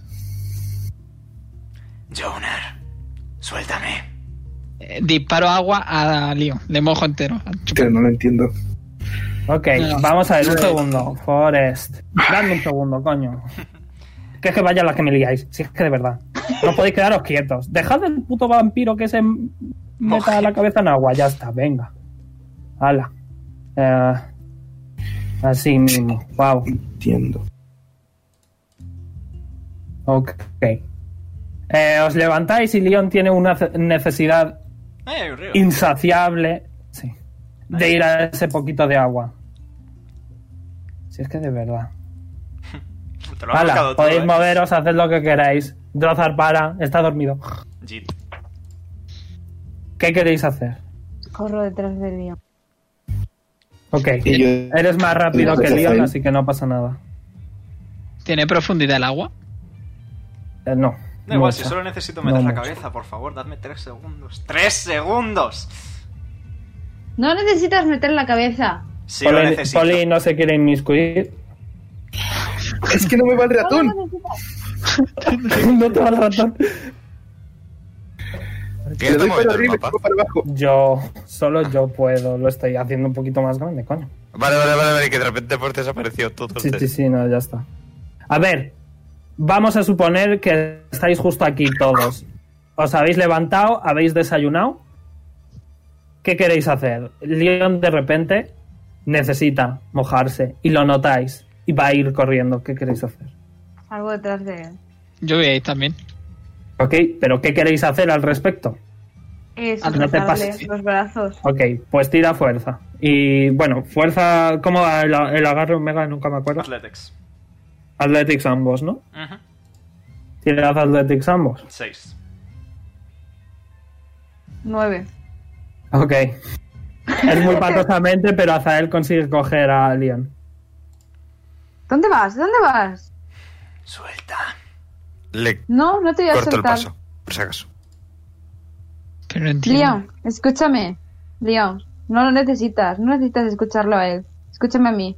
Speaker 1: Jonar, suéltame.
Speaker 3: Eh, disparo agua a Leon. Le mojo entero.
Speaker 8: Tío, no lo entiendo.
Speaker 4: Ok,
Speaker 3: No.
Speaker 4: vamos a ver un segundo. Forest. Dadme un segundo, coño. Que es que vaya las que me liáis. Si es que de verdad. No podéis quedaros quietos. Dejad del puto vampiro que se m- meta la cabeza en agua. Ya está, venga. Hala. Eh, así mismo. Wow.
Speaker 8: Entiendo.
Speaker 4: Ok. Eh, os levantáis y Leon tiene una ce- necesidad
Speaker 1: Eh, un río.
Speaker 4: insaciable sí, de ir a ese poquito de agua. Si es que de verdad.
Speaker 1: Te lo has
Speaker 4: Hala,
Speaker 1: marcado todo,
Speaker 4: podéis
Speaker 1: eh.
Speaker 4: moveros, haced lo que queráis. Drozar para, está dormido.
Speaker 1: Jit.
Speaker 4: ¿Qué queréis hacer?
Speaker 7: Corro detrás del mío.
Speaker 4: Ok.
Speaker 8: Y yo-
Speaker 4: Eres más rápido que Leon, así que no pasa nada.
Speaker 3: ¿Tiene profundidad el agua?
Speaker 4: Eh, no.
Speaker 1: Da igual,
Speaker 4: mucha.
Speaker 1: si solo necesito meter
Speaker 4: No
Speaker 1: la
Speaker 4: mucho.
Speaker 1: cabeza, por favor, dadme tres segundos. ¡Tres segundos!
Speaker 7: No necesitas meter la cabeza.
Speaker 1: Sí, lo
Speaker 4: Poli,
Speaker 1: necesito.
Speaker 4: Poli no se quiere inmiscuir.
Speaker 8: Es que no me va el ratón.
Speaker 4: no te va el ratón.
Speaker 8: Le
Speaker 2: ¿Tienes
Speaker 8: doy
Speaker 2: tu
Speaker 8: para
Speaker 2: móvil,
Speaker 8: arriba y
Speaker 2: papá?
Speaker 8: luego
Speaker 4: pues-
Speaker 8: para abajo.
Speaker 4: Yo, solo yo puedo. Lo estoy haciendo un poquito más grande, coño.
Speaker 2: Vale, vale, vale, vale, que de repente por desapareció todo.
Speaker 4: Sí,
Speaker 2: el
Speaker 4: sí, sí, no, ya está. A ver, vamos a suponer que estáis justo aquí todos. Os habéis levantado, habéis desayunado. ¿Qué queréis hacer? Leon de repente necesita mojarse y lo notáis y va a ir corriendo. ¿Qué queréis hacer?
Speaker 7: Algo detrás de él.
Speaker 3: Yo voy a ir también.
Speaker 4: Ok, pero ¿qué queréis hacer al respecto?
Speaker 7: Es
Speaker 3: Ah,
Speaker 4: no te
Speaker 7: sujetarle
Speaker 4: pases.
Speaker 7: los brazos.
Speaker 4: Ok, pues tira fuerza. Y bueno, fuerza, ¿cómo va el, el agarre Omega? Nunca me acuerdo.
Speaker 1: Athletics.
Speaker 4: Athletics ambos, ¿no?
Speaker 1: Ujú.
Speaker 4: Tirad Athletics ambos.
Speaker 1: Seis.
Speaker 7: Nueve.
Speaker 4: Ok. Es muy patosamente, pero Azael consigue coger a Leon.
Speaker 7: ¿Dónde vas? ¿Dónde vas?
Speaker 1: Suelta.
Speaker 2: Le
Speaker 7: No, no te voy a
Speaker 2: corto el
Speaker 7: soltar.
Speaker 2: paso, por si acaso.
Speaker 3: Pero no entiendo.
Speaker 7: Leon, escúchame. Leon, no lo necesitas. No necesitas escucharlo a él. Escúchame a mí.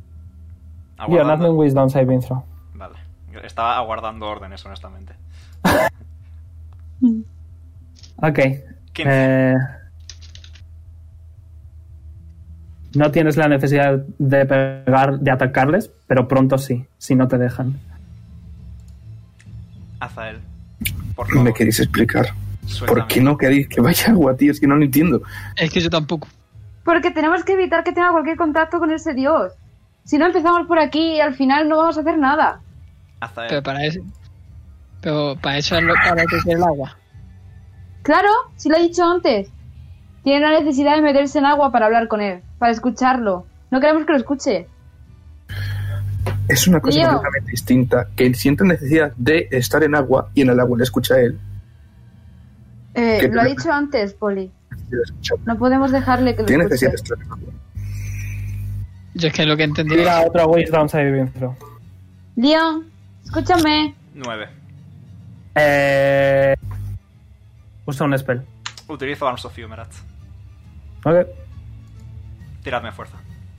Speaker 4: Leon, hazme
Speaker 1: Aguardando.
Speaker 4: un Wisdom Saving Throw.
Speaker 1: Vale. Estaba aguardando órdenes, honestamente.
Speaker 4: Ok.
Speaker 1: Quince.
Speaker 4: eh, no tienes la necesidad de pegar, de atacarles, pero pronto sí, si no te dejan.
Speaker 1: Azael. Por favor,
Speaker 8: ¿Me queréis explicar?
Speaker 1: suéltame.
Speaker 8: ¿Por qué no queréis que vaya agua, tío? Es que no lo entiendo.
Speaker 3: Es que yo tampoco.
Speaker 7: Porque tenemos que evitar que tenga cualquier contacto con ese dios. Si no empezamos por aquí, al final no vamos a hacer nada.
Speaker 1: Azael.
Speaker 3: Pero para eso. Pero para eso es lo para que quiere el agua.
Speaker 7: Claro, si lo he dicho antes. Tiene la necesidad de meterse en agua para hablar con él, para escucharlo. No queremos que lo escuche.
Speaker 8: Es una cosa
Speaker 7: Tío.
Speaker 8: completamente distinta. Que sienta necesidad de estar en agua y en el agua le escucha a él.
Speaker 7: Eh,
Speaker 8: ¿Qué
Speaker 7: lo ha
Speaker 8: problema?
Speaker 7: dicho antes, Poli.
Speaker 8: y le escucha.
Speaker 7: No podemos dejarle que lo
Speaker 8: Tiene
Speaker 7: escuche.
Speaker 8: necesidad de estar en agua.
Speaker 3: Yo es que lo que entendí es
Speaker 4: Tira otro Wisdom Saving Throw.
Speaker 7: Leon, escúchame.
Speaker 1: Nueve.
Speaker 4: Eh, usa un spell.
Speaker 1: Utilizo Arms of Humerat.
Speaker 4: Ok.
Speaker 1: Tiradme fuerza.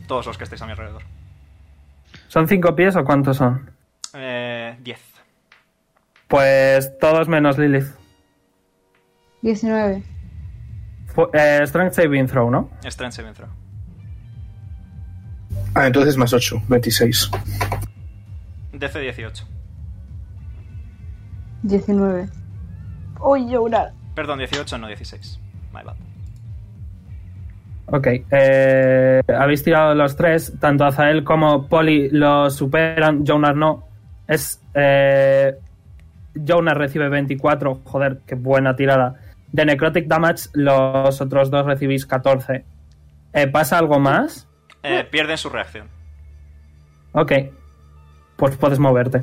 Speaker 1: Todos los que estéis a mi alrededor.
Speaker 4: ¿Son cinco pies o cuántos son?
Speaker 1: Eh, diez.
Speaker 4: Pues todos menos Lilith.
Speaker 7: 19.
Speaker 4: Fu- eh, strength Saving Throw, ¿no?
Speaker 1: Strength saving throw.
Speaker 8: Ah, entonces más 8, 26.
Speaker 1: DC 18.
Speaker 7: 19.
Speaker 9: Uy, llorar.
Speaker 1: Perdón, 18, no 16. My bad. Eh,
Speaker 4: Ok, eh, habéis tirado los tres, tanto Azael como Poli lo superan, Jonar no. Es. Eh, Jonar recibe 24, joder, qué buena tirada. De Necrotic Damage, los otros dos recibís 14. Eh, ¿Pasa algo más?
Speaker 1: Eh, pierden su reacción.
Speaker 4: Ok, pues puedes moverte.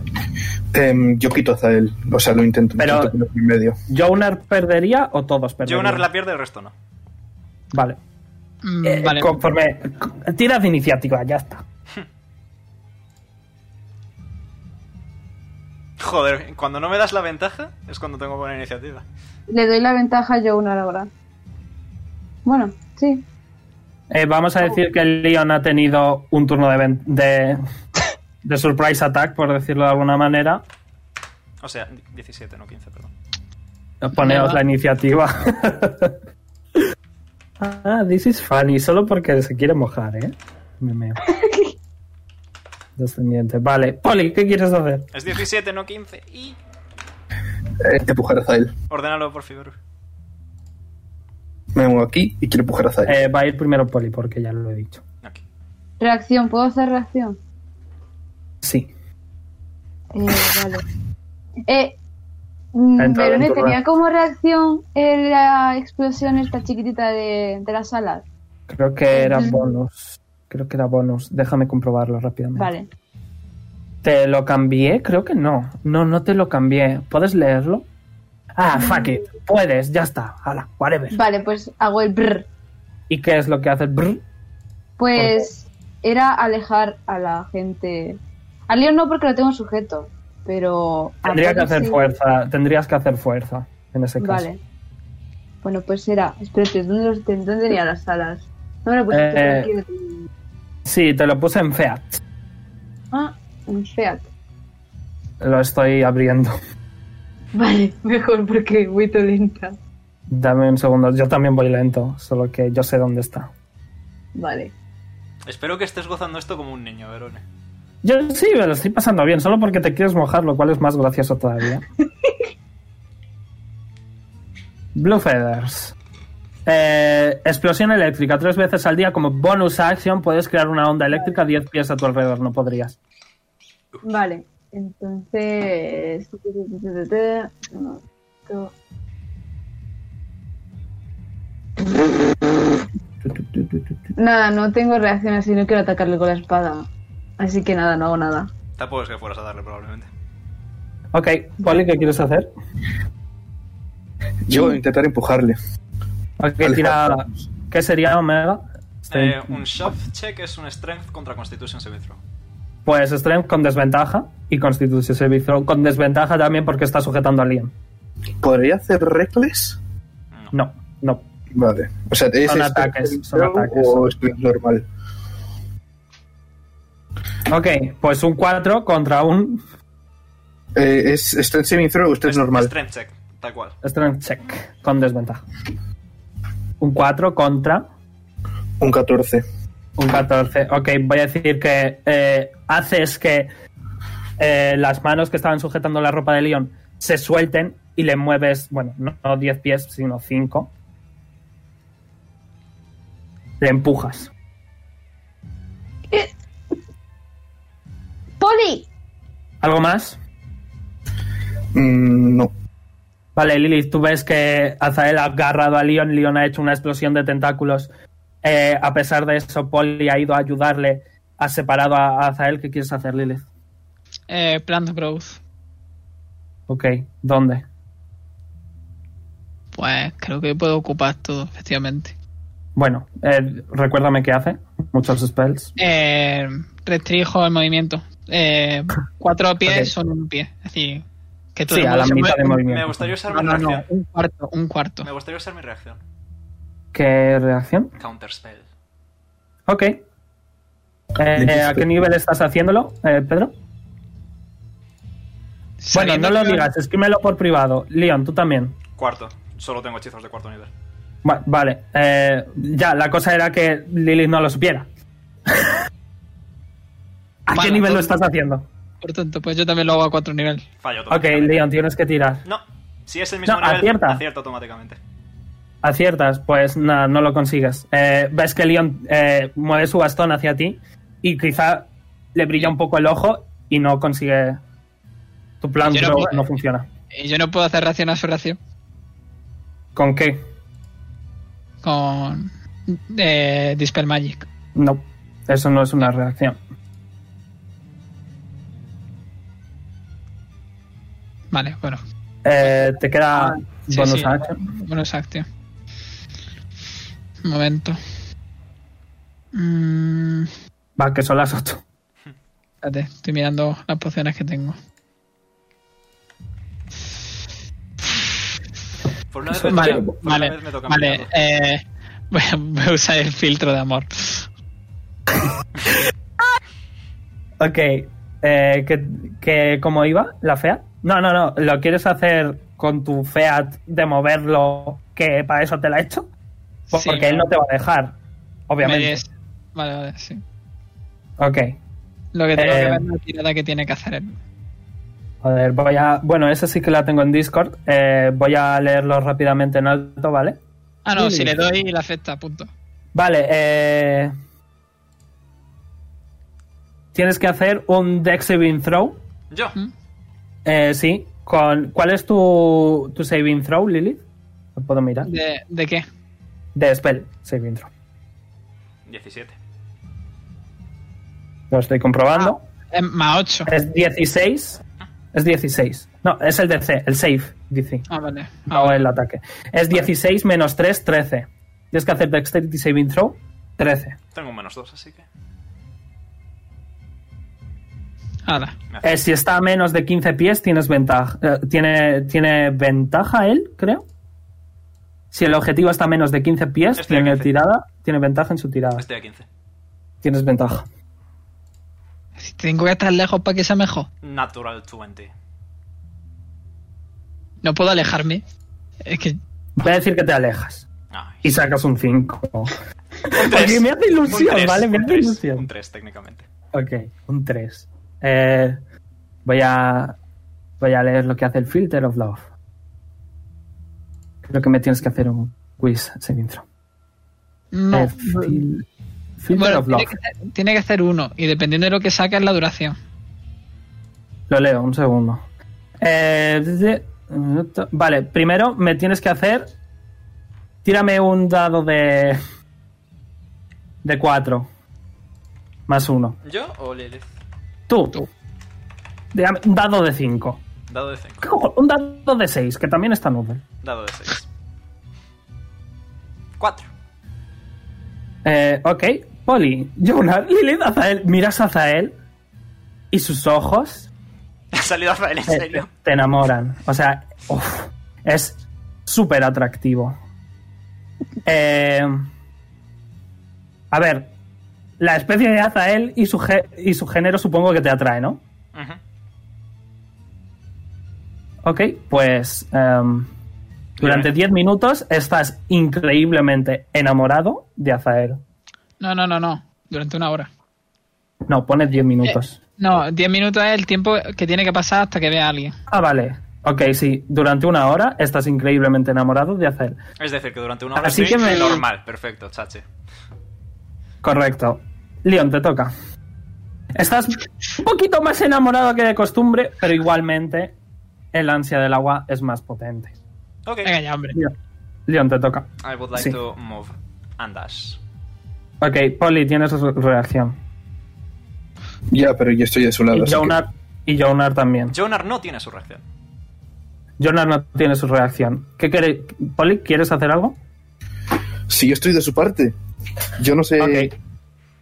Speaker 8: Em, yo quito a Zael, o sea, lo intento.
Speaker 4: Pero-
Speaker 8: intento ponerlo en medio.
Speaker 4: ¿Jonar perdería o todos perderían?
Speaker 1: Jonar la pierde, el resto no.
Speaker 4: Vale.
Speaker 3: Mm,
Speaker 4: Eh,
Speaker 3: vale.
Speaker 4: Conforme. Tiras de iniciativa, ya está.
Speaker 1: Joder, cuando no me das la ventaja es cuando tengo buena iniciativa.
Speaker 7: Le doy la ventaja yo una hora. Bueno, sí.
Speaker 4: Eh, vamos a decir que el Leon ha tenido un turno de, ven- de, de surprise attack, por decirlo de alguna manera.
Speaker 1: O sea, 17, no 15, perdón.
Speaker 4: Poneos
Speaker 3: Venga.
Speaker 4: la iniciativa. ah, this is funny. Solo porque se quiere mojar, ¿eh? Me meo. Descendiente. Vale. Poli, ¿qué quieres hacer?
Speaker 1: Es 17, no 15. Y.
Speaker 8: Eh, empujar a Zael.
Speaker 1: Ordenalo, por favor.
Speaker 8: Me muevo aquí y quiero empujar a Zael.
Speaker 4: Eh, va a ir primero Poli, porque ya lo he dicho.
Speaker 1: Aquí.
Speaker 7: Reacción, ¿puedo hacer reacción?
Speaker 4: Sí.
Speaker 7: Eh, vale. Eh, mm,
Speaker 4: entrado
Speaker 7: Verone,
Speaker 4: en tu
Speaker 7: ¿tenía
Speaker 4: red.
Speaker 7: como reacción eh, la explosión esta chiquitita de, de la sala?
Speaker 4: Creo que era
Speaker 7: Ujú.
Speaker 4: bonus. Creo que era bonus. Déjame comprobarlo rápidamente.
Speaker 7: Vale.
Speaker 4: ¿Te lo cambié? Creo que no. No, no te lo cambié. ¿Puedes leerlo? Ah, fuck it. Puedes, ya está. Hala, whatever.
Speaker 7: Vale, pues hago el brr.
Speaker 4: ¿Y qué es lo que hace el brr?
Speaker 7: Pues era alejar a la gente. A Leon no porque lo tengo sujeto, pero... a
Speaker 4: Tendría que
Speaker 7: todos
Speaker 4: hacer
Speaker 7: sí.
Speaker 4: fuerza. Tendrías que hacer fuerza en ese caso.
Speaker 7: Vale. Bueno, pues era... Espérate, ¿dónde, los ten- dónde tenía las salas? No me lo puse
Speaker 4: Eh,
Speaker 7: pero aquí lo tenía.
Speaker 4: Sí, te lo puse en Feat.
Speaker 7: Ah, un Fiat.
Speaker 4: Lo estoy abriendo.
Speaker 7: Vale, mejor porque voy todo lenta.
Speaker 4: Dame un segundo. Yo también voy lento, solo que yo sé dónde está.
Speaker 7: Vale.
Speaker 1: Espero que estés gozando esto como un niño, Verone.
Speaker 4: Yo sí, me lo estoy pasando bien, solo porque te quieres mojar, lo cual es más gracioso todavía. Blue Feathers. Eh, explosión eléctrica tres veces al día como bonus action puedes crear una onda eléctrica 10 pies a tu alrededor, no podrías.
Speaker 7: Vale, entonces... no, esto- Nada, no tengo reacción así, no quiero atacarle con la espada. Así que nada, no hago nada.
Speaker 1: Tampoco es que fueras a darle, probablemente.
Speaker 4: Ok, Poli, ¿qué quieres hacer?
Speaker 8: Yo voy a intentar empujarle.
Speaker 4: Ok,
Speaker 8: Vale.
Speaker 4: tira... ¿Qué sería Omega?
Speaker 1: Eh, un shove check es un strength contra constitution saving throw.
Speaker 4: Pues Strength con desventaja y Constitution Saving Throw con desventaja también porque está sujetando a alguien.
Speaker 8: ¿Podría hacer reckless?
Speaker 4: No, no.
Speaker 8: Vale. O sea, ¿es
Speaker 4: Son
Speaker 8: este-
Speaker 4: ataques, son ataques.
Speaker 8: O es normal.
Speaker 4: Ok, pues un 4 contra un
Speaker 8: Eh, ¿Es strength saving throw o strength
Speaker 1: Es-
Speaker 8: normal?
Speaker 1: Strength check, tal cual.
Speaker 4: Strength check con desventaja. Un 4 contra
Speaker 8: Un 14.
Speaker 4: un 14. Ok, voy a decir que eh, haces que eh, las manos que estaban sujetando la ropa de Leon se suelten y le mueves, bueno, no no 10 pies, sino 5. Le empujas.
Speaker 7: ¡Poli!
Speaker 4: ¿Algo más?
Speaker 8: Mm, no.
Speaker 4: Vale, Lilith, tú ves que Azael ha agarrado a Leon, Leon ha hecho una explosión de tentáculos. Eh, a pesar de eso, Polly ha ido a ayudarle, ha separado a, a Azael. ¿Qué quieres hacer, Lilith?
Speaker 3: Eh, plant growth.
Speaker 4: Ok, ¿dónde?
Speaker 3: Pues creo que puedo ocupar todo, efectivamente.
Speaker 4: Bueno, eh, recuérdame qué hace. Muchos spells.
Speaker 3: Eh, restrijo el movimiento. Eh, cuatro pies
Speaker 4: Ok.
Speaker 3: son un pie. Es decir, que todo
Speaker 4: Sí,
Speaker 3: el
Speaker 4: a
Speaker 3: mundo
Speaker 4: la
Speaker 3: se
Speaker 4: mitad
Speaker 3: mueve
Speaker 4: de
Speaker 3: un- Ah,
Speaker 4: movimiento.
Speaker 1: Me gustaría usar
Speaker 3: No,
Speaker 1: mi
Speaker 3: no, no,
Speaker 1: reacción.
Speaker 3: un cuarto, un cuarto.
Speaker 1: Me gustaría usar mi reacción.
Speaker 4: ¿Qué reacción?
Speaker 1: Counter spell.
Speaker 4: Ok. Eh, ¿A qué nivel estás haciéndolo, eh, Pedro? Bueno,
Speaker 3: Sabiendo
Speaker 4: no lo
Speaker 3: que-
Speaker 4: digas, escríbelo por privado. Leon, tú también.
Speaker 1: Cuarto. Solo tengo hechizos de cuarto nivel.
Speaker 4: Va- vale, eh, ya, la cosa era que Lilith no lo supiera. ¿A qué
Speaker 3: Bueno,
Speaker 4: nivel lo
Speaker 3: entonces-
Speaker 4: estás haciendo?
Speaker 3: Por tanto, pues yo también lo hago a cuatro nivel.
Speaker 1: Fallo todo.
Speaker 4: Ok, Leon, tienes que tirar.
Speaker 1: No. Si es el mismo
Speaker 4: No,
Speaker 1: nivel,
Speaker 4: acierta.
Speaker 1: acierto automáticamente.
Speaker 4: Aciertas, pues nada, no lo consigues. Eh, ves que Leon eh, mueve su bastón hacia ti y quizá le brilla un poco el ojo y no consigue. Tu plan
Speaker 3: Yo no
Speaker 4: no,
Speaker 3: puedo-
Speaker 4: no funciona.
Speaker 3: Y Eh, yo no puedo hacer ración a su ración.
Speaker 4: ¿Con qué?
Speaker 3: Con eh, Dispel Magic.
Speaker 4: No, eso no es una reacción.
Speaker 3: Vale, bueno.
Speaker 4: Eh, te queda
Speaker 3: Ah, Sí,
Speaker 4: bonus
Speaker 3: sí.
Speaker 4: action.
Speaker 3: Bonus action. Mm, Un momento. Mm,
Speaker 4: Va, que son las 8.
Speaker 3: espérate, estoy mirando las pociones que tengo.
Speaker 1: Por una vez me
Speaker 3: Vale,
Speaker 1: toca- por una
Speaker 3: vale,
Speaker 1: vez pues, me toca
Speaker 3: vale.
Speaker 1: mirarlo.
Speaker 3: eh, voy, a, voy a usar el filtro de amor.
Speaker 4: Pues Ok. Eh, que, que ¿Cómo iba? ¿La FEAT? No, no, no. ¿Lo quieres hacer con tu FEAT de moverlo que para eso te la he hecho? Pues
Speaker 3: Sí,
Speaker 4: porque él no te va a dejar, obviamente.
Speaker 3: merece- Vale, vale, sí.
Speaker 4: Ok.
Speaker 3: Lo que tengo
Speaker 4: Eh,
Speaker 3: que ver es la tirada que tiene que hacer él.
Speaker 4: A ver, voy a... Bueno, esa sí que la tengo en Discord. Eh, voy a leerlo rápidamente en alto, ¿vale?
Speaker 3: Ah, no,
Speaker 4: sí.
Speaker 3: si le doy la afecta, punto.
Speaker 4: Vale, eh... Tienes que hacer un Dex Saving Throw.
Speaker 1: Yo,
Speaker 4: Eh, sí. Con, ¿Cuál es tu, tu Saving Throw, Lilith? ¿Lo puedo mirar?
Speaker 3: ¿De, de qué?
Speaker 4: De Spell Saving Throw.
Speaker 1: 17.
Speaker 4: Lo estoy comprobando.
Speaker 3: Es más 8.
Speaker 4: Es 16. Es 16. No, es el DC, el save, DC.
Speaker 3: Ah, vale. Ah,
Speaker 4: No el ataque. Es 16 menos 3, 13. Tienes que hacer Dexterity Saving Throw, 13.
Speaker 1: Tengo un menos 2, así que.
Speaker 3: ala.
Speaker 1: me hace-
Speaker 4: Eh, si está a menos de 15 pies, tienes ventaja. eh, tiene, tiene ventaja él, creo. Si el objetivo está a menos de 15 pies,
Speaker 3: Este
Speaker 1: Estoy a
Speaker 4: tiene
Speaker 1: 15.
Speaker 4: tirada, tiene ventaja en su tirada.
Speaker 1: Estoy a 15.
Speaker 4: Tienes ventaja.
Speaker 3: Si tengo que estar lejos para que sea mejor.
Speaker 1: Natural 20.
Speaker 3: No puedo alejarme. Es que.
Speaker 4: Voy a decir que te alejas.
Speaker 1: Ay.
Speaker 4: Y sacas un 5.
Speaker 1: Un
Speaker 4: Porque
Speaker 1: tres.
Speaker 4: me hace ilusión,
Speaker 1: Un tres,
Speaker 4: ¿vale? Me
Speaker 1: un
Speaker 4: hace
Speaker 1: tres,
Speaker 4: ilusión.
Speaker 1: Un 3, técnicamente.
Speaker 4: Ok, un 3. Eh, voy a. Voy a leer lo que hace el Filter of Love. Creo que me tienes que hacer un quiz sin intro.
Speaker 3: No.
Speaker 4: Eh, fil- filter
Speaker 3: Bueno,
Speaker 4: of
Speaker 3: tiene
Speaker 4: Love.
Speaker 3: que, hacer- tiene que hacer uno. Y dependiendo de lo que saca es la duración.
Speaker 4: Lo leo, un segundo. Eh, desde- un minuto. vale, primero me tienes que hacer. Tírame un dado de. de 4. Más uno.
Speaker 1: ¿Yo o Lilith?
Speaker 4: Tú.
Speaker 3: Tú.
Speaker 4: Tírame un dado de 5.
Speaker 1: Dado de 5.
Speaker 4: Un dado de 6, que también está nube.
Speaker 1: Dado de 6. 4.
Speaker 4: Eh, ok, Poli, Jonar, Lilith, Azael, miras a Azael y sus ojos
Speaker 1: Ha salido Rafael, en
Speaker 4: eh,
Speaker 1: serio.
Speaker 4: te enamoran. O sea, uf, es súper atractivo. Eh, a ver, la especie de Azael y su, gé- y su género supongo que te atrae, ¿no?
Speaker 1: Ujú.
Speaker 4: Ok, pues em, durante 10 minutos estás increíblemente enamorado de Azael.
Speaker 3: No, no, no, no. Durante una hora.
Speaker 4: No, pone 10 minutos.
Speaker 1: Eh,
Speaker 3: No, 10 minutos es el tiempo que tiene que pasar hasta que vea a alguien.
Speaker 4: Ah, vale. Ok, sí. Durante una hora estás increíblemente enamorado de hacer.
Speaker 1: Es decir, que durante una hora
Speaker 4: Así
Speaker 1: estoy
Speaker 4: que me-
Speaker 1: normal. Perfecto, chache.
Speaker 4: Correcto. Leon, te toca. Estás un poquito más enamorado que de costumbre, pero igualmente el ansia del agua es más potente.
Speaker 1: Ok.
Speaker 3: Venga ya, hombre.
Speaker 4: Leon, te toca.
Speaker 1: I would like
Speaker 4: Sí.
Speaker 1: to move and dash.
Speaker 4: Ok, Polly, tienes su reacción.
Speaker 8: Ya, pero yo estoy de su lado.
Speaker 4: Y
Speaker 8: así
Speaker 4: Jonar, y Jonar también.
Speaker 1: Jonar no tiene su reacción.
Speaker 4: Jonar no tiene su reacción. ¿Qué queréis? Polly, ¿quieres hacer algo?
Speaker 8: que- Si yo estoy de su parte, yo no sé.
Speaker 4: Ok.
Speaker 9: ¿Qué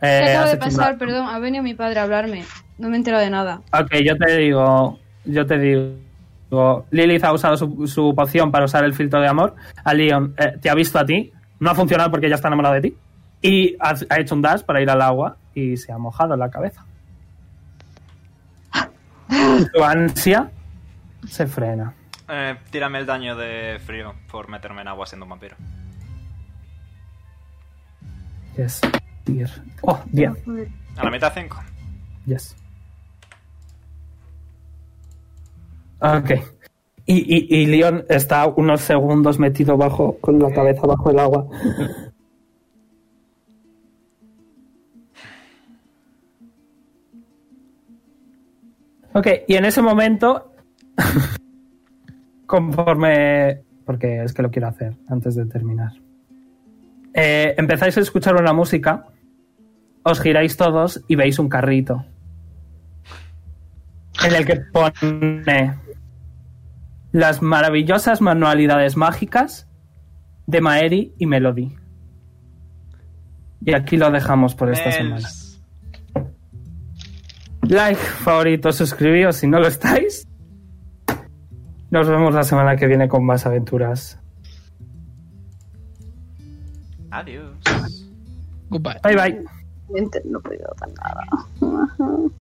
Speaker 4: Eh,
Speaker 9: acaba
Speaker 4: has
Speaker 9: de
Speaker 4: hecho un
Speaker 9: pasar?
Speaker 4: da-
Speaker 9: Perdón, ha venido mi padre a hablarme. No me he enterado de nada.
Speaker 4: Ok, yo te digo. Yo te digo. Lilith ha usado su, su poción para usar el filtro de amor. A Leon eh, te ha visto a ti. No ha funcionado porque ya está enamorado de ti. Y ha, ha hecho un dash para ir al agua y se ha mojado la cabeza. Su ansia se frena.
Speaker 1: Eh, tírame el daño de frío por meterme en agua siendo un vampiro.
Speaker 4: Yes. dear. Oh, bien.
Speaker 1: A
Speaker 4: Eh,
Speaker 1: la mitad 5.
Speaker 4: Yes. Ok. Y, y, y Leon está unos segundos metido bajo, con la cabeza bajo el agua. Ok, y en ese momento, conforme... Porque es que lo quiero hacer antes de terminar. Eh, empezáis a escuchar una música os giráis todos y veis un carrito. En el que pone las maravillosas manualidades mágicas de Maeri y Melody. Y aquí lo dejamos por esta semana.
Speaker 1: Nels.
Speaker 4: Like, favorito, suscribíos si no lo estáis. Nos vemos la semana que viene con más aventuras.
Speaker 1: Adiós.
Speaker 3: Goodbye.
Speaker 4: Bye bye.
Speaker 7: Realmente No he podido dar nada.